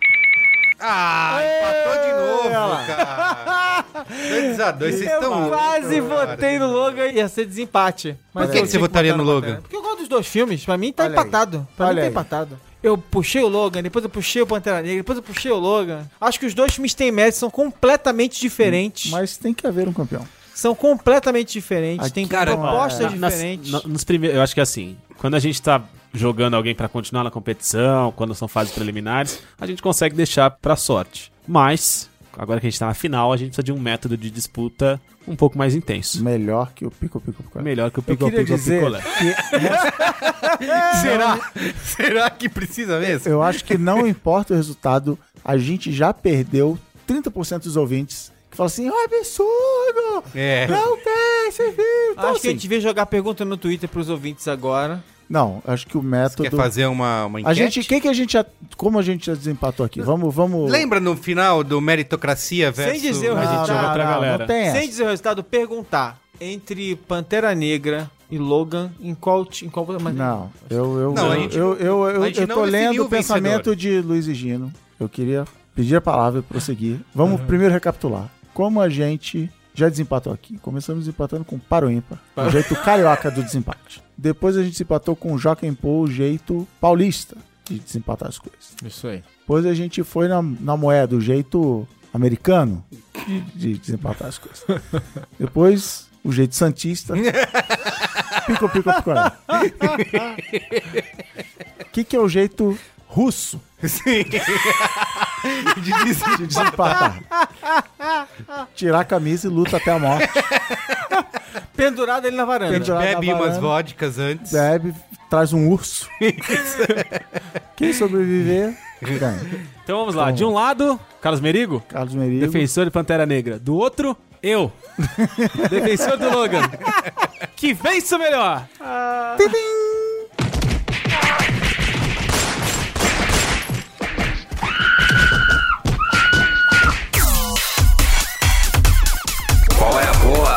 Speaker 1: Ah, empatou de novo, cara. 2x2, vocês estão.
Speaker 4: Eu quase
Speaker 1: cara.
Speaker 4: votei no Logan ia ser desempate. Mas
Speaker 1: Por que,
Speaker 4: eu
Speaker 1: que você
Speaker 4: tinha
Speaker 1: votaria
Speaker 4: botar
Speaker 1: no Logan?
Speaker 4: Porque eu gosto dos dois filmes. Pra mim tá
Speaker 2: Olha aí.
Speaker 4: empatado. Pra
Speaker 2: Olha
Speaker 4: mim tá
Speaker 2: aí.
Speaker 4: empatado. eu puxei o Logan, depois eu puxei o Pantera Negra, depois eu puxei o Logan. Acho que os dois filmes têm mérito, são completamente diferentes.
Speaker 2: Mas tem que haver um campeão.
Speaker 4: São completamente diferentes,
Speaker 2: Aqui,
Speaker 4: têm
Speaker 2: cara,
Speaker 4: propostas
Speaker 5: Na- nas-
Speaker 4: diferentes.
Speaker 5: na- nos primeiros, eu acho que é assim, quando a gente tá jogando alguém pra continuar na competição, quando são fases preliminares, a gente consegue deixar pra sorte. Mas agora que a gente tá na final, a gente precisa de um método de disputa um pouco mais intenso.
Speaker 2: Melhor que o Pico Pico Picolé.
Speaker 5: Melhor que o Pico
Speaker 2: queria
Speaker 5: Pico
Speaker 2: dizer-
Speaker 5: Picolé.
Speaker 1: Será? Será que precisa mesmo?
Speaker 2: Eu acho que não importa o resultado, a gente já perdeu 30% dos ouvintes que falam assim: "Ah, absurdo!
Speaker 1: É.
Speaker 2: Não tem esse vídeo! Então,
Speaker 4: Acho que a
Speaker 2: assim,
Speaker 4: gente devia jogar pergunta no Twitter pros ouvintes agora.
Speaker 2: Não, acho que o método.
Speaker 1: Quer fazer uma, uma
Speaker 2: A
Speaker 1: enquete?
Speaker 2: gente, quem que a gente já, como a gente já desempatou aqui? Vamos, vamos.
Speaker 1: Lembra no final do meritocracia versus...
Speaker 4: dizer o
Speaker 2: Não,
Speaker 4: a gente
Speaker 2: não,
Speaker 4: jogou
Speaker 2: não,
Speaker 5: pra galera.
Speaker 2: Não tem
Speaker 4: Sem
Speaker 2: essa.
Speaker 4: dizer o resultado, perguntar entre Pantera Negra e Logan, em qual. ti- Em qual mas-
Speaker 2: Não, eu eu
Speaker 1: Não, a
Speaker 2: eu,
Speaker 1: gente-
Speaker 2: eu, eu, eu,
Speaker 1: a gente
Speaker 2: eu
Speaker 1: não
Speaker 2: tô
Speaker 1: definiu
Speaker 2: lendo
Speaker 1: o
Speaker 2: o pensamento de Luiz e Gino. Eu queria pedir a palavra para prosseguir. Vamos
Speaker 3: Uhum.
Speaker 2: primeiro recapitular. Como a gente já desempatou aqui. Começamos empatando com Paro Ímpar, o jeito carioca do desempate. Depois a gente desempatou com Joaquim Pô, o jeito paulista de desempatar as coisas.
Speaker 3: Isso aí.
Speaker 2: Depois a gente foi na, na moeda, o jeito americano de, de desempatar as coisas. Depois, o jeito santista. Pico, pico, pico. né? O que, que é o jeito russo
Speaker 1: Sim. De dizer-
Speaker 2: de desempatar? Tirar a camisa e luta até a morte.
Speaker 4: Pendurado ele na varanda.
Speaker 2: Pendurar na
Speaker 1: Bebe umas
Speaker 2: varanda,
Speaker 1: vodkas antes.
Speaker 4: É.
Speaker 2: Bebe, traz um urso. Quem sobreviver, ganha.
Speaker 5: Então vamos
Speaker 2: Tá
Speaker 5: lá. De um lado, Carlos Merigo,
Speaker 2: Carlos Merigo.
Speaker 5: defensor de Pantera Negra. Do outro, eu. defensor do Logan. Que vence o melhor.
Speaker 6: Qual é a boa?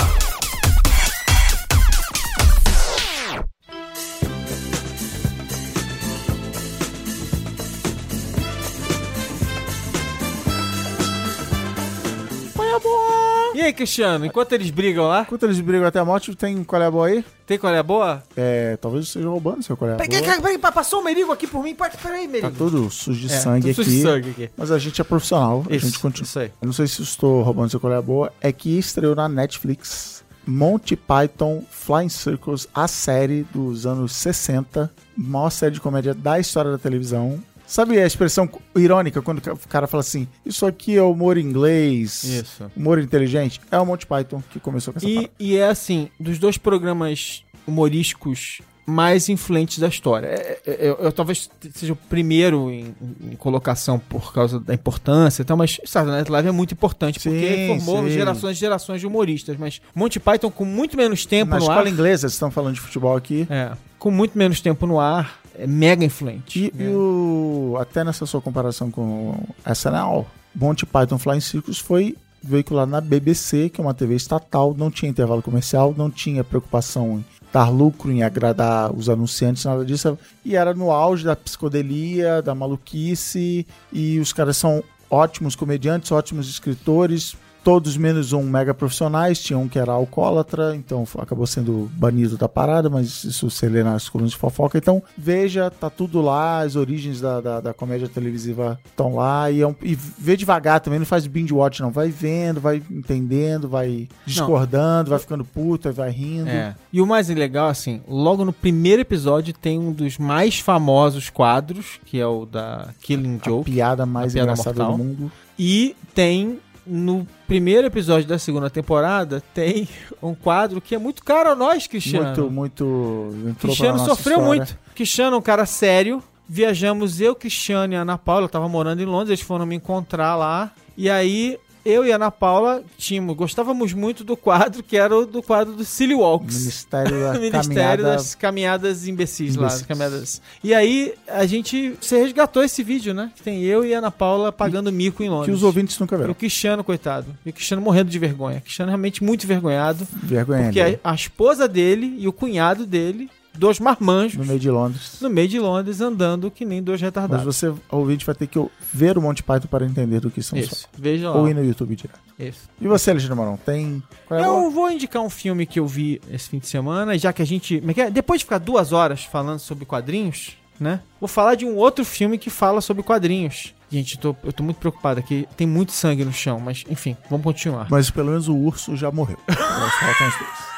Speaker 4: E aí, Cristiano, enquanto eles brigam lá,
Speaker 2: Enquanto eles brigam até a morte, tem um colher boa aí?
Speaker 4: tem qual é a boa?
Speaker 2: É, talvez eu esteja roubando seu colher.
Speaker 4: Peraí,
Speaker 2: boa.
Speaker 4: peraí, peraí, pa- passou o Merigo aqui por mim. Pera- Peraí,
Speaker 2: Tá
Speaker 4: Merigo.
Speaker 2: todo sujo de sangue aqui.
Speaker 4: tô É, sujo de sangue aqui.
Speaker 2: Mas a gente é profissional,
Speaker 4: Isso,
Speaker 2: a gente continua.
Speaker 4: isso aí.
Speaker 2: Eu não sei se estou roubando seu colher boa, é que estreou na Netflix Monty Python Flying Circles, a série dos anos 60, maior série de comédia da história da televisão. Sabe a expressão irônica quando o cara fala assim: Isso aqui é humor inglês,
Speaker 3: Isso.
Speaker 2: humor inteligente? É o Monty Python que começou com essa
Speaker 4: E,
Speaker 2: parada.
Speaker 4: e é assim, dos dois programas humorísticos mais influentes da história. É- é- é- Eu, eu talvez seja o primeiro em, em colocação por causa da importância e tal, mas Saturday Night Live é muito importante porque
Speaker 2: Sim,
Speaker 4: formou
Speaker 2: sim.
Speaker 4: gerações e gerações de humoristas, mas Monty Python com muito menos tempo
Speaker 2: Na
Speaker 4: no
Speaker 2: escola
Speaker 4: ar,
Speaker 2: inglesa, vocês estão falando de futebol aqui.
Speaker 4: é, com muito menos tempo no ar, é mega influente. É,
Speaker 2: E, e o, até nessa sua comparação com a SNL, Monty Python Flying Circus foi veiculado na BBC, que é uma TV estatal, não tinha intervalo comercial, não tinha preocupação em dar lucro, em agradar os anunciantes, nada disso. E era no auge da psicodelia, da maluquice, e os caras são ótimos comediantes, ótimos escritores, todos menos um mega profissionais, tinha um que era alcoólatra, então f- acabou sendo banido da parada, mas isso você lê nas colunas de fofoca. Então, veja, tá tudo lá, as origens da, da, da comédia televisiva estão lá, e, é um- e vê devagar também, não faz binge watch não, vai vendo, vai entendendo, vai discordando, vai ficando puto, aí vai rindo.
Speaker 4: É. E o mais legal, assim, logo no primeiro episódio tem um dos mais famosos quadros, que é o da Killing
Speaker 2: A
Speaker 4: Joke.
Speaker 2: piada mais
Speaker 4: A piada
Speaker 2: engraçada
Speaker 4: mortal.
Speaker 2: do mundo.
Speaker 4: E tem, no primeiro episódio da segunda temporada, tem um quadro que é muito caro a nós, Cristiano.
Speaker 2: Muito, muito. Entrou
Speaker 4: Cristiano
Speaker 2: pra nossa
Speaker 4: sofreu
Speaker 2: história.
Speaker 4: muito. Cristiano é um cara sério. Viajamos eu, Cristiano e Ana Paula. Eu tava morando em Londres, eles foram me encontrar lá. E aí, eu e Ana Paula tínhamos, gostávamos muito do quadro, que era o do quadro do Silly Walks.
Speaker 2: Ministério da
Speaker 4: Ministério
Speaker 2: Caminhada
Speaker 4: das Caminhadas Imbecis, lá.
Speaker 2: Imbecis.
Speaker 4: Caminhadas. E aí, a gente. Você resgatou esse vídeo, né? Que tem eu e Ana Paula pagando mico em Londres.
Speaker 2: que os ouvintes nunca
Speaker 4: E o
Speaker 2: viram.
Speaker 4: Cristiano, coitado. E o Cristiano morrendo de vergonha. O Cristiano é realmente muito envergonhado.
Speaker 2: Vergonha.
Speaker 4: Porque a, a esposa dele e o cunhado dele, dois marmanjos,
Speaker 2: No meio de Londres.
Speaker 4: no meio de Londres, andando que nem dois
Speaker 2: Mas
Speaker 4: retardados.
Speaker 2: você, ouvinte, vai ter que ver o Monty Python para entender do que são os
Speaker 4: Isso. Veja lá.
Speaker 2: Ou ir no YouTube direto.
Speaker 4: Isso.
Speaker 2: E você, Alexandre Marão, tem. Qual é a boa?
Speaker 4: Eu vou indicar um filme que eu vi esse fim de semana, já que a gente. como é que é? Depois de ficar duas horas falando sobre quadrinhos, né? Vou falar de um outro filme que fala sobre quadrinhos. Gente, eu tô, eu tô muito preocupado aqui. Tem muito sangue no chão, mas enfim, vamos continuar.
Speaker 2: Mas pelo menos o urso já morreu. Agora só faltam os dois.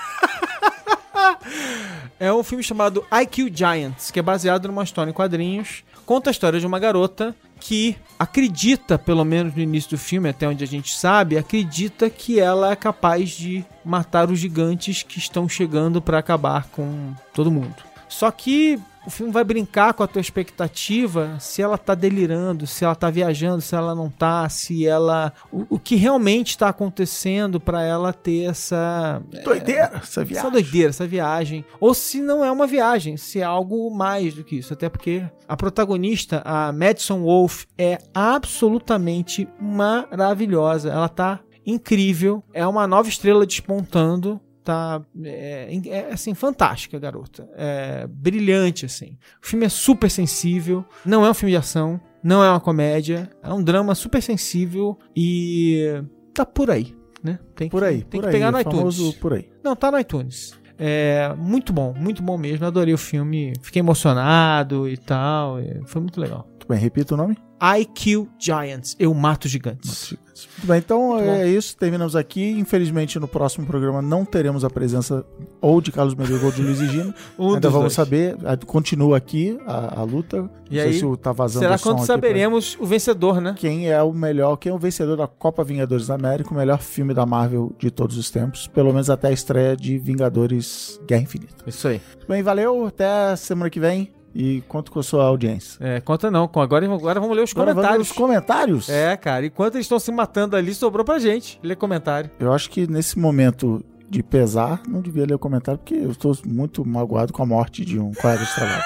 Speaker 4: É um filme chamado I Kill Giants, que é baseado numa história em quadrinhos. Conta a história de uma garota que acredita, pelo menos no início do filme, até onde a gente sabe, acredita que ela é capaz de matar os gigantes que estão chegando pra acabar com todo mundo. Só que o filme vai brincar com a tua expectativa se ela tá delirando, se ela tá viajando, se ela não tá, se ela. O, o que realmente está acontecendo pra ela ter essa.
Speaker 2: Doideira, essa
Speaker 4: Essa
Speaker 2: viagem.
Speaker 4: doideira, essa viagem. Ou se não é uma viagem, se é algo mais do que isso. Até porque a protagonista, a Madison Wolf, é absolutamente maravilhosa. Ela tá incrível. É uma nova estrela despontando. Tá, é, é, assim, fantástica, garota. É brilhante, assim. O filme é super sensível. Não é um filme de ação. Não é uma comédia. É um drama super sensível e tá por aí, né? Tem que-
Speaker 2: Por aí,
Speaker 4: tem
Speaker 2: por
Speaker 4: que
Speaker 2: aí.
Speaker 4: pegar no
Speaker 2: o
Speaker 4: iTunes.
Speaker 2: famoso por aí.
Speaker 4: Não, tá no iTunes. É muito bom, muito bom mesmo. Eu Adorei o filme, fiquei emocionado e tal. e Foi muito legal.
Speaker 2: Muito bem, repita o nome.
Speaker 4: I Kill Giants, eu mato gigantes.
Speaker 2: é Muito bem, então
Speaker 4: Muito bom.
Speaker 2: é isso, terminamos aqui. Infelizmente, no próximo programa não teremos a presença ou de Carlos Medeiros ou de Luiz e Gino.
Speaker 4: Um
Speaker 2: Ainda
Speaker 4: dos
Speaker 2: vamos
Speaker 4: dois.
Speaker 2: saber. A- Continua aqui a, a luta.
Speaker 4: E
Speaker 2: não sei
Speaker 4: aí,
Speaker 2: se o- tá vazando o
Speaker 4: Será
Speaker 2: som
Speaker 4: quando
Speaker 2: aqui pra-
Speaker 4: saberemos o vencedor, né?
Speaker 2: Quem é o melhor, quem é o vencedor da Copa Vingadores da América, o melhor filme da Marvel de todos os tempos, pelo menos até a estreia de Vingadores Guerra Infinita.
Speaker 4: Isso aí.
Speaker 2: Muito Bem, valeu, até semana que vem e conto com a sua audiência.
Speaker 4: É, conta não. com- Agora, agora vamos ler os
Speaker 2: Agora vamos
Speaker 4: comentários.
Speaker 2: nos comentários.
Speaker 4: É, cara, enquanto eles estão se matando ali, sobrou pra gente ler comentário.
Speaker 2: Eu acho que nesse momento de pesar, não devia ler o comentário, porque eu estou muito magoado com a morte de um colega de trabalho.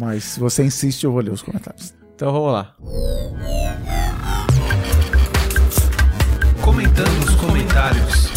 Speaker 2: Mas se você insiste, eu vou ler os comentários.
Speaker 4: Então vamos lá.
Speaker 6: Comentando nos comentários.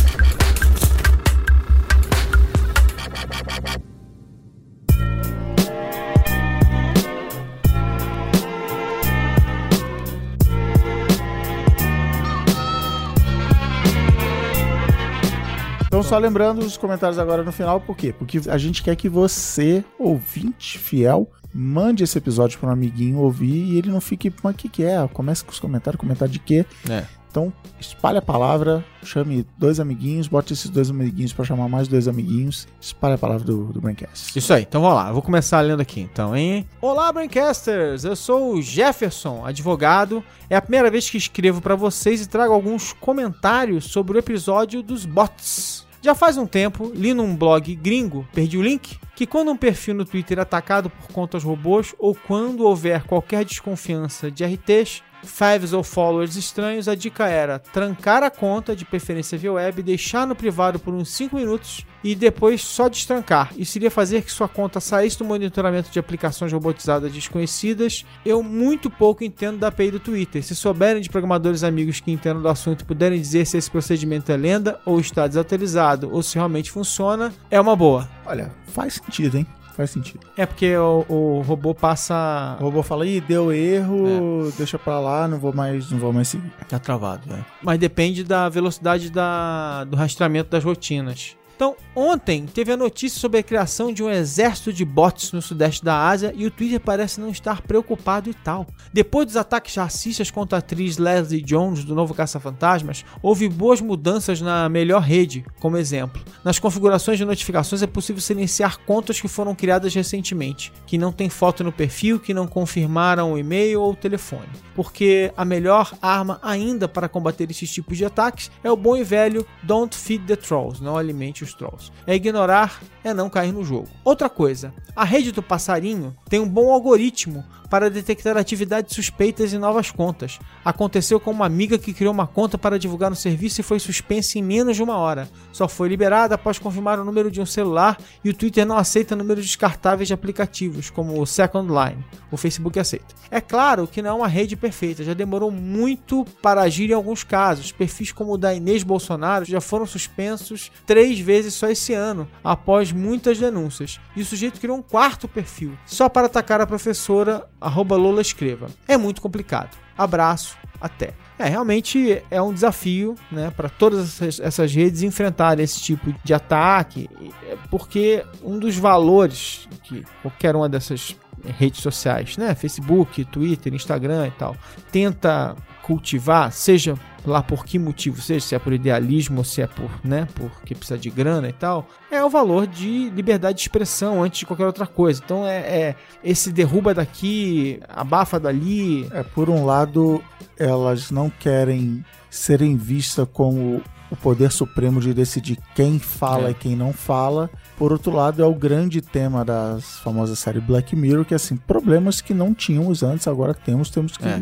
Speaker 2: Então, só lembrando os comentários agora no final, por quê? Porque a gente quer que você, ouvinte fiel, mande esse episódio para um amiguinho ouvir e ele não fique, mas o que, que é? Começa com os comentários, comentário de quê?
Speaker 4: É.
Speaker 2: Então, espalhe a palavra, chame dois amiguinhos, bote esses dois amiguinhos para chamar mais dois amiguinhos, espalhe a palavra do, do Braincast.
Speaker 4: Isso aí, então vamos lá, eu vou começar lendo aqui então, hein? Olá, Braincasters! Eu sou o Jefferson, advogado. É a primeira vez que escrevo pra vocês e trago alguns comentários sobre o episódio dos bots. Já faz um tempo, li num blog gringo, perdi o link, que quando um perfil no Twitter é atacado por contas robôs ou quando houver qualquer desconfiança de RTs, Fives ou followers estranhos, a dica era trancar a conta, de preferência via web, deixar no privado por uns 5 minutos e depois só destrancar. Isso iria fazer que sua conta saísse do monitoramento de aplicações robotizadas desconhecidas. Eu muito pouco entendo da API do Twitter. Se souberem de programadores amigos que entendam do assunto e puderem dizer se esse procedimento é lenda ou está desatualizado ou se realmente funciona, é uma boa.
Speaker 2: Olha, faz sentido, hein? Faz sentido.
Speaker 4: É porque o, o robô passa.
Speaker 7: Ah.
Speaker 2: O robô fala, ih, deu
Speaker 7: É.
Speaker 2: erro, deixa pra lá, não vou mais, não vou mais seguir.
Speaker 4: Tá travado, né? Mas depende da velocidade da, do rastreamento das rotinas. Então, ontem teve a notícia sobre a criação de um exército de bots no sudeste da Ásia e o Twitter parece não estar preocupado e tal. Depois dos ataques racistas contra a atriz Leslie Jones do novo Caça-Fantasmas, houve boas mudanças na melhor rede, como exemplo. Nas configurações de notificações é possível silenciar contas que foram criadas recentemente, que não têm foto no perfil, que não confirmaram o e-mail ou o telefone. Porque a melhor arma ainda para combater esses tipos de ataques é o bom e velho Don't Feed the Trolls, não alimente os trolls. É ignorar, é não cair no jogo. Outra coisa, a rede do passarinho tem um bom algoritmo para detectar atividades suspeitas em novas contas. Aconteceu com uma amiga que criou uma conta para divulgar um serviço e foi suspensa em menos de uma hora. Só foi liberada após confirmar o número de um celular e o Twitter não aceita números descartáveis de aplicativos, como o Second Line. O Facebook aceita. É claro que não é uma rede perfeita, já demorou muito para agir em alguns casos. Perfis como o da Inês Bolsonaro já foram suspensos três vezes só esse ano, após muitas denúncias. E o sujeito criou um quarto perfil, só para atacar a professora, arroba Lola Escreva. É muito complicado. Abraço, até. É, realmente é um desafio, né, para todas essas, essas redes enfrentar esse tipo de ataque, é porque um dos valores que qualquer uma dessas redes sociais, né, Facebook, Twitter, Instagram e tal, tenta cultivar, seja lá por que motivo seja, se é por idealismo ou se é por, né, porque precisa de grana e tal, é o valor de liberdade de expressão antes de qualquer outra coisa. Então é, é esse derruba daqui, abafa dali.
Speaker 2: É, por um lado, elas não querem serem vistas como o poder supremo de decidir quem fala
Speaker 4: É.
Speaker 2: e quem não fala. Por outro lado, é o grande tema da famosa série Black Mirror, que é assim, problemas que não tínhamos antes, agora temos, temos que
Speaker 5: É.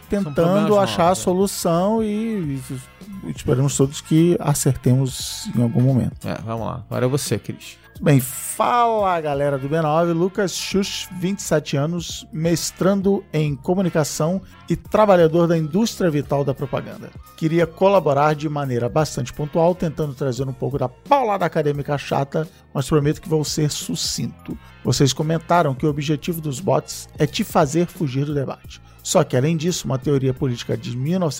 Speaker 7: problemas
Speaker 2: tentando
Speaker 7: novos,
Speaker 2: achar a
Speaker 7: é.
Speaker 2: solução e, e esperamos todos que acertemos em algum momento.
Speaker 7: É, vamos lá. Agora é você, Cris.
Speaker 2: Bem, fala galera do B9, Lucas Xuxa, 27 anos, mestrando em comunicação e trabalhador da indústria vital da propaganda. Queria colaborar de maneira bastante pontual, tentando trazer um pouco da paulada acadêmica chata, mas prometo que vou ser sucinto. Vocês comentaram que o objetivo dos bots é te fazer fugir do debate. Só que, além disso, uma teoria política de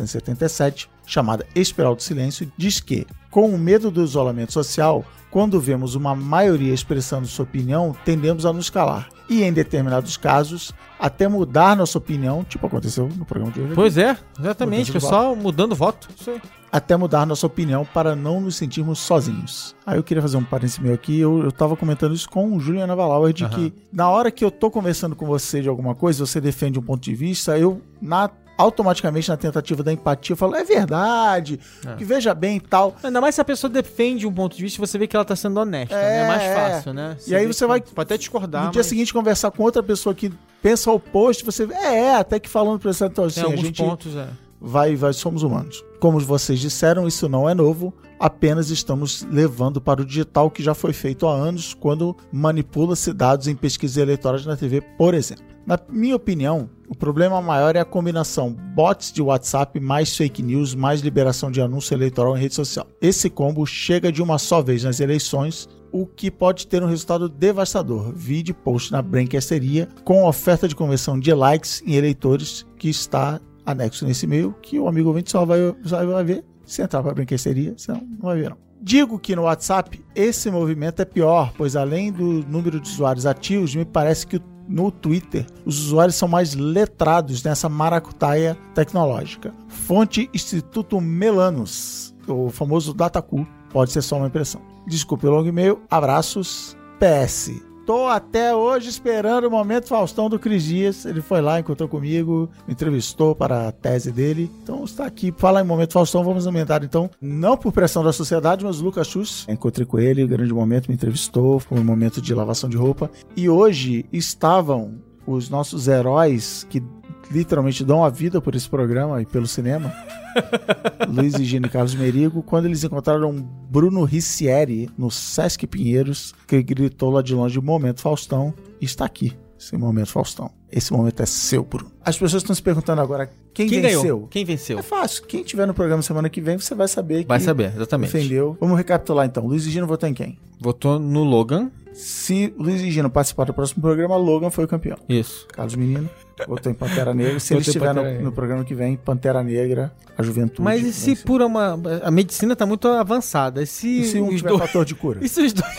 Speaker 2: 1977, chamada Espiral do Silêncio, diz que, com o medo do isolamento social, quando vemos uma maioria expressando sua opinião, tendemos a nos calar. E, em determinados casos, até mudar nossa opinião, tipo aconteceu no programa de hoje. aqui
Speaker 4: Pois é, exatamente,
Speaker 2: Mudando de
Speaker 4: pessoal mudando voto. Isso aí.
Speaker 2: até mudar nossa opinião para não nos sentirmos sozinhos. Aí eu queria fazer um parênteses meu aqui, eu, eu tava comentando isso com o Juliana Valauer, de que na hora que eu tô conversando com você de alguma coisa, você defende um ponto de vista, eu na- automaticamente na tentativa da empatia eu falo, é verdade,
Speaker 4: É.
Speaker 2: que veja bem e tal.
Speaker 4: Ainda mais se a pessoa defende um ponto de vista, você vê que ela tá sendo honesta,
Speaker 2: É,
Speaker 4: né? É mais
Speaker 2: é.
Speaker 4: fácil, né?
Speaker 2: aí
Speaker 4: vê
Speaker 2: você
Speaker 4: que
Speaker 2: vai-
Speaker 4: Pode até discordar,
Speaker 2: no dia
Speaker 4: mas
Speaker 2: seguinte conversar com outra pessoa que pensa o oposto, você é, é até que falando para essa então, assim,
Speaker 4: tem
Speaker 2: a
Speaker 4: alguns
Speaker 2: gente
Speaker 4: pontos, é.
Speaker 2: vai, vai, somos humanos. Como vocês disseram, isso não é novo, apenas estamos levando para o digital que já foi feito há anos quando manipula-se dados em pesquisas eleitorais na TV, por exemplo. Na minha opinião, o problema maior é a combinação bots de WhatsApp mais fake news mais liberação de anúncio eleitoral em rede social. Esse combo chega de uma só vez nas eleições, o que pode ter um resultado devastador. Vide post na Brancasteria com oferta de conversão de likes em eleitores que está anexo nesse e-mail que o amigo ouvinte só vai, só vai ver se entrar para a brinquesteria, senão não vai ver não. Digo que no WhatsApp esse movimento é pior, pois além do número de usuários ativos, me parece que no Twitter os usuários são mais letrados nessa maracutaia tecnológica. Fonte Instituto Melanos, o famoso Dataku, pode ser só uma impressão. Desculpe o longo e-mail, abraços, PS. Tô até hoje esperando o momento Faustão do Cris Dias. Ele foi lá, encontrou comigo, me entrevistou para a tese dele. Então está aqui. Fala em momento Faustão, vamos aumentar. Então, não por pressão da sociedade, mas o Lucas Schuss. Encontrei com ele, um grande momento, me entrevistou. Foi um momento de lavação de roupa. E hoje estavam os nossos heróis que literalmente dão a vida por esse programa e pelo cinema. Luiz Egino e Carlos Merigo, quando eles encontraram Bruno Ricieri no Sesc Pinheiros, que gritou lá de longe: Momento Faustão, está aqui. Esse momento, Faustão. Esse momento é seu, Bruno. As pessoas estão se perguntando agora: quem,
Speaker 7: Quem
Speaker 2: venceu?
Speaker 7: ganhou? Quem venceu?
Speaker 2: É fácil. Quem tiver no programa semana que vem, você vai saber
Speaker 7: Vai
Speaker 2: que
Speaker 7: saber, exatamente.
Speaker 2: defendeu. Vamos recapitular então. Luiz Egino votou em quem?
Speaker 7: Votou no Logan.
Speaker 2: Se Luiz Egino participar do próximo programa, Logan foi o campeão.
Speaker 7: Isso.
Speaker 2: Carlos Menino votou em Pantera Negra. Se ele
Speaker 7: Votou em
Speaker 2: estiver
Speaker 7: Pantera
Speaker 2: no,
Speaker 7: Negra.
Speaker 2: no programa que vem, Pantera Negra, a juventude.
Speaker 4: Mas e se
Speaker 2: venceu.
Speaker 4: por uma. A medicina tá muito avançada. E se,
Speaker 2: E se um
Speaker 4: os
Speaker 2: tiver
Speaker 4: dois.
Speaker 2: fator de cura?
Speaker 4: E se os dois.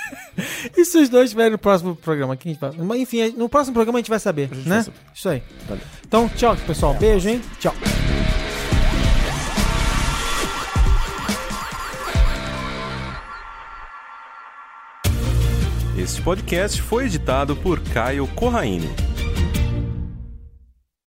Speaker 4: e se os dois estiverem no próximo programa? Quem a gente vai- Mas, enfim, no próximo programa a gente vai saber, né?
Speaker 2: vai saber.
Speaker 4: Isso aí. Então, tchau, pessoal. Beijo, hein? Tchau.
Speaker 8: Este podcast foi editado por Caio Corraini.